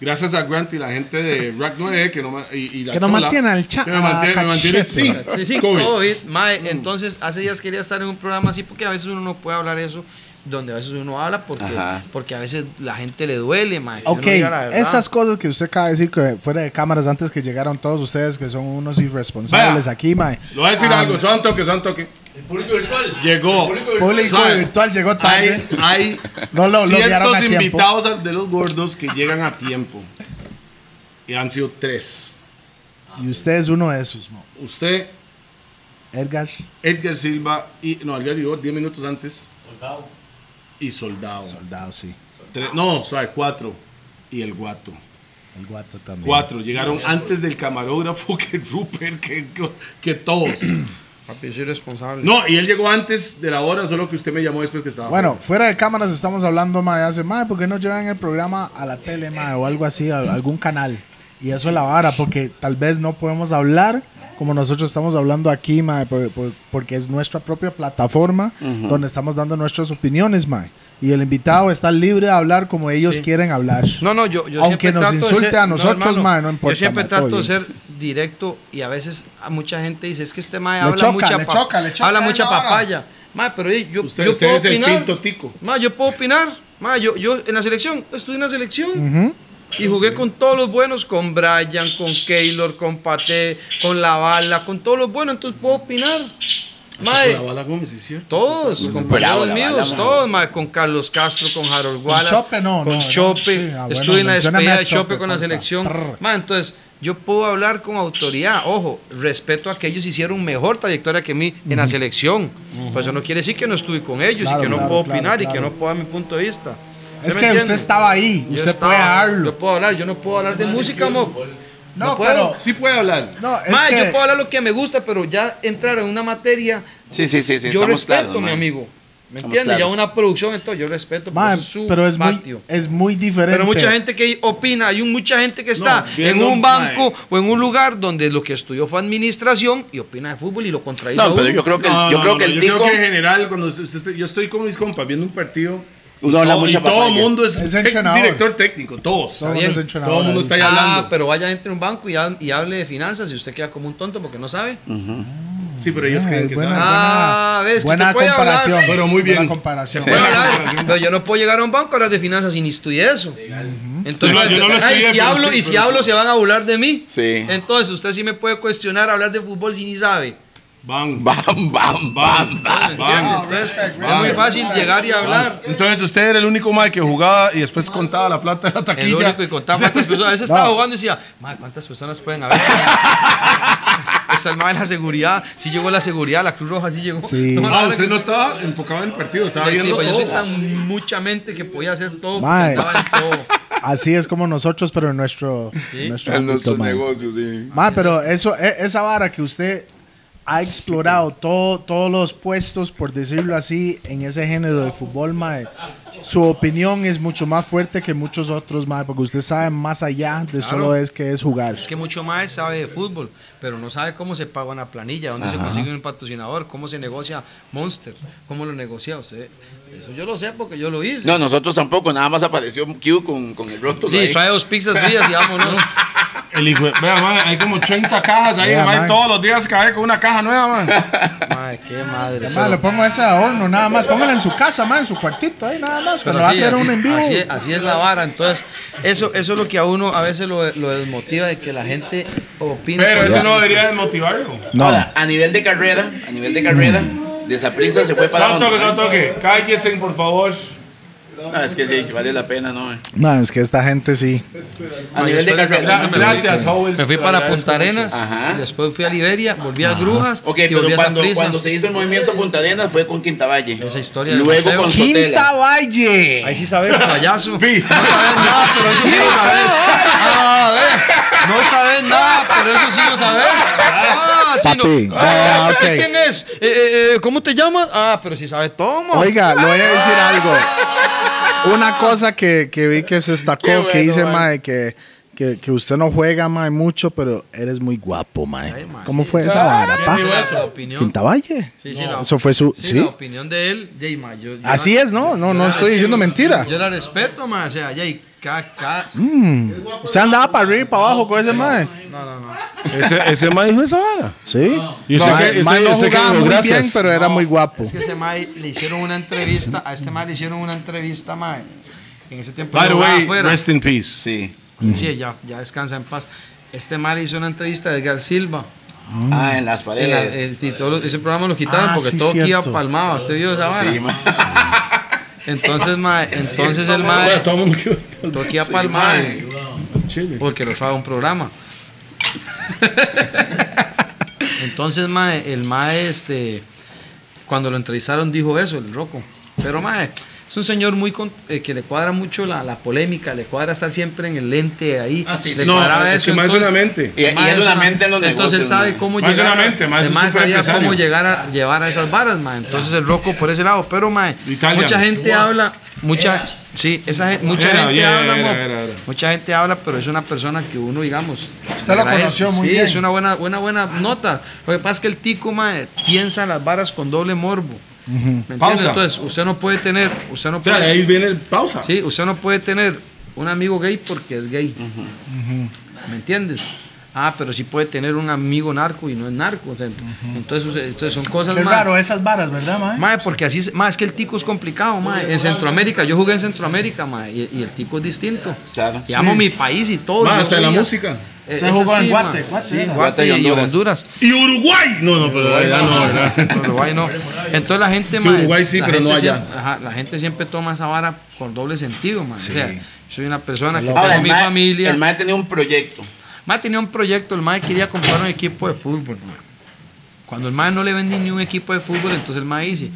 S4: Gracias a Grant y la gente de Rack 9 que no ma- y, y la
S1: Que nos
S4: chola,
S1: mantiene al cha-
S4: Que me mantiene, me mantiene
S1: cachete.
S4: sin
S2: Sí, sí,
S4: COVID.
S2: COVID, mae, entonces, hace días quería estar en un programa así porque a veces uno no puede hablar eso, donde a veces uno habla porque,
S3: Ajá.
S2: porque a veces la gente le duele, mae. Yo no
S1: Ok,
S2: diga la verdad.
S1: esas cosas que usted acaba de decir que fuera de cámaras antes que llegaron todos ustedes que son unos irresponsables
S4: Vea.
S1: aquí, mae.
S4: Lo voy a decir algo, son toque, son toque. El público virtual. Llegó.
S1: Público
S4: ¿Sabe?
S1: virtual llegó tarde.
S4: Hay, hay
S1: No lo lograron a
S4: ciertos
S1: tiempo.
S4: invitados a- de los gordos que llegan a tiempo. Y han sido tres.
S1: Y usted es uno de esos, mo.
S4: Usted,
S1: Edgar.
S4: Edgar Silva y. No, Edgar llegó 10 minutos antes. Soldado. Y Soldado.
S1: Soldado, sí.
S4: Tres- no, suave, cuatro. Y el guato.
S1: El guato también.
S4: Cuatro. Llegaron antes del camarógrafo que Rupert, que, que todos.
S2: Papi, yo soy responsable.
S4: No, y él llegó antes de la hora, solo que usted me llamó después que estaba.
S1: Bueno, fuera de cámaras estamos hablando, mae, hace, mae, ¿por qué no llevan el programa a la tele, mae, o algo así, a algún canal? Y eso es la vara, porque tal vez no podemos hablar como nosotros estamos hablando aquí, mae, por- por- porque es nuestra propia plataforma donde estamos dando nuestras opiniones, mae. Y el invitado está libre de hablar como ellos quieren hablar.
S2: No, no, yo, yo
S1: Aunque
S2: siempre
S1: nos
S2: trato de
S1: insulte
S2: ser-
S1: a nosotros,
S2: hermano,
S1: mae, no importa,
S2: Yo siempre
S1: mae,
S2: trato
S1: todo
S2: de
S1: bien.
S2: ser directo y a veces a mucha gente dice, es que este mae
S1: Le
S2: habla
S1: choca,
S2: mucha
S1: le
S2: pa-
S1: choca, le choca
S2: habla
S1: en
S2: mucha
S1: la hora".
S2: papaya. Mae, pero eh, yo,
S4: usted,
S2: yo
S4: usted
S2: puedo
S4: es el
S2: opinar.
S4: pinto tico.
S2: Mae, yo puedo opinar. Mae, yo, yo en la selección, estuve en la selección. Y jugué con todos los buenos, con Brian, con Keylor, con Pate, con La Bala, con todos los buenos, entonces puedo opinar. Mae,
S4: La bala Gómez, ¿sí, cierto?
S2: todos,
S3: Pues, Bravo,
S2: compañeros
S3: La Bala,
S2: míos,
S3: mae.
S2: todos, mae, con Carlos Castro, con Harold Wallace.
S1: Chope no,
S2: Con
S1: no, no,
S2: Chope.
S1: sí, ah, bueno,
S2: Estuve en la
S1: mencióname
S2: despedida
S1: a
S2: de Chope,
S1: Chope,
S2: con la
S1: porfa.
S2: selección.
S1: Prr.
S2: Mae, entonces, yo puedo hablar con autoridad. Ojo, respeto a que ellos hicieron mejor trayectoria que mí en la selección. Pero eso no quiere decir que no estuve con ellos
S1: Claro,
S2: y que no
S1: claro,
S2: puedo
S1: claro,
S2: opinar y que
S1: claro.
S2: no puedo dar mi punto de vista.
S1: Es
S2: me
S1: que usted
S2: entiende?
S1: estaba ahí,
S2: Yo
S1: usted
S2: estaba,
S1: puede hablarlo.
S2: Yo puedo hablar, yo no puedo hablar de música, mo.
S1: No,
S2: puedo.
S1: pero-
S4: Sí puede hablar.
S1: No, es
S2: Ma,
S1: que-
S2: yo puedo hablar lo que me gusta, pero ya entrar en una materia,
S3: Sí, sí, sí, sí.
S2: yo
S3: estamos
S2: respeto,
S3: claros,
S2: mi
S3: mae.
S2: amigo. ¿Me
S3: Estamos
S2: entiendes? Ya
S3: claros.
S2: una producción, entonces yo respeto,
S1: Mae,
S2: pero es su
S1: pero es
S2: patio.
S1: muy, es muy diferente.
S2: Pero mucha gente que opina, hay un- mucha gente que está en
S4: viendo,
S2: un banco
S4: mae.
S2: o en un lugar donde lo que estudió fue administración y opina de fútbol y lo contradice. a
S3: No,
S2: uno.
S3: pero yo creo que el,
S4: No,
S3: yo
S4: no,
S3: creo
S4: no,
S3: que el
S4: yo
S3: tico.
S4: creo que en general, cuando usted- usted- yo estoy con mis compas viendo un partido.
S3: Uno habla
S4: todo- y
S3: mucha
S4: todo el
S3: papaya.
S4: mundo es,
S1: Es
S4: tec-
S1: entrenador.
S4: director técnico, todos.
S1: Todo el
S4: ¿está
S1: mundo es
S4: bien?
S1: entrenador,
S4: Todo el mundo está ahí
S2: Ah,
S4: hablando.
S2: pero vaya entre un banco y, ha- y hable de finanzas y usted queda como un tonto porque no sabe.
S4: sí, pero ellos
S1: Ah,
S4: creen que
S1: buena-
S4: saben.
S2: Ah,
S1: buena,
S2: ves que
S1: buena
S2: usted puede hablar.
S1: comparación.
S4: Pero muy bien.
S1: Buena comparación.
S2: Puedo hablar, pero yo no puedo llegar a un banco a hablar de finanzas y ni estudié eso. Entonces,
S4: No, yo no lo
S2: ay,
S4: estudié,
S2: si
S4: pero
S2: hablo,
S4: sí,
S2: y si
S4: pero
S2: hablo, se van a burlar de mí.
S3: Sí.
S2: Entonces, usted sí me puede cuestionar hablar de fútbol si ni sabe.
S4: Van.
S3: Bam, bam, bam, bam.
S4: Van.
S2: Entonces, es muy fácil llegar y hablar.
S4: Entonces usted era el único mae que jugaba y después contaba la plata de la
S2: El
S4: taquilla.
S2: único y contaba cuántas personas. A veces estaba jugando y decía, "Mae, ¿cuántas personas pueden haber? Está el mae de la seguridad. Sí llegó la seguridad, la Cruz Roja sí llegó.
S1: Sí.
S2: No,
S4: Ah,
S2: la
S4: usted
S2: verdad
S4: no estaba enfocado en el partido,
S2: que-
S4: estaba
S2: pues, Yo
S4: viendo
S2: soy
S4: todo.
S2: tan mucha mente que podía hacer todo.
S1: Mae.
S2: contaba en todo.
S1: Así es como nosotros, pero en nuestro, en nuestro,
S3: En nuestros
S1: ámbito, mae.
S3: negocios, sí.
S1: Ma, pero eso, e- esa vara que usted ha explorado todo, todos los puestos, por decirlo así, en ese género de fútbol, mae, su opinión es mucho más fuerte que muchos otros, mae, porque usted sabe más allá de solo es que es jugar.
S2: Es que mucho más sabe de fútbol, pero no sabe cómo se paga una planilla, dónde se consigue un patrocinador, cómo se negocia Monster, cómo lo negocia usted. Eso yo lo sé porque yo lo hice.
S3: No, nosotros tampoco, nada más apareció Q con, con el rótulo.
S2: Sí,
S3: ahí.
S2: trae dos pizzas frías y vámonos.
S4: El hijo de- Vea, mae, hay como 80 cajas ahí,
S1: Vea,
S4: mae,
S1: mae.
S4: todos los días cae con una caja nueva, mae.
S2: Madre, qué madre.
S1: Ma, le pongo ese adorno, nada más. Póngala en su casa, ma, en su cuartito, ahí nada más.
S2: Pero
S1: Cuando va a
S2: así,
S1: hacer
S2: así,
S1: un en vivo.
S2: Así, así es la vara. Entonces, eso, eso es lo que a uno a veces lo, lo desmotiva de que la gente opine. Pues
S4: Pero
S2: por
S4: eso
S2: sí
S4: no
S2: misma.
S4: debería desmotivarlo.
S3: Ahora, a nivel de carrera, a nivel de carrera, de esa prisa se fue para
S4: Santo que,
S3: donde-
S4: santo que. Cállese, por favor.
S3: No, es que sí, que vale la pena, ¿no? eh.
S1: Ma, es que esta gente sí.
S3: A nivel de
S2: después de
S3: carrera.
S4: Gra- Gracias, Howells.
S2: Me fui
S4: Te
S2: para
S4: agradezco
S2: Punta
S4: mucho.
S2: Arenas,
S3: Ajá.
S2: y después fui a Liberia, volví a Grujas
S3: Ok,
S2: y volví
S3: pero
S2: a
S3: cuando,
S2: Saprissa.
S3: cuando se hizo el movimiento Punta Arenas fue con Quinta Valle.
S2: Esa historia del
S3: Luego
S2: museo.
S3: con
S1: Quinta
S3: Sotela.
S1: Valle.
S2: Ahí sí sabes, payaso. No
S4: Pi.
S2: sabes nada, pero eso sí lo sabes. A ver, no sabes nada, pero eso sí lo sabes. Ah, sí, no.
S1: Papi,
S2: Ah,
S1: ah,
S2: pero
S1: ok.
S2: ¿Quién es? Eh, eh, eh, ¿Cómo te llamas? Ah, pero sí sabes todo, ma.
S1: Oiga, le voy a decir algo. Una cosa que, que vi que se destacó,
S3: Qué bueno,
S1: que dice,
S3: man.
S1: mae, que, que, que usted no juega, mae, mucho, pero eres muy guapo, mae.
S2: Ay, mae,
S1: ¿Cómo
S2: sí.
S1: fue esa vara,
S2: ¿Quién
S1: pa?
S2: dijo eso? La opinión.
S1: ¿Quintavalle?
S2: Sí, sí, la-
S1: Eso fue su...
S2: Sí,
S1: Sí.
S2: la opinión de él, Jay, ma, yo- yo
S1: Así
S2: la-
S1: es, ¿no? No,
S2: yo
S1: no
S2: la-
S1: estoy diciendo mentira.
S2: Yo la respeto, ma, o sea, Jay, ca- ca-
S1: Usted andaba para arriba y para abajo con ese, mae.
S2: No, no, no.
S5: Ese, ese mae dijo esa vara.
S1: Sí.
S5: ¿Y usted
S1: Mae-
S5: qué- usted-
S1: mae no
S5: usted qué
S1: jugaba
S5: dijo?
S1: muy
S5: Gracias.
S1: bien, pero era muy guapo.
S2: Es que ese mae le hicieron una entrevista, a este mae le hicieron una entrevista, mae. En ese tiempo
S4: By the
S2: yo jugaba
S4: way,
S2: afuera. Mm.
S4: rest in peace.
S3: Sí.
S2: Sí, ya, ya descansa en paz. Este mal hizo una entrevista de Edgar Silva.
S3: Ah, en las
S2: En la-
S3: paredes.
S2: el- y todo lo- ese programa lo quitaron
S1: Ah,
S2: porque
S1: sí,
S2: todo que iba
S1: cierto.
S2: palmado. ¿Usted vio esa vara?
S3: Sí, ma.
S2: Entonces, mae, entonces el mae
S4: Todo el mundo que-
S2: todo que iba palmado. eh. Porque lo fue a un programa. Entonces, mae, el mae, este, cuando lo entrevistaron, dijo eso, el roco. Pero, mae, es un señor muy con- eh, que le cuadra mucho la, la polémica, le cuadra estar siempre en el lente ahí.
S3: Ah, sí, sí,
S2: le
S3: sí.
S4: No,
S2: cuadraba
S4: es que
S2: eso,
S4: más es una
S2: entonces-
S4: mente.
S3: Y, y
S2: Mae,
S3: es una
S2: una-
S3: mente en los negocios.
S2: Entonces sabe
S3: ma.
S2: cómo
S4: Mae, es
S2: llegar.
S4: una
S2: a-
S4: mente, mae, es un
S2: además sabía
S4: superempresario.
S2: cómo llegar a llevar a esas varas, mae. Entonces el roco por ese lado, pero mae,
S4: Italia.
S2: mucha gente habla, mucha sí, esa gen- mucha
S4: Era,
S2: gente
S4: yeah,
S2: habla,
S4: era,
S2: mo-
S4: era, era.
S2: mucha gente habla, pero es una persona que uno digamos.
S1: Usted lo
S2: agradece.
S1: conoció muy
S2: Sí,
S1: bien.
S2: es una buena buena buena nota. Lo que pasa es que el tico mae piensa las varas con doble morbo. ¿Me entiende?
S4: Pausa.
S2: Entonces, usted no puede tener, usted no
S4: O sea,
S2: puede
S4: ahí viene el pausa.
S2: Sí, usted no puede tener un amigo gay porque es gay. ¿Me entiendes? Ah, pero sí puede tener un amigo narco y no es narco. o sea, ent- entonces, usted- entonces son cosas
S1: Qué
S2: más.
S1: raro esas varas, ¿verdad, mae?
S2: Mae, porque así es, mae, es que el tico es complicado, mae. En Centroamérica, yo jugué en Centroamérica, mae, y, y el tico es distinto.
S3: Claro.
S2: Y amo mi país y todo.
S4: Mae,
S2: yo
S4: hasta en la
S2: soy-
S4: música.
S2: Eh,
S1: Usted
S2: es
S1: jugó en
S2: así,
S1: Guate,
S2: mae.
S1: Guate
S2: Sí,
S1: era.
S2: Guate y Honduras. Honduras.
S4: Y Uruguay. No, no, pero allá no, ¿verdad?
S2: En Uruguay no. Entonces la gente,
S4: Sí,
S2: mae,
S4: Uruguay sí,
S2: la
S4: pero no
S2: gente
S4: allá.
S2: siempre- ajá, la gente siempre toma esa vara con doble sentido, mae. O sea, soy una persona que
S3: Ahora,
S2: tengo
S3: el
S2: mi
S3: mae-
S2: familia.
S3: El mae tenía un proyecto.
S2: Mae tenía un proyecto, el Mae quería comprar un equipo de fútbol. mae. Cuando el Mae no le vende ni un equipo de fútbol, entonces el Mae dice,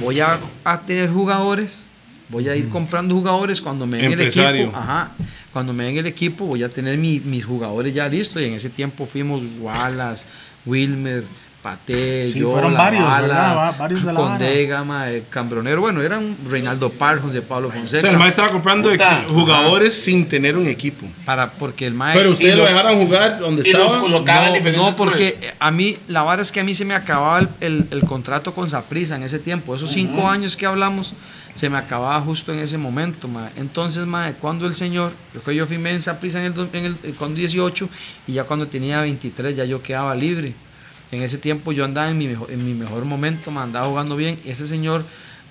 S2: voy a, a tener jugadores, voy a
S1: Mm.
S2: ir comprando jugadores cuando me den el
S4: Empresario.
S2: equipo. Ajá. Cuando me den el equipo voy a tener mi- mis jugadores ya listos. Y en ese tiempo fuimos Wallace, Wilmer, Pate,
S1: Sí,
S2: yo,
S1: fueron
S2: La
S1: varios,
S2: Bala,
S1: ¿verdad? Va- varios de La Vara.
S2: Condega, mae, Cambronero, bueno, eran Reinaldo Parjos de Pablo
S4: O
S2: Fonseca.
S4: sea, el maestro estaba comprando
S3: Puta.
S4: equi- jugadores sin tener un equipo.
S2: para, porque el Mae...
S4: Pero ustedes
S3: Y
S4: lo
S3: los-
S4: dejaron jugar donde
S3: Y los
S4: estaba.
S3: colocaba en
S2: No,
S3: diferentes
S2: no, porque
S3: clubes.
S2: eh, a mí, la vara es que a mí se me acababa el, el- el contrato con Saprisa en ese tiempo. Esos cinco años que hablamos, se me acababa justo en ese momento, mae. Entonces, mae, cuando el señor, yo creo que yo firmé en Saprisa en el, do- en el- eh, con 18 y ya cuando tenía 23 ya yo quedaba libre. En ese tiempo yo andaba en mi mejor, en mi mejor momento, me andaba jugando bien. Ese señor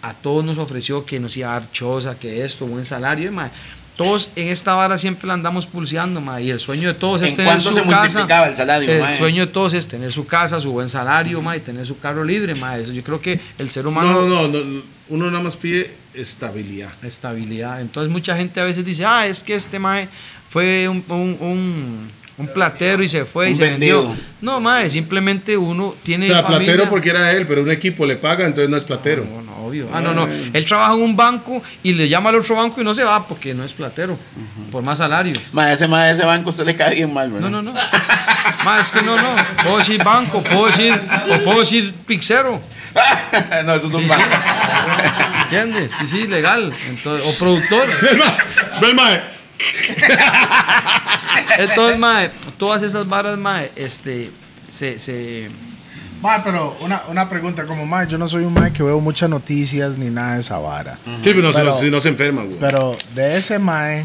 S2: a todos nos ofreció que nos iba a dar choza, que esto, buen salario, y, mae, todos en esta vara siempre la andamos pulseando, ma, y el sueño de todos es
S3: ¿En
S2: tener
S3: cuánto
S2: su
S3: se
S2: casa.
S3: multiplicaba el salario,
S2: el
S3: ma, eh?
S2: sueño de todos es tener su casa, su buen salario, ma, y tener su carro libre, ma. Eso yo creo que el ser humano
S4: No, no, no, uno nada más pide estabilidad.
S2: estabilidad. Entonces mucha gente a veces dice, ah, es que este mae fue un, un- un- un platero y se fue y
S3: Un
S2: se vendió.
S3: vendido.
S2: No, mae, simplemente uno tiene...
S4: O sea,
S2: familia.
S4: platero porque era él, pero un equipo le paga, entonces no es platero.
S2: No, no, obvio. Ah, no, no. Él trabaja en un banco y le llama al otro banco y no se va porque no es platero, por más salario.
S3: Ma, ese ma de ese banco usted le cae bien mal, ¿verdad?
S2: No, no, no. Mae, es que no, no. Puedo decir banco, puedo decir, o puedo decir pixero.
S3: no, eso es un
S2: Sí,
S3: banco.
S2: sí. ¿Entiendes? Sí, sí, legal. Entonces, o productor.
S4: Ve el mae.
S2: Entonces, mae, todas esas varas, mae, este, se, se...
S1: Ma, pero una, una pregunta, como ma, yo no soy un ma que veo muchas noticias ni nada de esa vara.
S4: Sí, pero no, se-
S1: Pero-
S4: no se- no se enferma, güey.
S1: Pero de ese mae,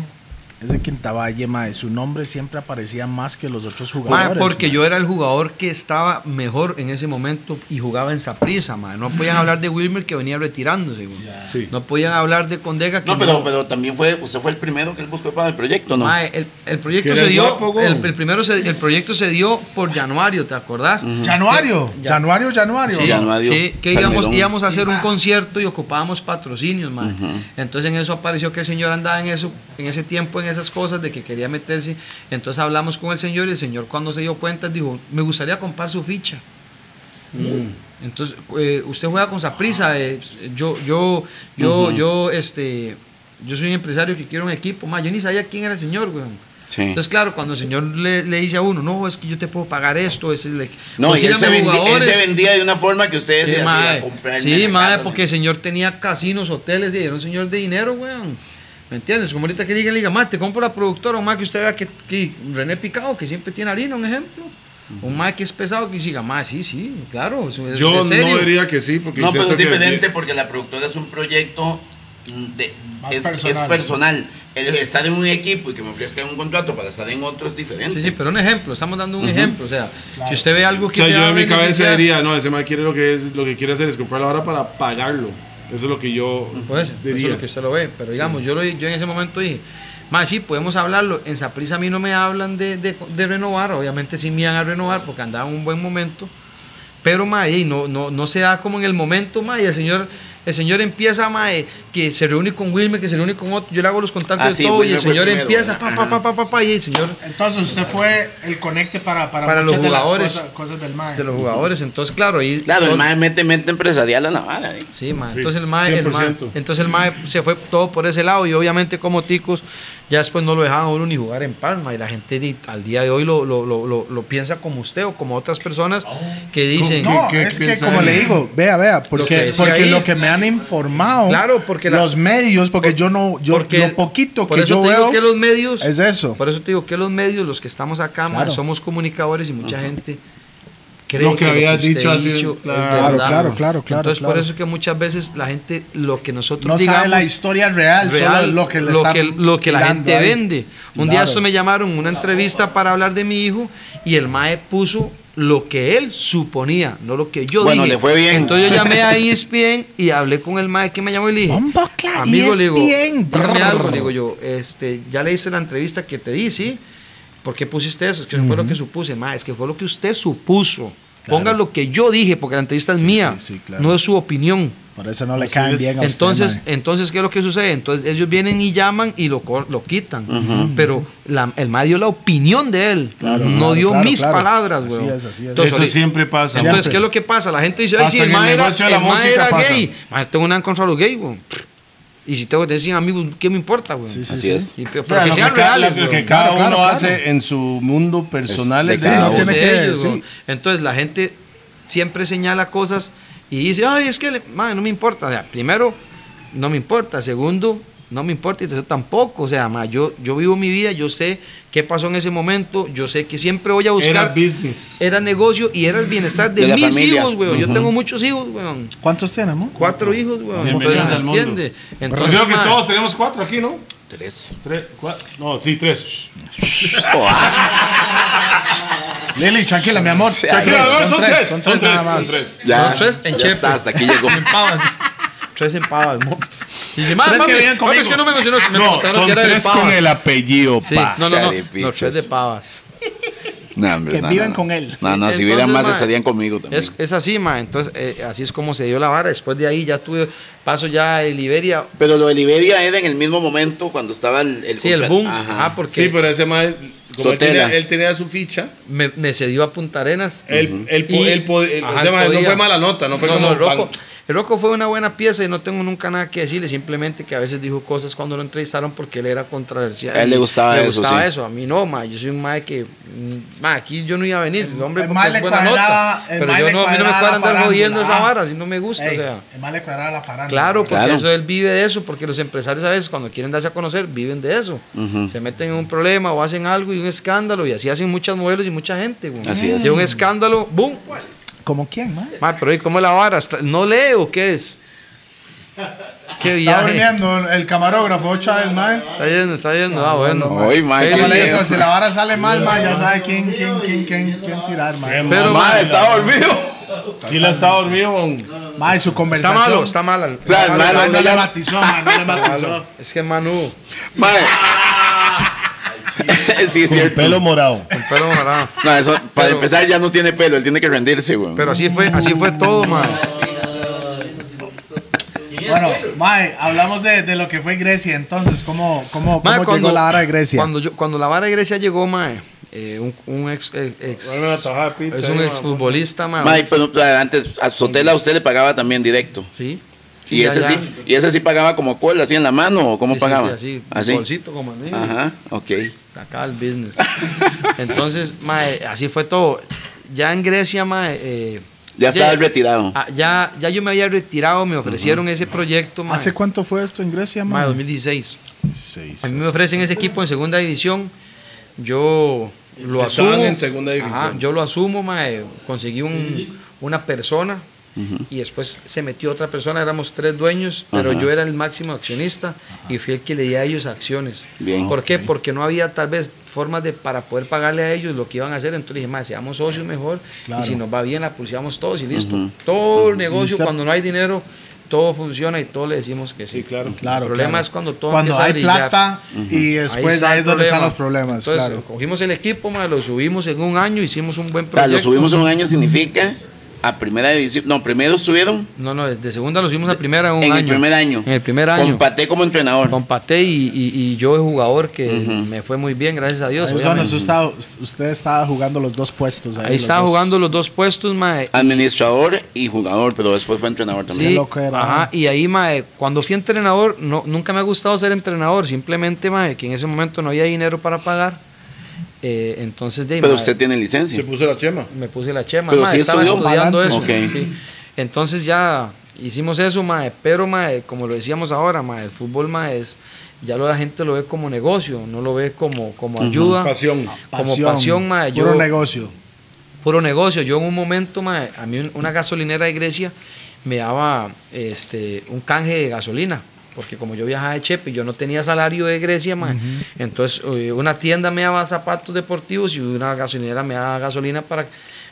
S1: ese Quintavalle, mae, su nombre siempre aparecía más que los otros
S2: Mae,
S1: jugadores.
S2: porque
S1: ma.
S2: yo era el jugador que estaba mejor en ese momento y jugaba en Saprisa, mae. No podían hablar de Wilmer que venía retirándose, güey.
S4: Sí.
S2: No podían hablar de Condega que
S3: No, pero, pero también fue, usted fue el primero que él buscó para el proyecto, ¿no?
S2: Mae, el, el proyecto
S4: Es que
S2: se
S4: era
S2: dio,
S4: guapo, güey.
S2: el, el primero se- el proyecto se dio por Januario, ¿te acordás?
S3: Mm.
S1: Januario, Januario, Januario.
S2: Sí,
S3: Ya no adiós.
S2: sí, que
S3: Salmerón.
S2: íbamos, íbamos a hacer un concierto y ocupábamos patrocinios, mae. Entonces en eso apareció que el señor andaba en eso, en ese tiempo, en esas cosas de que quería meterse. Entonces hablamos con el señor y el señor cuando se dio cuenta dijo, me gustaría comprar su ficha. Entonces, eh, usted juega con Saprisa, eh, yo, yo, yo, yo, este, yo soy un empresario que quiero un equipo, mae. yo ni sabía quién era el señor, weón.
S3: Sí.
S2: Entonces, claro, cuando el señor le, le dice a uno, no, es que yo te puedo pagar esto, es el,
S3: No, y él se,
S2: consígame
S3: vendi- él
S2: jugadores".
S3: se vendía de una forma que ustedes
S2: Sí,
S3: se
S2: madre,
S3: hacían comprar.
S2: Eh, sí, madre, porque el señor tenía casinos, hoteles, y era un señor de dinero, weón. ¿Me entiendes? Como ahorita que diga, le diga, más te compro la productora, un más que usted vea que, que René Picado, que siempre tiene harina, un ejemplo. Un más que es pesado, que diga, más sí, sí, claro. eso es-
S4: Yo
S2: es serio".
S4: no diría que sí, porque
S3: No, pero
S4: siento
S3: es
S4: que-
S3: diferente porque la productora es un proyecto mm, de,
S1: Más
S3: es,
S1: personal.
S3: es personal. El estar en un equipo y que me ofrezcan un contrato para estar en otro es diferente.
S2: Sí, sí, pero un ejemplo, estamos dando un ejemplo. O sea, si usted ve algo
S4: O
S2: que
S4: sea, yo
S2: sea
S4: en mi cabeza
S2: beneficiar-
S4: diría, no, ese mae quiere lo que, es, lo que quiere hacer es comprarlo ahora para pagarlo. Eso es lo que yo
S2: Pues, eso es
S4: diría.
S2: lo que usted lo ve. Pero digamos, yo, lo, yo en ese momento dije, más sí, podemos hablarlo. En Saprisa a mí no me hablan de, de- de renovar. Obviamente sí me iban a renovar porque andaba en un buen momento. Pero, ma, y no, no, no se da como en el momento, ma, y el señor... El señor empieza, ma, eh, que se reúne con Wilmer, que se reúne con otro. Yo le hago los contactos
S3: Ah,
S2: de
S3: sí,
S2: todo y
S3: Wilmer
S2: el
S3: fue
S2: señor
S3: primero,
S2: empieza, pa,
S3: ¿verdad?
S2: pa, pa, pa, pa, pa, y el señor
S1: Entonces usted fue el conecte para, para,
S2: Para
S1: muchas
S2: los
S1: de las
S2: jugadores.
S1: cosas, cosas del mae.
S2: de los jugadores. Entonces, claro, ahí...
S3: Claro, el
S2: todo-
S3: mae mete mente empresarial a la vara. ¿eh?
S2: Sí, ma.
S4: Sí,
S2: Entonces el mae, el mae-
S4: 100%.
S2: entonces el mae se fue todo por ese lado y obviamente como ticos ya después no lo dejaban a uno ni jugar en Palma y la gente di- al día de hoy lo, lo, lo, lo- lo piensa como usted o como otras personas
S4: Oh.
S2: que dicen...
S1: No,
S4: ¿Qué- qué
S1: es que
S4: piensa
S1: como
S4: él?
S1: le digo, vea, vea, porque,
S2: que decía
S1: porque
S2: ahí.
S1: lo que me han informado,
S2: Claro, porque la-
S1: los medios, porque yo no, yo
S2: porque-
S1: lo poquito
S2: por
S1: que yo
S2: eso te digo
S1: veo
S2: que los medios
S1: es eso.
S2: Por eso te digo que los medios, los que estamos acá, ma,
S1: Claro.
S2: somos comunicadores y mucha gente cree
S4: Lo que había
S2: usted
S4: dicho hace-
S2: hizo es
S4: claro,
S2: verdad,
S1: claro,
S2: ma.
S1: claro, claro,
S2: Entonces por
S1: claro.
S2: eso es que muchas veces la gente lo que nosotros
S1: no
S2: digamos
S1: sabe la historia real,
S2: real,
S1: solo lo que le
S2: lo
S1: están
S2: que, lo que la
S1: tirando
S2: gente
S1: ahí.
S2: vende. Un día
S1: Claro.
S2: esto me llamaron una entrevista para hablar de mi hijo y el mae puso lo que él suponía, no lo que yo
S3: Bueno,
S2: dije.
S3: le fue bien.
S2: Entonces yo llamé a E ESPN y hablé con el mae que me llamó y le dije,
S1: Bombo, claro,
S2: amigo, le digo,
S1: ESPN,
S2: dígame
S1: brr.
S2: algo, le digo yo, este, ya le hice la entrevista que te di, ¿sí? ¿Por qué pusiste eso? Es que fue lo que supuse, mae, es que fue lo que usted supuso. Ponga lo que yo dije, porque la entrevista es
S1: Sí,
S2: mía,
S1: sí, sí, claro.
S2: no es su opinión.
S1: Por eso no le caen bien a
S2: Entonces,
S1: usted, mae.
S2: entonces, ¿qué es lo que sucede? Entonces, ellos vienen y llaman y lo, cor- lo quitan. Pero la- el ma dio la opinión de él. no
S1: claro,
S2: dio
S1: claro,
S2: mis
S1: claro.
S2: palabras,
S1: Así
S2: güey.
S1: es, así es.
S2: Entonces,
S4: Eso
S2: ahorita-
S4: siempre pasa.
S1: Siempre.
S2: Entonces, ¿qué es lo que pasa? La gente dice, ay,
S4: Hasta
S2: sí, el
S4: en el
S2: ma era,
S4: negocio de la
S2: el ma
S4: música
S2: era
S4: pasa.
S2: gay. Ma, tengo nada contra los gays, güey. Y si tengo que decir amigos, ¿qué me importa, güey?
S1: Sí, sí,
S3: Así
S1: sí.
S3: es.
S2: Y- pero
S5: O sea,
S2: que
S5: lo
S2: sean
S5: que cada-
S2: reales,
S5: lo que
S2: güey.
S5: cada
S1: Claro,
S5: uno
S1: claro, claro.
S5: hace en su mundo personal
S3: de
S5: es
S1: Sí,
S5: de
S3: cada
S1: no
S3: uno.
S5: ellos.
S1: tiene
S2: de
S1: que-
S2: ellos,
S1: sí.
S2: weón. Entonces la gente siempre señala cosas y dice, ay, es que le- mae, no me importa. O sea, primero, no me importa. Segundo, no me importa. Y tercero, tampoco. O sea, mae, yo, yo vivo mi vida, yo sé qué pasó en ese momento, yo sé que siempre voy a buscar.
S4: Era business.
S2: era negocio y era el bienestar de,
S3: De la
S2: mis
S3: familia.
S2: hijos, weón. Yo
S3: Ujú.
S2: tengo muchos hijos, weón.
S1: ¿Cuántos tiene, amor?
S2: Cuatro hijos, weón.
S4: Bienvenidos
S2: Entonces,
S4: al mundo.
S2: ¿entiende?
S4: Pero
S2: Entonces,
S4: Pues creo que
S2: mae,
S4: todos tenemos cuatro aquí, ¿no?
S3: Tres.
S4: Tres, cuatro. No, sí, tres.
S2: Oh, ah,
S1: Lili, tranquila, mi amor.
S4: Mira,
S1: Tranquila,
S4: no, son tres.
S1: son
S4: Son tres.
S1: nada
S4: Son
S1: más.
S4: tres.
S3: Ya,
S2: Son tres en
S3: ya
S2: chepe.
S3: está, hasta aquí llegó.
S2: en pavas. Tres en pavas, mo. Dice, "Ma,
S4: Tres que
S2: mami, mami, es
S4: venían conmigo".
S2: que no me mencionó. Me
S4: No,
S2: contaron
S4: son
S2: que era de
S5: Tres
S2: pavas.
S5: con el apellido,
S2: Sí,
S5: pa.
S2: no, no, no,
S3: Chale,
S2: no, tres de
S3: pichas.
S2: pavas.
S3: No, hombre,
S1: Que
S3: no,
S1: vivan
S3: no, no.
S1: con él.
S3: No, no, si
S2: Entonces,
S3: vieran más
S2: ma,
S3: estarían conmigo también.
S2: Es, es así, ma. Entonces, eh, así es como se dio la vara. Después de ahí ya tuve paso ya de Liberia.
S3: Pero lo de Liberia era en el mismo momento cuando estaba el...
S2: Sí, el boom. Ah, porque
S4: Sí, pero ese mae, como él
S3: Sotela.
S4: tenía, él tenía su ficha,
S2: me, me cedió a Punta Arenas.
S1: Eh,
S4: él, él, po-
S2: Y-
S4: él po- él-
S2: Ajá,
S4: ese mae no
S2: podía.
S4: fue mala nota, no fue
S2: No,
S4: como...
S2: no, el Rocco,
S4: pan-
S2: el Rocco fue una buena pieza y no tengo nunca nada que decirle, simplemente que a veces dijo cosas cuando lo entrevistaron porque él era controversial.
S3: A él le
S2: y
S3: gustaba
S2: le
S3: eso,
S2: gustaba
S3: sí.
S2: eso, a mí no, ma, yo soy un mae que mm, ma, aquí yo no iba a venir, el hombre
S1: el
S2: porque
S1: mae
S2: es
S1: le
S2: buena
S1: cuadraba-
S2: nota,
S1: el
S2: pero
S1: mae
S2: yo
S1: le
S2: no, a mí no me
S1: cuadraba
S2: cuadra
S1: la
S2: andar
S1: farándula,
S2: jodiendo esa
S1: ah.
S2: vara, si no me gusta, o sea.
S1: Es más le cuadraba la farándula.
S2: Claro, pues. porque
S3: Claro.
S2: eso él vive de eso, porque los empresarios a veces cuando quieren darse a conocer viven de eso. Se meten en un problema o hacen algo y un escándalo y así hacen muchos modelos y mucha gente. güey.
S3: Así es.
S2: De un escándalo, ¡boom!
S1: ¿Como quién, man?
S2: Ma, pero ¿y cómo es la vara? Está- ¿No lee o qué es? Qué
S1: Está
S2: viaje.
S1: durmiendo el camarógrafo ocho veces, man.
S2: Está yendo, está yendo. Ah, bueno.
S3: Hoy, mae,
S2: Pero
S3: qué
S1: Como le
S3: miedo.
S1: digo, si la vara sale mal, man, ya sabe quién, quién, quién, quién, quién tirar, man.
S2: Pero, ma,
S3: Mae, estaba dormido.
S4: Sí, la estaba dormido, man.
S1: Man, su
S2: está
S1: conversación.
S2: malo, está mal.
S3: O sea, el mae
S1: No,
S3: no-
S1: no
S3: no
S1: le
S3: llama-
S1: matizó, man, no le matizó.
S2: Es que Manu,
S3: Mae. Sí, es cierto.
S5: Pelo morado.
S2: el pelo morado.
S3: No, eso, para
S2: Pero-
S3: empezar ya no tiene pelo, él tiene que rendirse, güey.
S2: Pero así fue, así fue todo, man.
S1: Bueno, mae, hablamos de, de lo que fue Grecia, entonces, ¿cómo, cómo,
S2: Ma,
S1: cómo llegó la vara de Grecia?
S2: Cuando, yo, cuando la vara de Grecia llegó, mae, eh, un, un ex, ex- ex-
S4: Dame una tajada de pizza
S2: es
S4: ahí,
S2: un
S4: ma.
S2: exfutbolista, mae.
S3: Mae, pero o sea, antes a Sotela usted le pagaba también directo.
S2: Sí.
S3: y ese
S2: allá.
S3: sí, y ese sí pagaba como cola, así en la mano o cómo
S2: Sí, sí,
S3: pagaba.
S2: Sí, así,
S3: así.
S2: bolsito como así.
S3: Ajá, ok.
S2: Sacaba el business. Entonces, mae, así fue todo. Ya en Grecia, mae, eh,
S3: Ya estaba retirado.
S2: ah, ya, ya yo me había retirado, me ofrecieron ese proyecto, mae.
S1: ¿Hace cuánto fue esto en Grecia,
S2: mae,
S1: man?
S2: 2016.
S1: Seis.
S2: A mí me ofrecen ese equipo en segunda división. Yo lo
S4: Estaban
S2: asumo.
S4: en segunda división.
S2: yo lo asumo, mae. Conseguí un- una persona y después se metió otra persona. Éramos tres dueños, pero yo era el máximo accionista y fui el que le di a ellos acciones.
S3: Bien.
S2: ¿Por qué? Porque no había tal vez formas de para poder pagarle a ellos lo que iban a hacer. Entonces dije, mae, seamos socios mejor y si nos va bien la pulseamos todos y listo. Todo el negocio,
S1: usted-
S2: cuando no hay dinero, todo funciona y todo le decimos que sí.
S4: Sí, claro.
S1: Claro,
S2: el problema
S1: claro.
S2: es cuando todo
S1: Cuando
S2: empieza a
S1: hay
S2: brillar.
S1: plata y después ahí,
S2: está el
S1: es donde están
S2: problema.
S1: los problemas,
S2: Entonces,
S1: claro.
S2: cogimos el equipo, ma, lo subimos en un año, hicimos un buen
S3: O sea,
S2: proyecto.
S3: lo subimos en un año significa a primera división. No, primero subieron
S2: No, no, de segunda lo subimos a primera en un
S3: en
S2: año.
S3: el primer año.
S2: En el primer año.
S3: Con Paté como entrenador.
S2: Con Paté y, y- y yo de jugador que me fue muy bien, gracias a Dios.
S1: Ahí es donde
S2: obviamente.
S1: usted, estaba, usted estaba jugando los dos puestos. Ahí,
S2: Ahí
S1: los
S2: estaba
S1: dos.
S2: jugando los dos puestos, ma,
S3: Administrador y jugador, pero después fue entrenador Ah, también.
S2: Sí,
S1: loco era,
S2: ajá,
S1: ¿no?
S2: y ahí, mae, cuando fui entrenador, no, nunca me ha gustado ser entrenador, simplemente, mae, que en ese momento no había dinero para pagar. Eh, entonces, de ahí,
S3: Pero
S2: mae,
S3: usted tiene licencia.
S4: Se puso la chema.
S2: me puse la chema,
S3: Pero
S2: mae,
S3: sí
S2: estaba
S3: estudió.
S2: estudiando eso.
S3: Balance. Ok.
S2: sí. Entonces ya hicimos eso, mae, pero mae, como lo decíamos ahora, mae, el fútbol mae, es, ya lo- la gente lo ve como negocio, no lo ve como, como ayuda,
S4: Pasión.
S2: como pasión, mae,
S1: Puro
S2: yo-
S1: negocio.
S2: puro negocio. Yo en un momento, mae, a mí un- una gasolinera de Grecia me daba este, un canje de gasolina. Porque como yo viajaba de Chepe, yo no tenía salario de Grecia, mae. entonces eh, una tienda me daba zapatos deportivos y una gasolinera me daba gasolina para...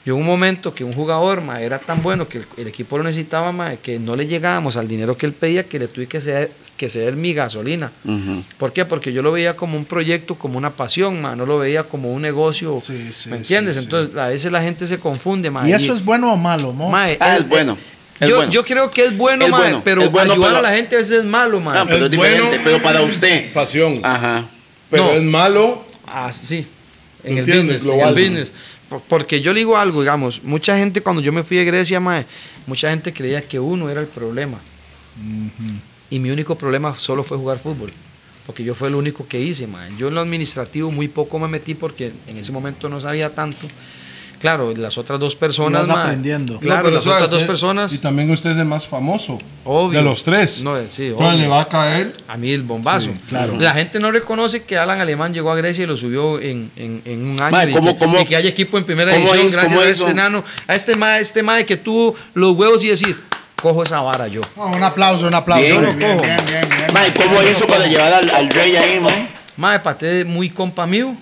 S2: Yo en un momento que un jugador mae, era tan bueno que el, el equipo lo necesitaba, mae, que no le llegábamos al dinero que él pedía, que le tuve que ceder, que ceder mi gasolina.
S3: Ujú.
S2: ¿Por qué? Porque yo lo veía como un proyecto, como una pasión, ma, no lo veía como un negocio.
S1: Sí, sí,
S2: ¿Me entiendes?
S1: sí, sí.
S2: Entonces, a veces la gente se confunde, ma.
S1: ¿Y eso es bueno o malo, mo?
S2: ma,
S3: Ah,
S2: el-
S3: es bueno, es
S2: yo,
S3: bueno.
S2: yo creo que es bueno,
S3: Es
S2: ma,
S3: bueno,
S2: pero
S3: es bueno,
S2: ayudar
S3: pero-
S2: a la gente a veces es malo, ma.
S3: Ah, pero es,
S4: Es
S3: diferente,
S4: bueno.
S3: pero para usted.
S4: Pasión.
S3: Ajá.
S4: Pero
S2: Ah, No.
S4: es malo.
S2: Ah, sí. En
S4: ¿Lo
S2: el,
S4: entiendes?
S2: business, en
S4: Global.
S2: el business. Por- Porque yo le digo algo, digamos, mucha gente cuando yo me fui de Grecia, mae, mucha gente creía que uno era el problema. Y mi único problema solo fue jugar fútbol. Porque yo fue el único que hice, mae. Yo en lo administrativo muy poco me metí porque en ese momento no sabía tanto. Claro, las otras dos personas.
S1: Ibas
S2: mae.
S1: aprendiendo.
S2: Claro, las otras dos personas.
S4: eh, Y también usted es el más famoso.
S2: Obvio.
S4: De los tres.
S2: No, eh, sí,
S4: Entonces
S2: obvio.
S4: le va a caer.
S2: A mí el bombazo. La gente no reconoce que Alan Alemán llegó a Grecia y lo subió en, en- en un año.
S3: Mae,
S2: y,
S3: ¿cómo-
S2: que,
S3: cómo-
S2: y que haya equipo en primera
S3: cómo
S2: división
S3: es-
S2: gracias
S3: cómo
S2: a
S3: es
S2: este
S3: eso?
S2: enano, a este mae, este mae que tuvo los huevos y decir, cojo esa vara yo.
S1: Oh, un aplauso, un aplauso.
S3: Bien.
S1: Bien, bien, bien, bien, bien.
S3: Mae, ¿cómo hizo para llevar al, al rey ahí, mae?
S2: Mae, Paté muy compa mío.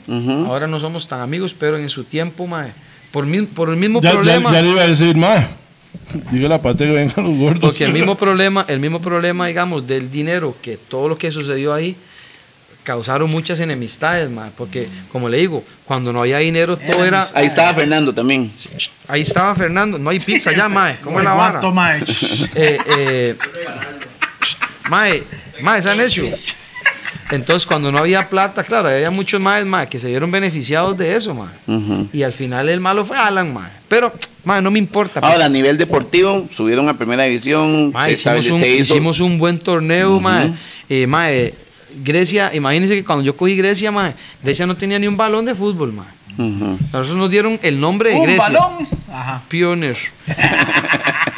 S2: Ahora no somos tan amigos, pero en su tiempo, mae, por, mi- por el mismo
S5: Ya, ya-
S2: problema.
S5: ya le iba a decir, ma. Diga la parte que vengan los gordos.
S2: Porque el mismo problema, el mismo problema, digamos, del dinero, que todo lo que sucedió ahí, causaron muchas enemistades, ma, porque como le digo, cuando no había dinero, todo era...
S3: Ahí estaba Fernando también.
S2: Ahí estaba Fernando, no hay pizza
S1: este,
S2: ya, mae, ¿cómo es la vara?
S1: Guato, mae.
S2: Eh, eh, mae, mae, ¿saben eso? Entonces, cuando no había plata, claro, había muchos maes, mae, que se vieron beneficiados de eso, mae. Y al final el malo fue Alan, mae. Pero, mae, no me importa.
S3: Ahora, a nivel deportivo, subieron a primera división.
S2: Mae,
S3: se
S2: hicimos,
S3: estable-
S2: un,
S3: se hizo-
S2: hicimos un buen torneo, mae. Eh, mae, Grecia, imagínense que cuando yo cogí Grecia, mae, Grecia no tenía ni un balón de fútbol, mae.
S3: Ujú.
S2: Nosotros nos dieron el nombre de
S1: Un
S2: Grecia.
S1: balón. Ajá.
S2: Pioneers.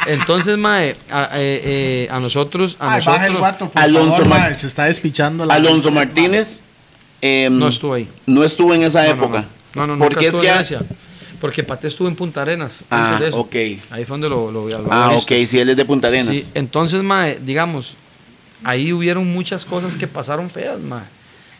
S2: Entonces, mae, a, eh, eh, a nosotros, a
S1: Ay, baja el
S2: nosotros,
S1: guato, por
S3: Alonso
S1: favor,
S3: Mar-
S1: mae, Se está despichando la
S3: Alonso
S1: mae.
S3: Martínez eh,
S2: no estuvo ahí.
S3: no estuvo en esa
S2: No, no,
S3: época.
S2: No, no, no.
S3: Porque es que.
S2: Gracia. Porque Pate estuvo en Punta Arenas.
S3: Ah,
S2: antes de eso.
S3: ok.
S2: Ahí fue donde lo, lo vi. lo
S3: Ah,
S2: había
S3: ok,
S2: visto.
S3: sí, él es de Punta Arenas.
S2: Sí, entonces, mae, digamos, ahí hubieron muchas cosas que pasaron feas, mae.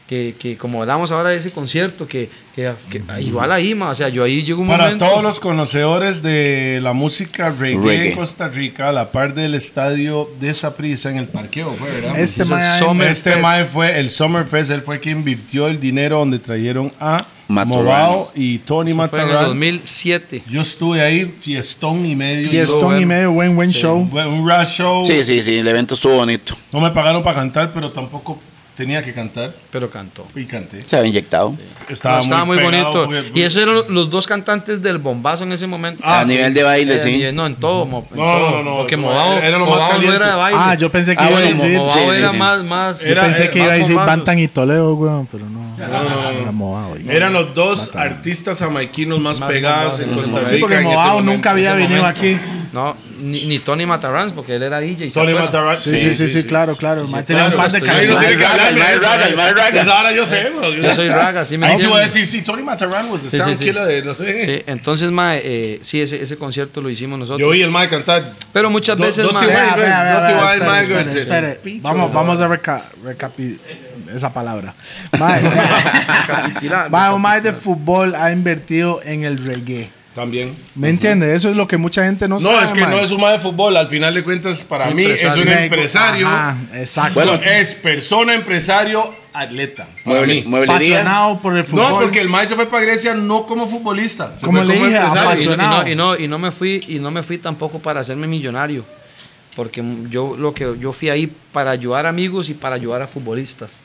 S2: Que, que como hablamos ahora de ese concierto, que, que- que igual ahí, mae. O sea, yo ahí llegó un
S5: Para
S2: momento.
S5: todos los conocedores de la música reggae,
S3: Reggae.
S5: en Costa Rica, a la par del estadio de Saprissa en el parqueo, fue, ¿verdad?
S1: Este
S2: Hizo
S1: mae.
S2: Summer
S5: este
S2: Fest.
S5: mae fue el Summerfest, él fue quien invirtió el dinero donde trajeron a
S3: Matorral.
S5: Movao y Tony
S2: Eso Fue en el
S5: Matarral.
S2: 2007.
S5: Yo estuve ahí fiestón y medio.
S1: Y
S2: estuvo
S1: Stone y
S2: bueno.
S1: medio, buen, buen show.
S5: Fue Un rush show.
S3: Sí, sí, sí, el evento estuvo bonito.
S5: No me pagaron para cantar, pero tampoco tenía que cantar
S2: Pero cantó.
S5: y canté.
S3: Se había inyectado.
S5: Estaba,
S2: No, estaba muy,
S5: pegado,
S2: bonito.
S5: muy-
S2: Y esos eran lo- los dos cantantes del bombazo en ese momento.
S3: Ah, A sí. nivel de baile, sí.
S2: y- No, en todo. mo- en
S5: No,
S2: todo,
S5: no, no, no,
S2: Porque
S5: eso
S2: Movao
S5: era- era lo más
S2: Movao no
S5: caliente.
S2: era de baile.
S1: Ah, yo pensé que
S3: Ah,
S1: iba a
S3: bueno,
S1: decir.
S2: Movao
S3: sí, sí,
S2: era
S3: sí.
S2: más, más.
S1: Yo
S5: Era- eh,
S1: pensé que
S2: más
S1: iba a decir
S2: bombazo.
S1: Bantan y Toledo, weón, pero no. Era Movado, weón.
S4: Eran los dos artistas jamaiquinos más, pegados en Costa Rica.
S1: Sí, porque
S4: en ese
S1: Movado
S4: momento.
S1: nunca había
S2: ese
S1: venido
S2: momento.
S1: aquí.
S2: No, ni, ni Tony Matarrans, porque él era DJ. ¿se
S4: Tony
S2: acuerdan?
S4: Matarazzo.
S1: Sí, sí, sí, sí, claro, claro. mae, Tenía
S4: claro,
S1: un par de
S2: estoy-
S4: Ahí no
S3: Más
S4: tiene
S1: canciones.
S4: que
S3: raga,
S4: hablarme
S3: más
S4: de eso,
S3: raga,
S4: ¿eh?
S3: más raga.
S4: Pues ahora yo sé, bro.
S2: Yo soy raga, sí me
S5: Ahí sí voy a
S2: entiendes?
S5: decir, sí, Tony Matarral was the
S2: Sí, sí,
S5: sound
S2: sí.
S5: killer de no sé.
S2: Sí, entonces, mae, eh, sí, ese, ese concierto lo hicimos nosotros.
S4: Yo oí el mae cantar.
S2: Pero muchas
S4: Do-
S2: veces,
S4: do
S2: mae,
S4: te voy-
S1: Vea, vea, vea,
S4: No te
S1: vea,
S4: voy a ir
S1: espere,
S4: más,
S1: espere,
S4: güey,
S1: espere.
S4: ese picho,
S1: Vamos,
S4: esa
S1: vamos a reca, recapi- esa palabra. Mae, mae, un mae de fútbol ha invertido en el reggae.
S4: También.
S1: ¿Me entiende? Eso es lo que mucha gente no, sabe.
S4: No, es que
S1: mae.
S4: no es un mae de fútbol. Al final de cuentas, para
S2: Un
S4: mí es
S2: empresario.
S4: un
S1: Nego-
S4: empresario.
S1: Ajá, exacto.
S3: Bueno,
S4: Es persona, empresario, atleta. para
S3: Mueble,
S4: mí.
S3: mueblería.
S1: apasionado por el fútbol.
S4: No, porque el mae se fue para Grecia no como futbolista. se
S1: Como
S4: fue
S1: le dije, ah, pues,
S4: empresario.
S2: y no- y
S1: apasionado.
S2: no, y no- y no me fui y no me fui tampoco para hacerme millonario porque yo lo que yo fui ahí para ayudar a amigos y para ayudar a futbolistas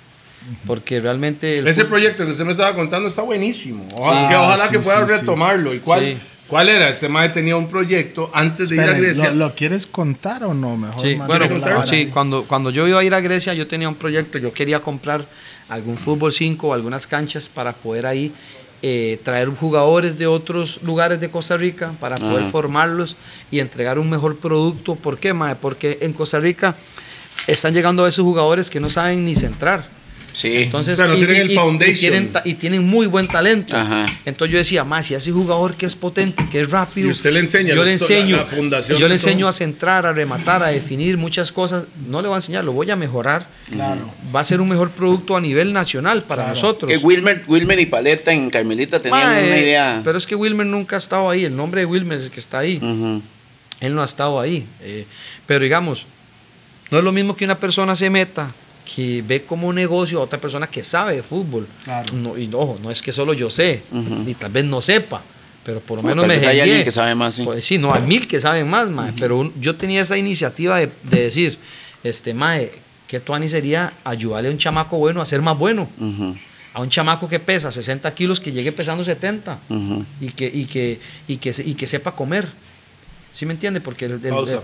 S2: porque realmente el
S4: Ese
S2: fut-
S4: proyecto que usted me estaba contando está buenísimo. Ojalá, que, ojalá
S1: Ah, sí,
S4: que pueda
S1: sí, sí.
S4: retomarlo. ¿Y cuál,
S2: Sí.
S4: cuál era? Este mae tenía un proyecto antes de ir a
S1: Espere,
S4: Grecia.
S1: ¿lo, lo quieres contar o no? Mejor
S2: Sí,
S1: mae,
S2: bueno,
S1: la
S4: contar?
S1: vara.
S2: sí, cuando, cuando yo iba a ir a Grecia, yo tenía un proyecto, yo quería comprar algún fútbol 5 o algunas canchas para poder ahí eh, traer jugadores de otros lugares de Costa Rica para poder formarlos y entregar un mejor producto. ¿Por qué, Mae? Porque en Costa Rica están llegando a esos jugadores que no saben ni centrar.
S3: Sí.
S2: Entonces,
S4: O sea, no tienen el foundation.
S2: tienen, ta- y tienen muy buen talento.
S3: Ajá.
S2: Entonces yo decía, más si ese jugador que es potente, que es rápido.
S4: Y usted le enseña
S2: yo
S4: la
S2: le
S4: histo- la-
S2: enseño,
S4: la fundación
S2: yo le
S4: y todo.
S2: enseño a centrar, a rematar, a definir muchas cosas. No le voy a enseñar, lo voy a mejorar.
S1: Claro.
S2: Va a ser un mejor producto a nivel nacional para nosotros.
S3: Que Wilmer, Wilmer y Paleta en Carmelita tenían
S2: Ma,
S3: una
S2: eh,
S3: idea.
S2: Pero es que Wilmer nunca ha estado ahí. El nombre de Wilmer es el que está ahí.
S3: Ujú.
S2: Él no ha estado ahí. eh, pero digamos, no es lo mismo que una persona se meta, que ve como un negocio a otra persona que sabe de fútbol.
S1: Claro.
S2: No, y ojo, no es que solo yo sé, y tal vez no sepa, pero por lo
S3: No,
S2: menos me
S3: Pues, tal vez hay
S2: dejé.
S3: alguien que sabe más, sí.
S2: Pues sí, no, hay mil que saben más, mae, pero un- yo tenía esa iniciativa de, de decir, este, mae, que tuani sería ayudarle a un chamaco bueno a ser más bueno
S3: Ujú,
S2: a un chamaco que pesa 60 kilos que llegue pesando 70
S3: Ujú.
S2: y, que, y, que, y, que, se- y que sepa comer. ¿Sí me entiende? Porque el- el-
S4: Pausa.
S2: el-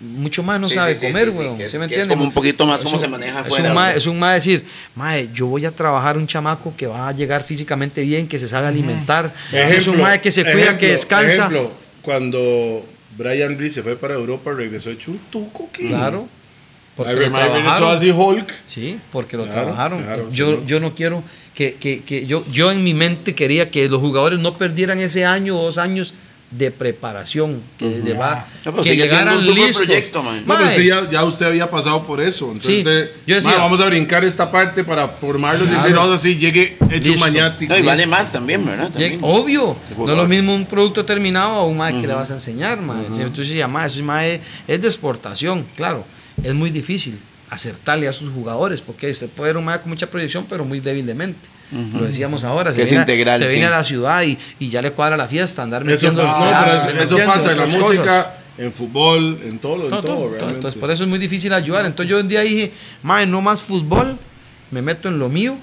S2: mucho más no
S3: Sí,
S2: sabe
S3: sí, sí,
S2: comer,
S3: sí, sí,
S2: weón.
S3: que es-
S2: ¿Sí me
S3: que es
S2: entiende?
S3: como un poquito más cómo
S2: un-
S3: se maneja
S2: es
S3: afuera,
S2: Un
S3: o
S2: mae,
S3: sea.
S2: es un mae decir, mae, yo voy a trabajar un chamaco que va a llegar físicamente bien, que se sabe alimentar. es un mae que se cuida,
S4: ejemplo,
S2: que descansa.
S4: Ejemplo, cuando Brian Reese se fue para Europa, regresó hecho un tuco. ¿qué?
S2: Claro. Porque
S4: Ay,
S2: lo
S4: mae, regresó
S2: trabajaron.
S4: así Hulk.
S2: Sí, porque lo
S4: Claro,
S2: trabajaron.
S4: claro, sí,
S2: yo,
S4: ¿no?
S2: yo no quiero que, que- que yo, yo en mi mente quería que los jugadores no perdieran ese año o dos años de preparación que desde va
S3: No, pero
S2: que
S3: sigue siendo
S2: llegaran
S3: un super
S2: listos.
S3: proyecto, mae.
S4: No, pero
S2: Mae,
S4: sí, ya, ya usted había pasado por eso. Entonces,
S2: Sí.
S4: usted,
S2: Yo decía-
S4: "Ma, vamos a brincar esta parte para formarlos y decir,
S2: Claro.
S4: no, así llegue hecho un
S2: Listo.
S4: mañati.
S3: No, y vale más también, ¿verdad?
S2: Lleg-
S3: También.
S2: Obvio, no es
S3: jugador.
S2: lo mismo un producto terminado a un mae que le vas a enseñar, mae. Si Tú dices, ya, mae, ese mae es de exportación, claro, es muy difícil acertarle a sus jugadores, porque usted puede ver un mae con mucha proyección, pero muy débilmente. Lo decíamos ahora, se,
S3: Que es
S2: viene, a-
S3: integral,
S2: se
S3: sí.
S2: viene a la ciudad y, y ya le cuadra la fiesta, andar
S4: Eso,
S2: metiendo
S4: no,
S2: pedazos,
S4: pero
S2: ¿me
S4: eso, eso
S2: entiende?
S4: pasa en la
S2: Otras cosas.
S4: música, en fútbol, en todo,
S2: Todo,
S4: en todo,
S2: todo, todo.
S4: realmente.
S2: Entonces, por eso es muy difícil ayudar. Entonces, yo un día dije, mae, no más fútbol, me meto en lo mío,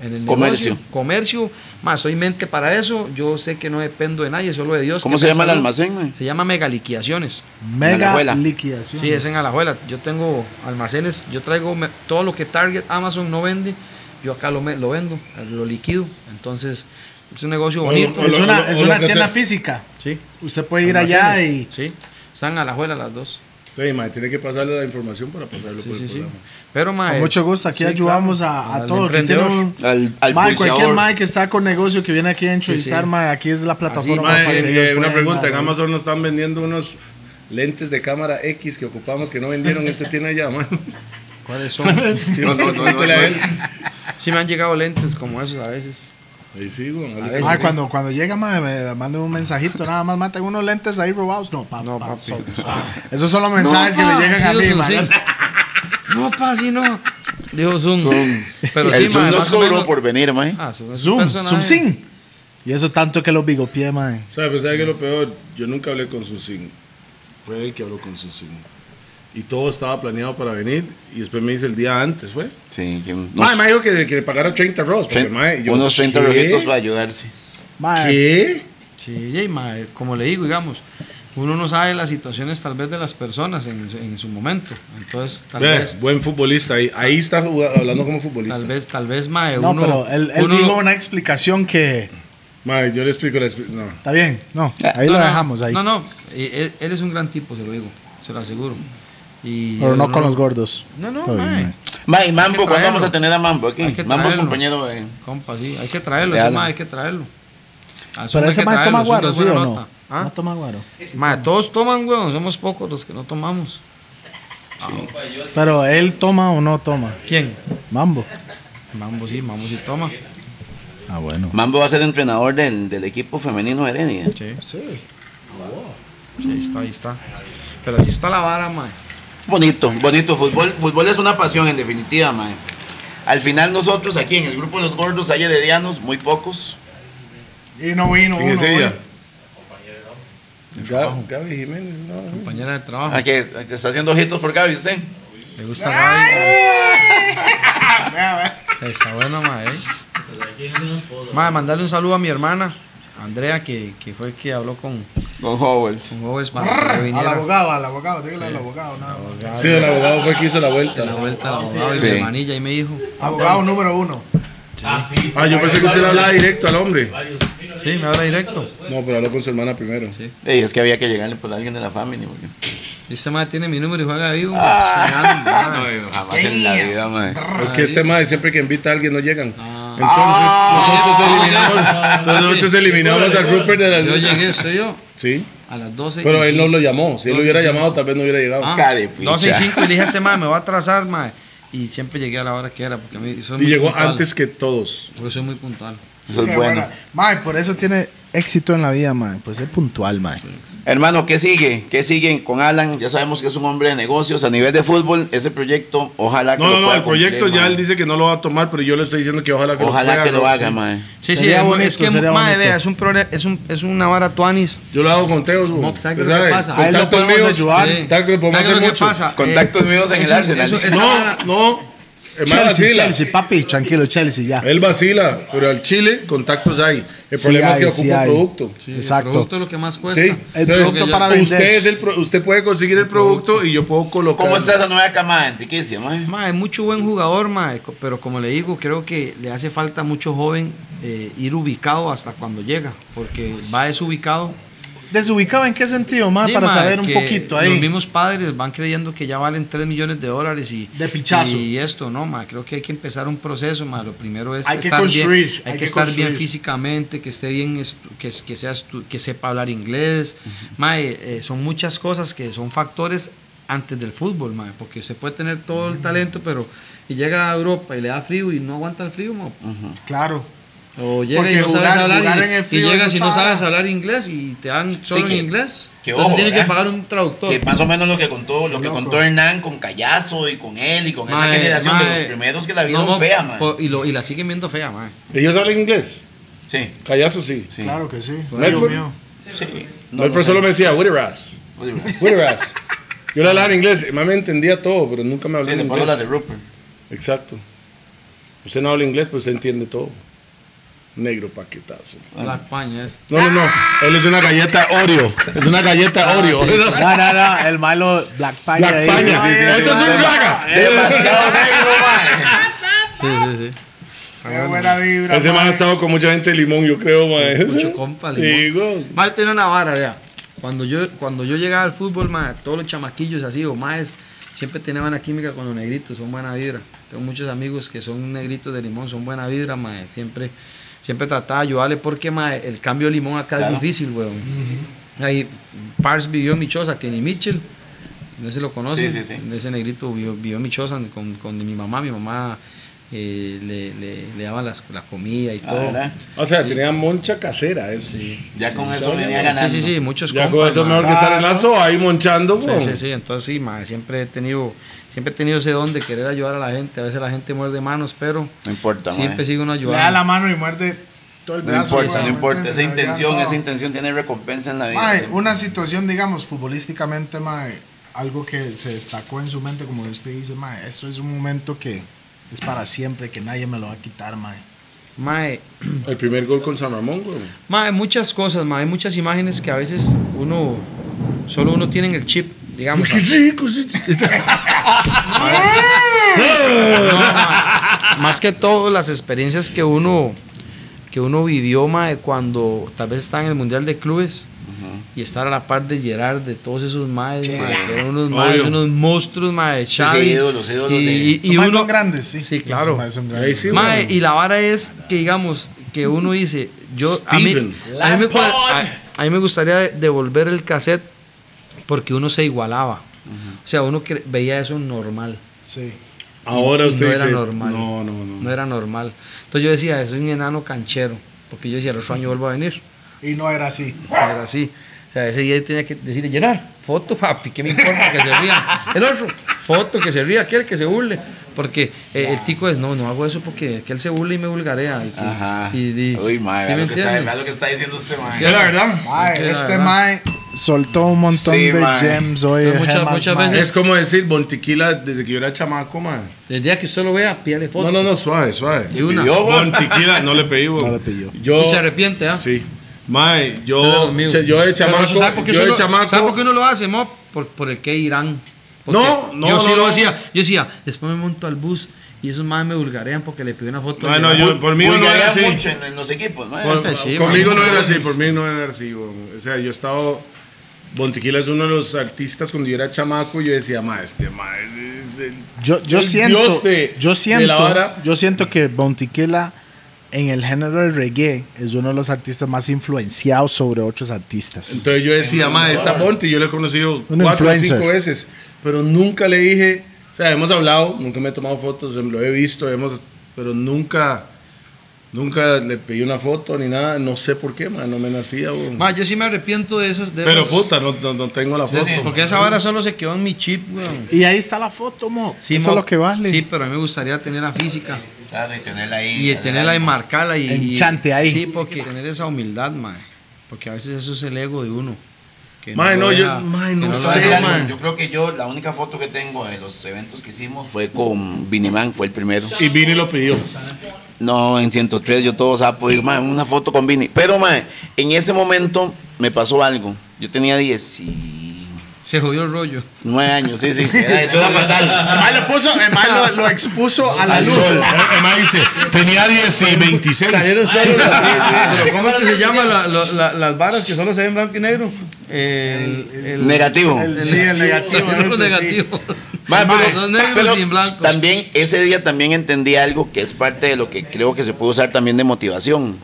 S2: en el
S3: Comercio.
S2: negocio, comercio, más soy mente para eso. Yo sé que no dependo de nadie, solo de Dios.
S3: ¿Cómo
S2: que
S3: se
S2: me
S3: llama el
S2: salva.
S3: almacén, mae?
S2: Se llama Megaliquiaciones.
S1: Mega
S3: Alajuela.
S1: liquidación.
S2: Sí, es en Alajuela. Yo tengo almacenes, yo traigo me- todo lo que Target, Amazon no vende, yo acá lo, me- lo vendo, lo liquido. Entonces, es un negocio bonito.
S1: Es
S4: O lo-
S1: una,
S4: o lo-
S1: es
S4: o lo
S1: una
S4: que
S1: tienda
S4: sea.
S1: física.
S2: Sí,
S1: Usted puede ir allá y.
S2: sí. Están en Alajuela las dos.
S4: Sí, mae, tiene que pasarle la información para pasarlo pues,
S2: Sí,
S4: por
S2: sí,
S4: el
S2: sí.
S4: programa.
S2: Pero, mae,
S1: Con mucho gusto, aquí
S2: sí,
S1: ayudamos
S2: claro,
S1: a, a
S2: al
S1: todo. Que tiene
S2: emprendedor.
S1: un-
S3: Al, al
S1: Mae, cualquier
S3: pulseador.
S1: mae que está con negocio que viene aquí a entrevistar,
S2: Sí, sí.
S1: mae, aquí es la plataforma
S4: Mae,
S1: para que
S4: eh,
S1: ellos
S4: una
S1: puedan,
S4: pregunta,
S1: mae.
S4: en Amazon nos están vendiendo unos lentes de cámara X que ocupamos que no vendieron, este tiene allá, man.
S2: ¿Cuáles son?
S3: No, no, no, no, no.
S2: sí me han llegado lentes como esos a veces.
S4: Ahí sí, güey, a
S2: A
S4: veces-
S2: ver.
S1: Mae, Ah, cuando, cuando llega, mae, me manden un mensajito, nada más, mae, tengo unos lentes ahí robados. No, pa,
S2: No,
S1: pa-
S2: papi.
S1: so- so- Esos son los mensajes que le
S2: Ah,
S1: llegan a mí, mae.
S2: No, pa, sí, no. Dijo Zoom. Pero
S3: el
S2: sí,
S3: Zoom
S2: mae,
S3: nos
S2: más o
S3: cobró
S2: menos-
S3: por venir, mae.
S2: Ah, Zoom. es un
S1: Zoom,
S2: personaje.
S1: Zoom sin. Y eso tanto que los bigopié, mae.
S4: O sea, pues, ¿sabe qué es lo peor? Yo nunca hablé con Susin. Fue él que habló con Susin. Y todo estaba planeado para venir. Y después me dice el día antes, ¿fue?
S3: Sí, que unos,
S4: Mae, me dijo que, que le pagara 30 rojos. porque, mae, yo,
S3: unos 30
S4: ¿qué?
S3: rojitos para ayudarse.
S1: Mae,
S4: ¿Qué?
S2: Sí, y, mae, como le digo, digamos, uno no sabe las situaciones tal vez de las personas en, su- en su momento. Entonces, tal
S4: Vea,
S2: vez...
S4: buen futbolista. Ahí, ahí está jugando- hablando como futbolista.
S2: Tal vez, tal vez, mae,
S1: no,
S2: uno...
S1: pero él, él
S2: uno-
S1: dijo una explicación que.
S4: Mae, yo le explico. la expli- no.
S1: Está bien, no, ahí
S2: Eh, No,
S1: lo
S2: no,
S1: dejamos ahí.
S2: No, no, y él, él es un gran tipo, se lo digo, se lo aseguro. Y
S1: Pero no
S2: uno-
S1: con los gordos.
S2: No, no,
S1: Está bien,
S2: mae.
S1: mae.
S3: Mae, Mambo,
S2: Hay que
S3: ¿cuándo
S2: traerlo.
S3: vamos a tener a Mambo aquí?
S2: Hay que
S3: Mambo es
S2: traerlo.
S3: compañero de...
S2: Compa, sí, hay que traerlo,
S3: Vealo.
S2: ese mae hay que traerlo. Al Zoom
S1: Pero
S2: hay
S1: ese
S2: que
S1: mae
S2: traerlo,
S1: toma
S2: es una
S1: guaro, ¿sí
S2: buena
S1: o no?
S2: nota. ¿Ah?
S1: No toma guaro.
S2: Mae, todos toman, weón, somos pocos los que no tomamos.
S1: Pero él toma o no toma.
S2: ¿Quién?
S1: Mambo.
S2: Mambo sí, Mambo sí toma.
S1: Ah, bueno.
S3: Mambo va a ser entrenador del, del equipo femenino de Heredia.
S2: Sí. Sí. ahí está, ahí está. Pero así está la vara, mae.
S3: Bonito, bonito. Fútbol, fútbol es una pasión, en definitiva, mae. Al final nosotros aquí en el grupo de los gordos hay heredianos, muy pocos.
S1: Y no vino
S4: ¿Quién es
S1: uno,
S4: ella?
S1: güey.
S4: Gab- Gaby Jiménez. No,
S2: Compañera de trabajo.
S3: Ah, que te está haciendo ojitos por Gaby, ¿sí?
S2: Le gusta Gaby. mae. Está bueno, mae. eh. Mae, mandarle un saludo a mi hermana, Andrea, que, que fue que habló con,
S3: Con Howells.
S2: con Gómez para que
S1: Al
S2: viniera.
S1: abogado, al abogado, dígale al abogado, nada más.
S4: Sí, el abogado fue el que hizo la vuelta.
S2: La vuelta al abogado y
S3: Sí.
S2: mi hermanilla y me dijo.
S1: Abogado número uno.
S4: Ah, yo pensé que usted le hablaba directo al hombre.
S2: Sí, me habla directo.
S4: No, pero habló con su hermana primero.
S2: Sí.
S3: Ey, es que había que llegarle por alguien de la familia. porque-
S2: Este mae tiene mi número y juega vivo.
S4: Ah.
S2: Se gana, mae.
S3: No, jamás en la vida, mae.
S4: Es que este madre siempre que invita a alguien no llegan. Entonces nosotros eliminamos,
S2: Ah.
S4: entonces nosotros eliminamos a Rupert de
S2: Yo
S4: las...
S2: llegué, soy yo,
S4: Sí,
S2: a las 12.
S4: pero
S2: y
S4: él no
S2: cinco.
S4: lo llamó. Si él lo hubiera
S2: Entonces,
S4: llamado, tal vez no hubiera llegado.
S2: Ah,
S3: Carepicha.
S2: 12 y 5 y dije ese mae, me va a atrasar, mae. Y siempre llegué a la hora que era, porque a mí soy
S4: Y
S2: muy
S4: llegó
S2: puntual.
S4: antes que todos.
S2: Porque soy muy puntual.
S3: Eso
S1: Qué
S3: es bueno.
S1: buena. Mae, por eso tiene éxito en la vida, mae. Por ser puntual, mae.
S3: Hermano, ¿qué sigue? ¿Qué siguen con Alan? Ya sabemos que es un hombre de negocios. A nivel de fútbol, ese proyecto, ojalá que
S4: No,
S3: lo
S4: no, no,
S3: pueda
S4: el proyecto
S3: cumplir,
S4: ya
S3: mae.
S4: él dice que no lo va a tomar, pero yo le estoy diciendo que ojalá que
S3: Ojalá
S4: lo
S3: que lo
S4: ¿no?
S3: haga,
S4: Sí.
S3: mae.
S1: Sería
S2: Sí, sí, es-
S1: bonito,
S2: es que
S1: sería
S2: mae,
S1: bonito.
S2: vea, es un, progre- es un es una vara tuanis.
S4: Yo lo hago con Teos, bro.
S2: No,
S4: Usted
S2: ¿sabe qué es lo que
S4: sabe,
S2: pasa?
S1: A él lo
S4: contactos
S1: podemos
S4: míos,
S1: ayudar.
S2: Sí.
S4: contactos podemos
S2: ¿Sabe
S4: hacer
S2: lo que
S4: mucho.
S2: pasa? Eh,
S3: Contactos míos en el
S2: eso-
S3: Arsenal.
S2: eso- esa vara-
S4: No, no. El mae
S1: Chelsea,
S4: vacila.
S1: Chelsea, papi, tranquilo, Chelsea, ya.
S4: Él vacila, pero al Chile contactos hay. El
S1: Sí
S4: problema
S1: hay,
S4: es que
S1: sí
S4: ocupa
S1: hay.
S4: producto.
S2: Sí,
S1: Exacto.
S2: El producto es lo que más cuesta.
S4: Sí.
S1: El
S4: Entonces,
S1: producto
S2: yo-
S1: para vender.
S4: Usted, es el pro- usted puede conseguir el producto y yo puedo colocar.
S3: ¿Cómo está esa nueva camada antiquicia, mae?
S2: Mae, mucho buen jugador, mae, co- pero como le digo, creo que le hace falta a mucho joven eh, ir ubicado hasta cuando llega, porque va desubicado
S1: ¿Desubicado en qué sentido, más?
S2: Sí,
S1: para
S2: mae,
S1: saber un
S2: que
S1: poquito
S2: Los
S1: ahí.
S2: mismos padres van creyendo que ya valen 3 millones de dólares y.
S1: De pichazo.
S2: Y esto, no, ma. Creo que hay que empezar un proceso, ma. Lo primero es.
S6: Hay que
S2: estar bien-
S6: construir, hay
S2: hay, que,
S6: que
S2: estar bien
S6: construir.
S2: físicamente, que esté bien, es- que, es- que, sea estu- que sepa hablar inglés. Ma, eh, eh, son muchas cosas que son factores antes del fútbol, ma. Porque usted puede tener todo el talento, pero. Y llega a Europa y le da frío y no aguanta el frío, ma.
S1: Claro.
S2: O llega y
S1: Porque
S2: no sabes
S1: jugar-
S2: hablar,
S1: jugar
S2: y-
S1: en el
S2: y
S1: frío
S2: llegas
S1: es
S2: y no
S1: otra
S2: sabes
S1: vara.
S2: hablar inglés y te dan solo
S3: que-
S2: en inglés.
S3: que
S2: Entonces
S3: ojo,
S2: tienes que
S3: ¿verdad?
S2: pagar un traductor.
S3: Que más o menos lo que contó, lo que
S1: Loco.
S3: contó Hernán con Callazo y con él y con esa
S2: Mae,
S3: generación de
S2: mae.
S3: los primeros que la vieron
S2: No, pues- no,
S3: fea, man.
S2: po- Y, lo- y la siguen viendo fea, mae.
S4: ¿Ellos hablan inglés?
S3: Sí,
S4: Callazo sí.
S3: sí.
S1: Claro que sí. Dios
S4: Medford.
S1: mío.
S3: Sí.
S4: No, el solo me decía, "What your ass? What your ass?" Yo le hablaba en inglés, más me entendía todo, pero nunca me hablaba
S3: Sí,
S4: en
S3: le
S4: inglés.
S3: pongo la de Rupert.
S4: Exacto. Usted no habla inglés, pero usted entiende todo. Negro paquetazo.
S2: La
S3: Ah.
S2: España es.
S4: No, no, no. Él es una galleta Oreo. Es una galleta
S3: Ah,
S4: Oreo.
S1: No, no, no, el malo Black Panther. ahí,
S4: Black Paña.
S1: sí, sí, sí,
S4: Eso Ah, es
S1: sí.
S4: un raga.
S3: Demasiado negro, mae.
S2: Sí, sí, sí.
S1: Qué buena vibra.
S4: Ese man ha estado con mucha gente de limón, yo creo, mae.
S2: Mucho compa.
S4: Sí,
S2: Sí,
S4: güey.
S2: Mae tiene una vara, ya. Cuando yo, cuando yo llegaba al fútbol, mae, todos los chamaquillos así, o maes, siempre tienen buena química con los negritos, son buena vibra. Tengo muchos amigos que son negritos de limón, son buena vibra, mae. Siempre, siempre trataba de ayudarle porque, mae, el cambio de limón acá
S3: Claro.
S2: es difícil, weón. Ahí, Pars vivió en Michosa, Kenny Mitchell. No sé si lo conoces.
S3: Sí, sí, sí.
S2: Ese negrito vio, vio mi choza con, con mi mamá. Mi mamá eh, le, le, le daba las- la comida y
S3: Ah,
S2: todo.
S3: ¿verdad?
S4: O sea, tenía moncha casera eso.
S3: Ya con eso venía ganando.
S2: Sí, sí, sí, muchos
S4: Ya con
S2: compas,
S4: eso
S2: ma.
S4: mejor que estar en la soa ahí monchando, güey.
S2: Sí, sí, sí, entonces sí, ma, siempre he tenido siempre he tenido ese don de querer ayudar a la gente. A veces la gente muerde manos, pero
S3: No importa, mae.
S2: siempre sigue uno
S1: Le da
S2: ayudando.
S1: la mano y muerde todo el
S3: No
S1: brazo.
S3: importa, no
S1: güey,
S3: importa.
S1: ¿me
S3: Esa
S1: entiendes?
S3: intención,
S1: Todo.
S3: esa intención tiene recompensa en la vida.
S1: Mae,
S3: siempre.
S1: una situación, digamos, futbolísticamente, mae, algo que se destacó en su mente, como usted dice, mae, esto es un momento que es para siempre, que nadie me lo va a quitar, mae.
S2: Mae,
S4: El primer gol con San Ramón, güey.
S2: Ma, hay muchas cosas, ma, hay muchas imágenes que a veces uno, solo uno tiene en el chip, digamos. ma. No, ma, Más que todo las experiencias que uno, que uno vivió, ma, de cuando tal vez estaba en el Mundial de Clubes y estar a la par de Gerard, de todos esos maes, ma, que eran unos maes,
S4: Obvio.
S2: unos monstruos, ma, de
S3: sí,
S2: Xavi.
S3: ídolos, ídolos
S2: Y-
S3: de-
S2: y- y
S1: Esos maes
S2: uno-
S1: son grandes, sí.
S2: Sí, claro.
S1: Esos maes son
S4: Ahí
S1: grandes.
S4: sí,
S2: Mae,
S4: güey.
S2: y la vara es que digamos que uno dice, yo a mí,
S4: Steven
S2: a, mí me, cua-
S4: Lampard.
S2: a- a mí me gustaría de- devolver el cassette porque uno se igualaba. O sea, uno cre- veía eso normal.
S1: Sí.
S4: Ahora
S2: Y
S4: usted
S2: no
S4: Pues dice,
S2: era normal.
S4: No, no, no.
S2: No era normal. Entonces yo decía, soy un enano canchero, porque yo decía, el otro año vuelvo a venir.
S1: Y no era así.
S2: Era así. O sea, ese día yo tenía que decirle, Gerard, foto, papi, que me importa que se ría. El otro, foto, que se ría, aquel que se burle. Porque eh, el tico es, no, no hago eso porque que él se burle y me vulgarea. Y, que-
S3: Ajá.
S2: y- y-
S3: Uy, mae,
S2: ¿sí me
S3: vea lo, que está,
S2: entiendes?
S3: vea lo que está diciendo este mae.
S2: Que es la verdad.
S1: Mae,
S2: Que es la
S1: este
S2: verdad.
S1: mae soltó un montón
S3: Sí,
S1: de
S3: mae.
S1: gems hoy.
S2: Entonces, muchas-
S1: gemas,
S2: muchas
S1: mae.
S2: veces-
S4: Es como decir Bontiquila desde que yo era chamaco, man.
S2: El día que usted lo vea, pídale foto.
S4: No, no, no, suave, suave.
S2: Y una.
S3: Pidió, güey.
S4: Bontiquila, no le pedí, güey.
S1: No le pidió.
S4: Yo,
S2: Y se arrepiente, ¿ah?
S4: Sí. Mae,
S2: Usted es
S4: yo,
S2: amigo.
S4: che, yo de
S2: Pero
S4: chamaco,
S2: eso, ¿sabe por qué
S4: yo
S2: eso
S4: de
S2: no-
S4: chamaco,
S2: ¿Sabe por qué no lo hace, mo? Por, por el que irán. Porque
S4: No, no,
S2: Yo sí
S4: no,
S2: lo
S4: no.
S2: hacía. Yo decía, después me monto al bus y esos más me vulgarean porque le pido una foto. a
S4: Mae, no,
S2: Gerard.
S4: yo, por mí no
S3: Vulgarean
S4: era así.
S3: mucho en, en los equipos, mae.
S4: Por-
S2: Ese sí,
S4: conmigo
S2: mae.
S4: no era así, por mí no era así, güey. O sea, yo he estado. Bontiquila es uno de los artistas cuando yo era chamaco, yo decía, mae, este mae es el.
S1: Yo, yo
S4: el
S1: siento,
S4: dios de-
S1: yo
S4: de
S1: siento,
S4: la vara.
S1: yo siento que Bontiquela en el género de reggae es uno de los artistas más influenciados sobre otros artistas.
S4: Entonces yo decía, mae, esta
S2: ah.
S4: Bonti, yo la he conocido
S1: Un
S4: cuatro o
S1: influencer.
S4: cinco veces, pero nunca le dije, o sea, hemos hablado, nunca me he tomado fotos, lo he visto, hemos, pero nunca, nunca le pedí una foto ni nada, no sé por qué, mae, no me nacía, güey.
S2: Ma, yo sí me arrepiento de esas. De
S4: Pero
S2: esas-
S4: puta, no, no- no tengo la
S2: Sí,
S4: foto.
S2: sí, porque esa vara solo se quedó en mi chip, weón.
S1: Y ahí está la foto, mo.
S2: Sí,
S1: Eso
S2: mo-
S1: es lo que vale.
S2: Sí, pero a mí me gustaría tener la física
S3: Claro, y tenerla ahí.
S2: y tenerla y marcarla y. y-
S1: Enchante ahí.
S2: Sí, porque tener esa humildad, mae. Porque a veces eso es el ego de uno. que
S4: Mae,
S2: lo
S4: no, yo-
S2: vea-
S4: mae, no
S2: que lo
S4: sé,
S2: vea,
S4: mae.
S2: mae.
S3: Yo creo que yo, la única foto que tengo de los eventos que hicimos fue con Vinimán, fue el primero.
S4: Y Vini lo pidió.
S3: No, en 103 yo todo sapo, digo, "Mae, una foto con Vini. Pero, mae, en ese momento me pasó algo. Yo tenía 17
S2: Se jodió el rollo.
S3: Nueve años, sí, sí. Era- Eso era fatal.
S1: Además, lo puso,
S4: eh,
S1: además lo, lo expuso a la
S3: Al
S1: luz.
S3: sol.
S5: Eh,
S4: Además dice, tenía 10 y 26.
S2: Pero ¿Cómo es que se llama la- la- la- las varas que solo se ven blanco y negro? El, el-
S3: Negativo.
S1: El- sí, el negativo.
S2: el
S1: ese sí.
S2: negativo.
S3: Ma,
S2: Los
S3: pero-
S2: dos negros
S3: pero
S2: y blancos.
S3: También ese día también entendí algo que es parte de lo que creo que se puede usar también de motivación.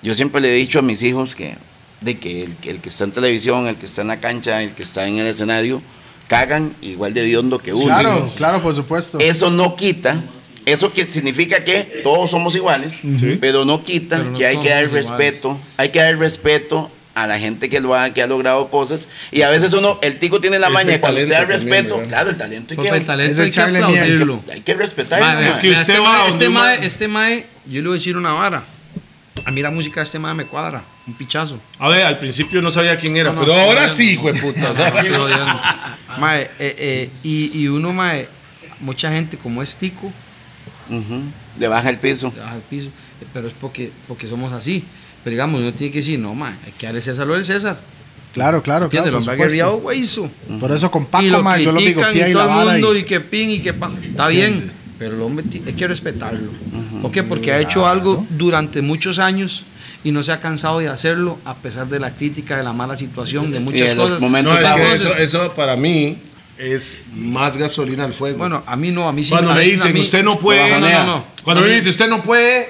S3: Yo siempre le he dicho a mis hijos que de que el, que el que está en televisión, el que está en la cancha, el que está en el escenario, cagan igual de hediondo que usan.
S1: Claro, claro, por supuesto.
S3: Eso no quita, eso que significa que todos somos iguales, pero no quita
S2: Pero no
S3: que hay que
S2: somos
S3: dar
S2: iguales.
S3: respeto, hay que dar respeto a la gente que lo ha, que ha logrado cosas y a veces uno, el tico tiene la
S4: Es
S3: maña
S4: el
S3: y cuando se da
S4: talento también,
S3: respeto,
S4: ¿verdad?
S3: claro, el talento hay
S2: Porque el
S3: que,
S2: talento
S1: Ese
S2: hay que
S1: Charlie Miel.
S2: aplaudirlo.
S3: hay que respetar.
S2: Ma, vea,
S4: Es que
S2: vea,
S4: usted
S2: este
S4: va
S2: mae-
S4: donde
S2: este
S4: un
S2: mae,
S4: mae-
S2: este mae, yo le voy a decir una vara. A mí la música de este mae me cuadra, un pichazo.
S4: A ver, al principio no sabía quién era,
S2: No, no,
S4: pero
S2: no,
S4: ahora
S2: no,
S4: sí,
S2: no.
S4: güey, puta.
S2: Estoy odiando. Mae, eh, eh, y, y uno, mae, mucha gente como es tico,
S3: Ujú, Le baja el piso.
S2: baja al piso, eh, pero es porque, porque somos así. Pero digamos, uno tiene que decir, no, mae, hay que darle César lo del César.
S1: Claro, claro,
S2: ¿Entiendes?
S1: claro. Por,
S2: lo han guerreado,
S1: supuesto.
S2: güeyzo.
S1: por eso con
S2: y
S1: Paco,
S2: lo
S1: ma, yo lo digo,
S2: critican
S1: tía
S2: y
S1: y
S2: todo
S1: la
S2: el
S1: vara.
S2: mundo y
S1: Y...
S2: que pin y que pa. Está bien, pero el hombre ti- hay que respetarlo. ¿Por qué? Porque ha hecho algo durante muchos años y no se ha cansado de hacerlo a pesar de la crítica, de la mala situación, de muchas
S3: de los
S2: cosas.
S3: momentos
S4: No, es que
S3: bajos.
S4: eso, eso para mí es más gasolina al fuego.
S2: Bueno, a mí no, a mí sí.
S4: cuando
S2: a
S4: me
S2: veces a
S4: dicen,
S2: mí-
S4: usted no puede.
S3: No, no, no,
S2: no.
S4: Cuando
S2: A
S4: me
S2: mí-
S4: dicen, usted no puede,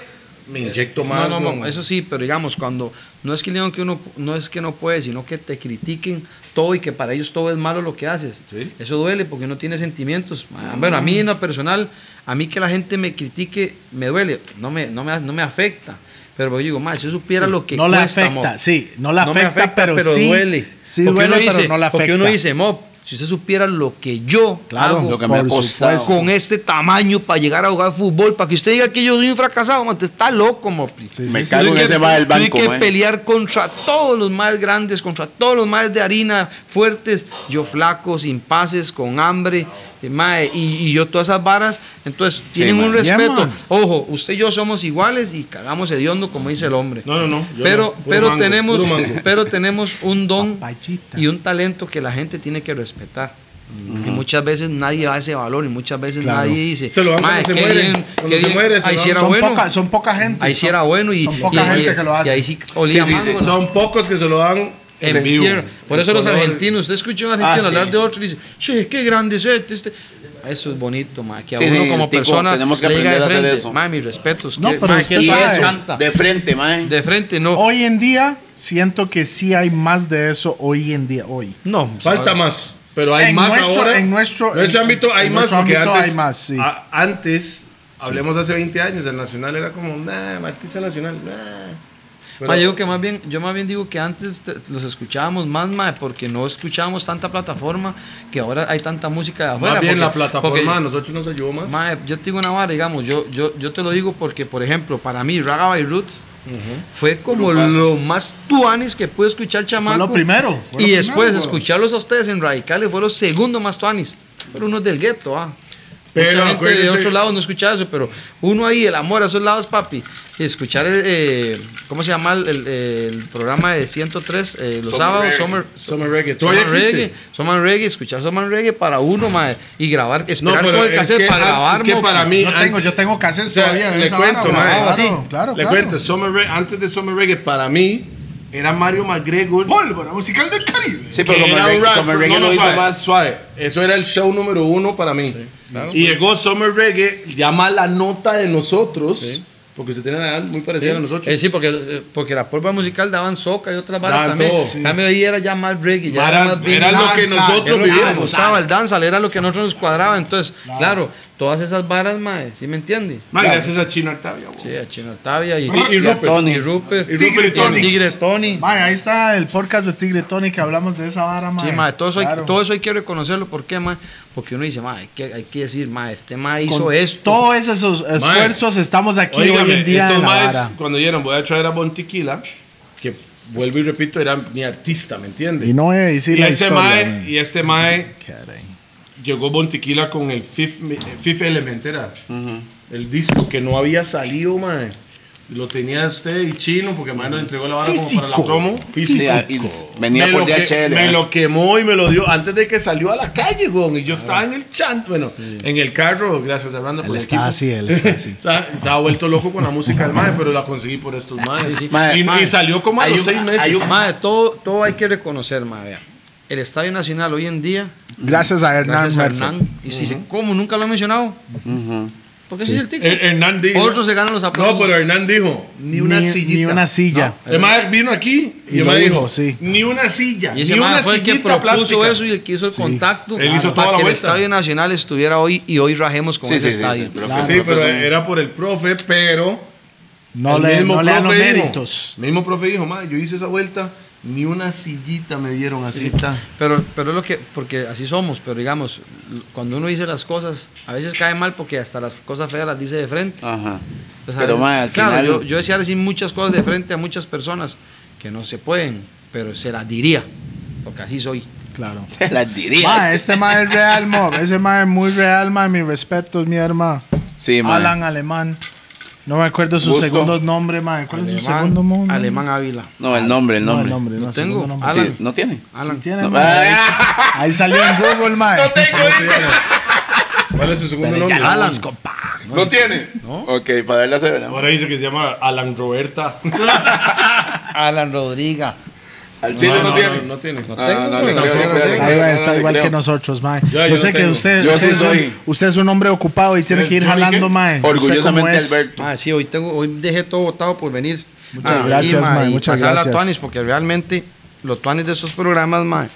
S4: me inyecto más.
S2: No, no, no,
S4: güey.
S2: eso sí, pero digamos, cuando no es que digan que uno no es que no puede, sino que te critiquen todo y que para ellos todo es malo lo que haces.
S4: Sí.
S2: Eso duele porque uno tiene sentimientos. Ah, Bueno, a mí en lo personal, a mí que la gente me critique me duele, no me, no me, no me afecta. Pero yo digo, más, si yo supiera lo que
S1: no le
S2: cuesta,
S1: afecta,
S2: mo".
S1: sí, no le
S2: me
S1: afecta, pero sí- sí
S2: Porque
S1: duele,
S2: uno
S1: pero
S2: dice-
S1: no le
S2: Porque uno
S1: afecta.
S2: dice, mo, si usted supiera lo que yo
S1: Claro,
S2: hago
S3: Lo que me ha
S1: por
S3: costado.
S1: supuesto.
S2: con este tamaño para llegar a jugar fútbol, para que usted diga que yo soy un fracasado, man, usted está loco, mo.
S1: Sí,
S3: Me
S1: sí, sí.
S3: cago en
S2: Tuve
S3: ese
S2: que-
S3: va del
S2: tuve
S3: banco,
S2: que
S3: mae.
S2: pelear contra todos los más grandes, contra todos los más de harina, fuertes, yo flaco, sin pases, con hambre, eh, mae, y, y yo todas esas varas. Entonces, tienen un
S1: mae. Ya,
S2: respeto.
S1: mae.
S2: Ojo, usted y yo somos iguales y cagamos hediondo, como dice el hombre.
S4: No, no, no, yo no,
S2: Pero,
S4: puro
S2: pero,
S4: mango,
S2: tenemos,
S4: puro mango.
S2: pero tenemos un don
S1: Papayita.
S2: y un talento que la gente tiene que respetar. Y muchas veces nadie da ese valor y muchas veces
S1: Claro.
S2: nadie dice.
S4: Se lo dan
S2: "Mae,
S4: cuando se
S2: qué bien,
S4: mueren, cuando
S2: qué
S4: se
S2: bien,
S4: mueren, se
S2: ahí
S4: lo
S2: sí
S4: dan".
S2: era
S1: Son,
S2: bueno.
S1: poca, son poca gente.
S2: Ahí sí
S1: son-
S2: era bueno y,
S1: son
S2: y-
S1: poca
S2: y-
S1: gente que lo hace.
S2: y ahí sí Pues, olía
S3: Sí, sí,
S2: mango. ¿no?
S3: sí,
S4: Son pocos que se lo dan en,
S2: En
S4: vivo.
S2: beer. Por eso
S4: El
S2: los
S4: color-
S2: argentinos, usted escucha a un argentino
S3: Ah, sí.
S2: hablar de otro y dice, che, qué grande es este. este". Eso es bonito, ma, que a
S3: Sí,
S2: uno
S3: sí,
S2: como
S3: tico,
S2: persona
S3: tenemos que
S2: le llega
S3: aprender a hacer
S2: de frente.
S3: eso.
S2: Ma, mis respetos.
S1: No,
S2: que-
S1: pero
S2: ma,
S1: usted
S2: que
S3: Y
S2: eso
S1: sabe. Oh,
S2: me
S3: eso,
S2: encanta.
S3: de frente, mae.
S2: De frente, no.
S1: Hoy en día, siento que sí hay más de eso hoy en día, hoy.
S2: No,
S4: Falta
S2: sabe.
S4: más, pero hay
S1: En
S4: más
S1: nuestro-
S4: ahora.
S1: en nuestro- en-
S4: ámbito hay
S1: en
S4: más
S1: nuestro
S4: porque
S1: ámbito
S4: antes,
S1: hay más, sí.
S4: a- antes hablemos hace 20 años, el nacional era como, nah, artista nacional, nah. Pero-
S2: Ma, yo digo que más bien, yo más bien digo que antes te- los escuchábamos más, ma, porque no escuchábamos tanta plataforma que ahora hay tanta música de afuera.
S4: más bien
S2: porque-
S4: la plataforma
S2: porque-
S4: a nosotros nos ayudó más.
S2: Mae, yo te digo una vara, digamos, yo, yo, yo te lo digo porque, por ejemplo, para mí, Raga by Roots fue como
S3: Grupazo.
S2: lo más tuanes que pude escuchar, chamaco.
S1: lo primero, fue lo
S2: y después
S1: primero, güey.
S2: escucharlos a ustedes en Radicales fue lo segundo más tuanes. Pero uno es del gueto, ah.
S4: Pero
S2: Mucha gente de
S4: acuérdese-
S2: otros lados no escuchaba eso, pero uno ahí, el amor a esos lados, papi. Escuchar, el, eh, ¿cómo se llama el, el- el programa de 103 eh, los
S3: Summer
S2: sábados?
S3: Reggae.
S2: Summer,
S4: Summer Reggae.
S2: Summer
S4: Todavía existe.
S2: Reggae, Summer Reggae, escuchar Summer Reggae para uno, mae, y grabar,
S4: No,
S2: esperar
S4: pero
S2: con el
S4: es
S2: cassette
S4: que
S2: para
S4: an-
S2: grabar,
S4: es que
S2: mo,
S4: para mí-
S1: Yo tengo, yo tengo
S4: O
S1: cassettes
S4: sea,
S1: todavía. de
S4: le
S1: esa vara,
S4: cuento,
S1: güey.
S4: mae,
S1: Claro,
S4: así.
S1: claro,
S4: Le
S1: claro.
S4: cuento, Summer Reggae- antes de Summer Reggae, para mí, era Mario McGregor.
S1: Pólvora musical del Caribe.
S3: Sí,
S4: que
S3: pero Summer
S4: era un
S3: Reggae,
S4: rap,
S3: Summer
S4: pero
S3: Reggae
S4: no, no,
S3: lo hizo
S4: suave,
S3: más
S4: suave. Eso era el show número uno para mí. Y llegó Summer Reggae, llama la nota de nosotros, porque se tienen edad muy parecida a nosotros.
S2: Eh, sí, porque, eh, porque la polva musical daban soca y otras varas
S4: Daban
S2: también.
S4: todo.
S2: En cambio, ahí era ya más reggae, ya
S4: Era,
S2: era más
S4: era lo que
S1: danza,
S2: Era
S4: nosotros
S2: lo que nos
S4: vivíamos.
S2: gustaba el danzal, era lo que a nosotros nos cuadraba. Entonces, claro, todas esas varas, mae, ¿sí me entiendes?
S4: Mae, Gracias a Chino Octavio. bo.
S2: Sí, a Chino Octavia y,
S4: Ah, Y, y
S2: y,
S4: Rupert.
S3: Tony.
S2: Rupert.
S4: Y
S1: Tigre
S4: Rupert y Tony.
S1: Tony.
S2: Tigre Tony.
S1: Mae, ahí está el podcast de Tigre Tony que hablamos de esa vara, mae.
S2: Sí, mae, todo, eso hay,
S1: Claro.
S2: todo eso hay que reconocerlo. ¿Por qué, mae? Porque uno dice, mae, hay que, hay que decir, mae, este mae hizo
S1: Con
S2: esto.
S1: Todos esos esfuerzos estamos aquí hoy en día en
S4: estos
S1: la
S4: maes,
S1: vara.
S4: cuando dijeron voy a traer a Bon Tequila, que vuelvo y repito, era mi artista, ¿me entiendes?
S1: Y no voy a decir
S4: y,
S1: la
S4: este
S1: historia.
S4: mae,
S1: mae.
S4: y este mae
S1: Caray.
S4: llegó Bontiquila con el Fifth, Mi- eh, Fifth Element, era el disco que no había salido, mae. Lo tenía usted y chino, porque más nos entregó la vara
S1: Físico.
S4: como para la promo.
S3: Sí,
S4: Físico.
S3: ah, y venía
S4: me,
S3: por
S4: lo que-
S3: DHL.
S4: me
S3: ¿eh?
S4: lo quemó y me lo dio antes de que salió a la calle, güey. Y yo estaba en el chan, bueno, en el carro, gracias a Brando por
S1: Él
S4: el
S1: está
S4: equipo.
S1: así, él está así.
S4: Estaba, estaba vuelto loco con la música del mae, pero la conseguí por estos maes.
S2: sí.
S3: Mae,
S4: y,
S3: Ah, mae.
S4: y salió como a
S3: Hay
S4: los
S3: un-
S4: seis meses.
S3: hay un-
S2: Mae, todo, todo hay que reconocer, mae, vea. El Estadio Nacional hoy en día,
S1: Gracias a Hernán
S2: gracias a
S1: Merford.
S2: Hernán, y si dice, ¿cómo? Nunca lo he mencionado. Porque ese es el tico.
S4: Her- Hernán dijo.
S2: Otros se ganan los aplausos.
S4: Eh, No, pero Hernán dijo, ni una sillita.
S1: Ni una silla.
S4: El mae vino aquí
S1: Y
S4: y, el
S1: lo
S4: mae dijo,
S1: dijo, sí.
S4: ni una silla,
S2: Y ese
S4: ni una
S2: mae fue el que
S4: sillita
S2: propuso
S4: plástica.
S2: eso y el que hizo el
S1: Sí.
S2: contacto.
S4: Él hizo toda
S2: para
S4: la
S2: que el
S4: vuelta.
S2: Estadio Nacional estuviera hoy y hoy rajemos con
S3: Sí,
S2: ese
S3: sí, sí,
S2: estadio.
S3: sí, pero-
S4: Sí, pero era por el profe, pero
S1: No
S4: el
S1: le,
S4: mismo
S1: no le dan los
S4: profe dijo,
S1: méritos.
S4: El mismo profe dijo, mae, yo hice esa vuelta, ni una sillita me dieron así. ta".
S2: Pero, pero es lo que, porque así somos, pero digamos, cuando uno dice las cosas, a veces cae mal porque hasta las cosas feas las dice de frente.
S3: Ajá.
S2: Pues, a
S3: pero
S2: veces-
S3: mae, al
S2: claro,
S3: final.
S2: yo, yo decía decir muchas cosas de frente a muchas personas que no se pueden, pero se las diría, porque así soy.
S1: Claro.
S3: Te las diría.
S1: Ma, este ma es real, mo. Ese ma es muy real, ma. Mis respetos, mi hermano.
S3: sí, mae.
S1: Alan Alemán. No me acuerdo su
S3: Gusto.
S1: segundo nombre, ma. ¿Cuál es su
S2: Alemán,
S1: segundo nombre?
S2: Alemán Ávila.
S3: No, el nombre, el
S1: No, el
S3: nombre.
S1: nombre, no,
S2: Lo
S1: segundo
S2: tengo.
S1: nombre.
S2: Alan.
S3: Sí, no tiene.
S1: Sí,
S2: Alan.
S1: tiene,
S3: No, Ah,
S1: ma. ahí, ahí salió en Google, ma.
S4: ¿Cuál es su segundo
S1: Pero ya
S4: nombre?
S1: lo
S2: Alan.
S1: busco, pa.
S3: ¿No tiene? Ok, para verla se verá.
S4: Ahora dice que se llama Alan Roberta.
S2: Alan Rodríguez.
S3: Al chile no, tiene.
S4: No, tiene.
S3: Ah, no, no,
S4: tengo,
S3: no,
S4: no
S3: no,
S4: tengo.
S3: no,
S1: Ahí
S3: no,
S1: va,
S3: no,
S1: está
S3: no,
S1: igual
S3: creo.
S1: que nosotros, ma.
S4: Yo-
S1: Yo,
S4: yo
S1: sé
S4: no
S1: que
S4: tengo.
S1: usted,
S3: Yo sí
S1: usted, es
S3: soy.
S1: un, usted es un hombre ocupado y tiene
S4: ¿El
S1: que ir
S4: Johnny
S1: jalando,
S4: qué?
S1: ma. Usted cómo
S3: Orgullosamente,
S1: es.
S3: Alberto.
S2: Ah, sí, hoy, tengo, hoy dejé todo votado por venir.
S1: Muchas
S2: Aquí,
S1: gracias,
S2: ma,
S1: mae,
S2: y
S1: muchas
S2: pasarla a
S1: gracias.
S2: Tuanis, porque realmente los tuanes de esos programas, mae,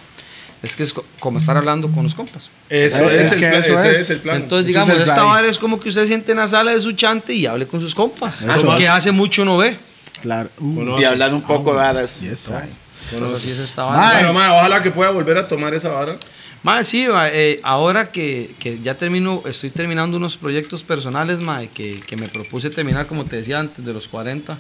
S2: es que es co- como estar hablando con los compas.
S4: Eso
S1: Es
S4: es,
S1: que
S4: el plan,
S1: eso
S4: ese
S1: es.
S4: es el plan.
S2: Entonces,
S1: ese es
S2: digamos,
S1: el
S2: esta
S1: vibe.
S2: vara es como que usted siente en la sala de su chante y hable con sus compas.
S1: Eso
S2: Porque
S4: es.
S2: hace mucho no ve.
S1: Claro. Uh,
S4: Conoce.
S3: Y hablar un poco de varas.
S1: yes, ay.
S2: Entonces, así es esta
S1: Mae,
S2: vara.
S4: Bueno, ma, ojalá que pueda volver a tomar esa vara.
S2: Mae, sí, mae, eh, ahora que, que ya termino, estoy terminando unos proyectos personales, mae, que, que me propuse terminar, como te decía, antes de los 40,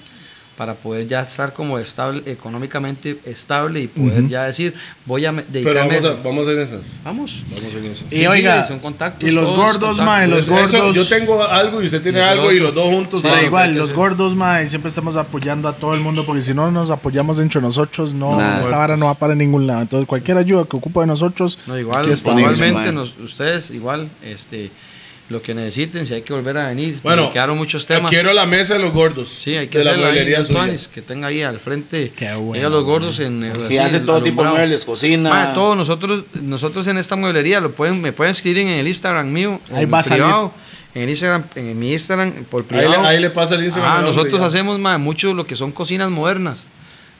S2: para poder ya estar como estable, económicamente estable y poder ya decir, voy a me-
S4: Pero
S2: dedicarme
S4: vamos
S2: a
S4: a,
S2: eso.
S4: vamos en esas.
S2: Vamos.
S4: Vamos en esas.
S1: Y
S2: Sí,
S1: oiga,
S2: son contactos,
S1: y los
S2: todos,
S1: gordos, ma, y los
S4: Eso,
S1: gordos.
S4: yo tengo algo y usted tiene
S2: Y el
S4: algo y
S2: otro.
S4: los dos juntos.
S2: Sí,
S4: ma.
S1: Pero igual,
S2: creo que
S1: los
S2: sí.
S1: gordos, mae, siempre estamos apoyando a todo el mundo porque si no nos apoyamos entre nosotros, no,
S3: Nada.
S1: esta vara no va para ningún lado. Entonces, cualquier ayuda que ocupe de nosotros,
S2: No, igual,
S1: aquí estamos.
S3: disponibles,
S2: igualmente,
S3: mae.
S2: nos- ustedes, igual, este, lo que necesiten, si hay que volver a venir,
S4: Bueno, eh,
S2: bueno, quedaron muchos temas.
S4: Quiero la mesa de los gordos.
S2: Sí, hay que
S4: de la
S2: hacerlo ahí en
S4: mueblería
S2: los
S4: suya.
S2: tuanis, que tenga ahí al frente.
S1: Qué bueno,
S2: Llega los gordos en el-
S3: Y
S2: así,
S3: hace
S2: el
S3: todo tipo de
S2: alumbrado.
S3: muebles, cocina.
S2: Mae, todo, nosotros, nosotros en esta mueblería lo pueden, me pueden escribir en el Instagram mío, en
S1: Ahí
S2: mi
S1: va a salir.
S2: privado, en el Instagram, en mi Instagram, por
S4: Ahí le,
S2: privado.
S4: ahí le pasa el Instagram.
S2: Ajá,
S4: al hombre
S2: nosotros
S4: ya.
S2: hacemos mae, mucho lo que son cocinas modernas.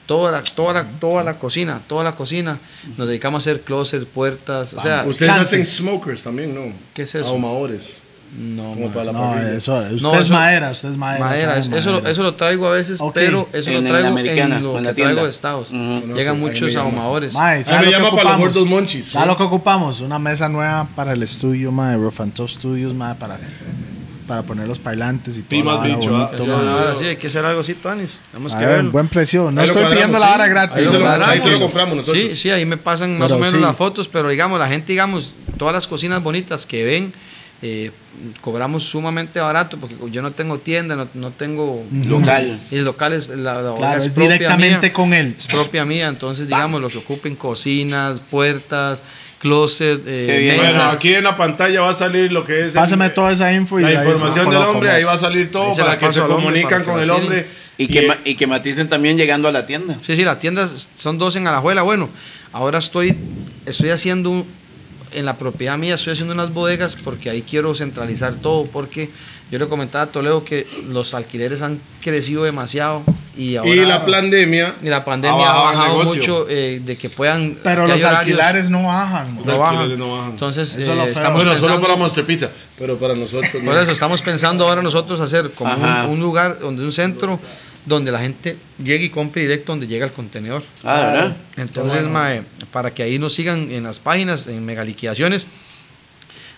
S2: Toda la, toda, la, toda la cocina, toda la cocina. Nos dedicamos a hacer closet, puertas. O sea,
S4: Ustedes
S1: chantes.
S4: hacen smokers también, ¿no?
S2: ¿Qué es eso?
S4: Ahumadores.
S2: no,
S4: Como
S2: mae.
S4: para la
S1: No,
S4: parrilla.
S1: eso, usted
S2: No,
S1: es
S2: eso-
S1: madera, usted es madera.
S2: Madera,
S1: sabe,
S2: eso, lo,
S1: madera.
S2: eso lo traigo a veces,
S1: Ok.
S2: pero eso
S3: En-
S2: lo
S3: en la
S2: traigo en,
S3: americana,
S2: lo
S3: o en la
S2: que traigo
S3: tienda.
S2: de Estados.
S3: Ujú.
S2: Llegan
S4: Ahí me
S2: muchos
S4: llama.
S2: ahumadores.
S1: Mae,
S4: Ah,
S1: ¿sabe
S4: me
S1: lo que
S4: llama para los
S1: ocupamos?
S4: gordos monchis.
S1: ¿Sabe lo que ocupamos? Una mesa nueva para el estudio, mae, Rough and Tough Studios, mae, para, para poner los parlantes y todo.
S4: Pimas bicho,
S2: O
S4: ah.
S2: sea,
S4: Toma.
S2: ahora sí, hay que hacer algo así, Tuanis. Tenemos que verlo.
S1: buen precio. No
S4: Ahí lo
S1: estoy
S4: cuadramos,
S1: pidiendo la
S4: sí.
S1: vara
S4: Ahí
S1: gratis.
S4: se lo-
S1: ¿verdad?
S4: ahí se lo compramos nosotros.
S2: Sí, sí, ahí me pasan más
S1: Pero
S2: o menos
S1: sí.
S2: las fotos, pero digamos, la gente, digamos, todas las cocinas bonitas que ven, eh, cobramos sumamente barato, porque yo no tengo tienda, no, no tengo...
S3: Local.
S2: Y el local es, la, la obra
S1: Claro, es
S2: propia
S1: directamente
S2: mía.
S1: con él.
S2: Es propia mía, entonces, digamos, lo que ocupen cocinas, puertas, closet, eh,
S3: Qué bien.
S4: Bueno,
S2: mesas.
S4: aquí en la pantalla va a salir lo que es. el-
S1: Pásame toda esa info y
S4: la
S1: ahí se
S4: información
S1: lo
S4: del
S1: puedo
S4: hombre,
S1: poner.
S4: ahí va a salir todo
S2: Ahí se la
S4: para que
S2: paso
S4: se
S2: al hombre,
S4: comunican
S2: para que
S4: con
S2: la
S4: el
S2: tienen.
S4: hombre.
S3: Y que, ma- y que maticen también llegando a la tienda.
S2: Sí, sí, las tiendas son dos en Alajuela. Bueno, ahora estoy, estoy haciendo, un- en la propiedad mía, estoy haciendo unas bodegas porque ahí quiero centralizar todo. Porque yo le comentaba a Toledo que los alquileres han crecido demasiado y ahora.
S4: y la pandemia.
S2: y la pandemia ha
S4: bajado el
S2: bajado
S4: negocio.
S2: mucho eh, de que puedan.
S1: Pero
S2: que
S1: los
S2: hay horarios,
S1: alquilares no bajan.
S4: Los
S2: no
S4: alquileres
S2: bajan.
S4: no bajan.
S2: Entonces,
S1: Eso es lo
S2: eh,
S1: feo.
S2: estamos
S4: Bueno, solo
S2: pensando-
S4: para Monster Pizza, pero para nosotros.
S2: por eso estamos pensando ahora nosotros hacer como un,
S3: Ajá.
S2: un lugar, donde un centro donde la gente llegue y compre directo donde llega el contenedor.
S3: Ah, ¿verdad?
S2: Entonces, mae, para que ahí nos sigan en las páginas, en Megaliquidaciones,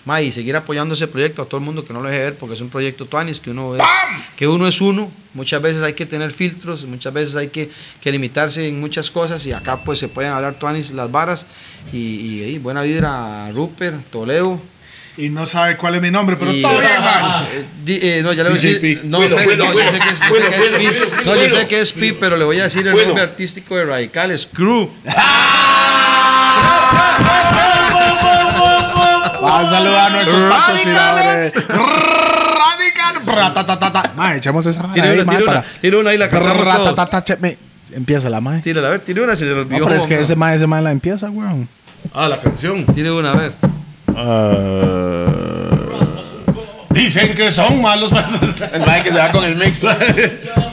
S2: mae, y seguir apoyando ese proyecto a todo el mundo que no lo deje ver, porque es un proyecto tuanis, que uno es, que uno, es uno. Muchas veces hay que tener filtros, muchas veces hay que, que limitarse en muchas cosas, y acá pues se pueden hablar tuanis las varas, y, y, ahí, buena vibra a Rupert, Toledo,
S1: y no sabe cuál es mi nombre, pero
S2: Y-
S1: todo bien, man.
S2: Eh, di- eh, no, ya le voy a decir.
S4: DJP.
S2: No,
S3: Willow,
S2: espere, no,
S3: Willow,
S2: yo sé que es- yo
S3: Willow,
S2: sé que es
S3: Willow,
S2: Pi. No, yo
S3: Willow.
S2: sé que es Pi, pero le voy a decir el
S3: Willow.
S2: nombre artístico de Radical, es Crew.
S1: Va a saludar a nuestros patrocinadores. Radical. Ratatatata. Mae, echamos esa vara
S2: Tiene
S1: ahí,
S2: una,
S1: mae,
S2: tiene
S1: para.
S2: una, tiene una y la cantamos todos.
S1: Ratatata, che- me- Empieza la mae.
S2: Tírala, a ver, tiene una, se le
S1: No,
S2: olvidó.
S1: pero es que
S2: hombre.
S1: ese mae, ese mae la empieza, weón.
S4: Ah, la canción.
S2: Tire una, a ver.
S5: Ah,
S4: Dicen que son malos.
S3: El mae que se va con el mix.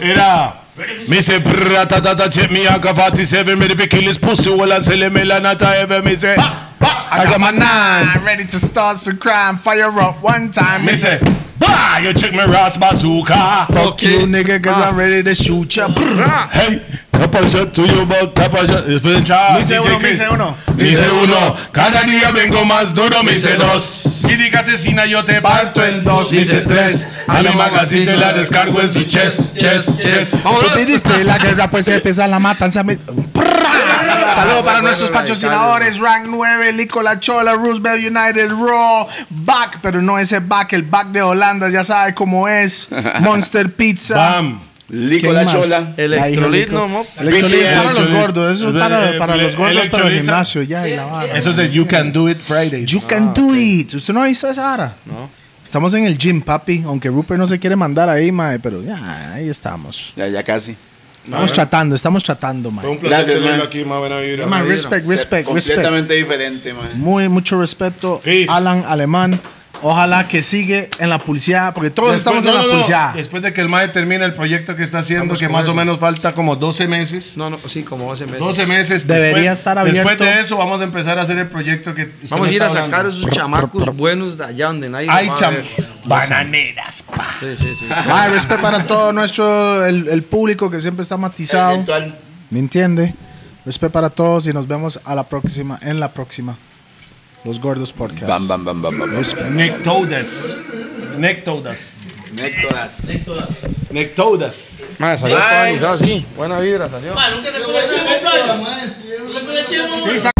S4: Era. Me dice, "Brra, ta, ta, ta, che, mi acá, fati, se ve, me dice, que les puse, huela, se le me la nata, eh, ve, me dice,
S1: I'm ready to start some crime. Fire up one time.
S4: me dice, "Bah, you check my ras bazooka.
S1: Fuck you, nigga, cause I'm ready to shoot ya. Brr.
S4: Hey, tapa shot to you, but tapa shot. Después entraba
S1: Me dice
S4: DJ
S1: uno, me
S4: Chris.
S1: dice uno.
S4: Me dice uno, cada día vengo más duro, me dice dos. Y diga asesina, yo te parto en dos, me dice tres. A la magazine te la descargo en su chest, chest, chest.
S1: Tú pidiste la guerra, pues empieza la matanza. Me- Brr. Saludos para nuestros patrocinadores: Rank 9, Nicola Chola, Roosevelt United, Raw, Back, pero no ese Back, el Back de Holanda, ya sabe cómo es. Monster Pizza.
S4: Bam.
S3: Lico
S1: ¿Quién
S3: la
S1: más?
S3: chola.
S2: Electrolit,
S1: La hija de Nico.
S2: no, mo.
S1: Electrolit es para los
S4: Electrolit.
S1: gordos, eso es para, para los gordos, para el
S4: Electrolit.
S1: gimnasio, ya, y la vara.
S4: Eso es de Ah, You Can Do It Fridays.
S1: You can do it. ¿Usted no ha visto esa vara? No. Estamos en el gym, papi, aunque Rupert no se quiere mandar ahí, mae, pero ya, ahí estamos.
S3: Ya, ya casi.
S1: Estamos tratando, estamos tratando, mae.
S4: un
S3: placer Gracias, tenerlo man.
S4: aquí, más buena vibra.
S1: Man, respect, respect, respect.
S3: Completamente diferente, man.
S1: Muy, mucho respeto.
S4: Peace.
S1: Alan Alemán. Ojalá que sigue en la pulseada, porque todos estamos en la pulseada.
S4: Después de que el MAE termine el proyecto que está haciendo, que más o menos falta como 12 meses.
S2: No, no, sí, como 12 meses.
S4: 12 meses.
S1: Debería
S4: después-
S1: estar abierto.
S4: Después de eso, vamos a empezar a hacer el proyecto que. usted
S2: Vamos a
S4: me
S2: ir
S4: está
S2: a sacar
S4: hablando.
S2: esos chamacos buenos de allá donde nadie los
S4: Ay,
S2: va a
S4: cham.
S2: ver. Sí, sí, sí.
S1: Mae, Ah, respeto para todo nuestro, el, el público que siempre está matizado.
S3: Virtual.
S1: ¿Me entiende? Respeto para todos y nos vemos a la próxima, en la próxima. Los Gordos Podcast.
S3: Bam, bam, bam, bam, bam. bam.
S4: Nick Todas. Nick Todas.
S3: Néctoras.
S4: Nick Todas.
S2: Madre, salió
S3: Bye.
S2: actualizado, sí. Buena vibra, salió.
S6: Nunca se conoció,
S1: Sí,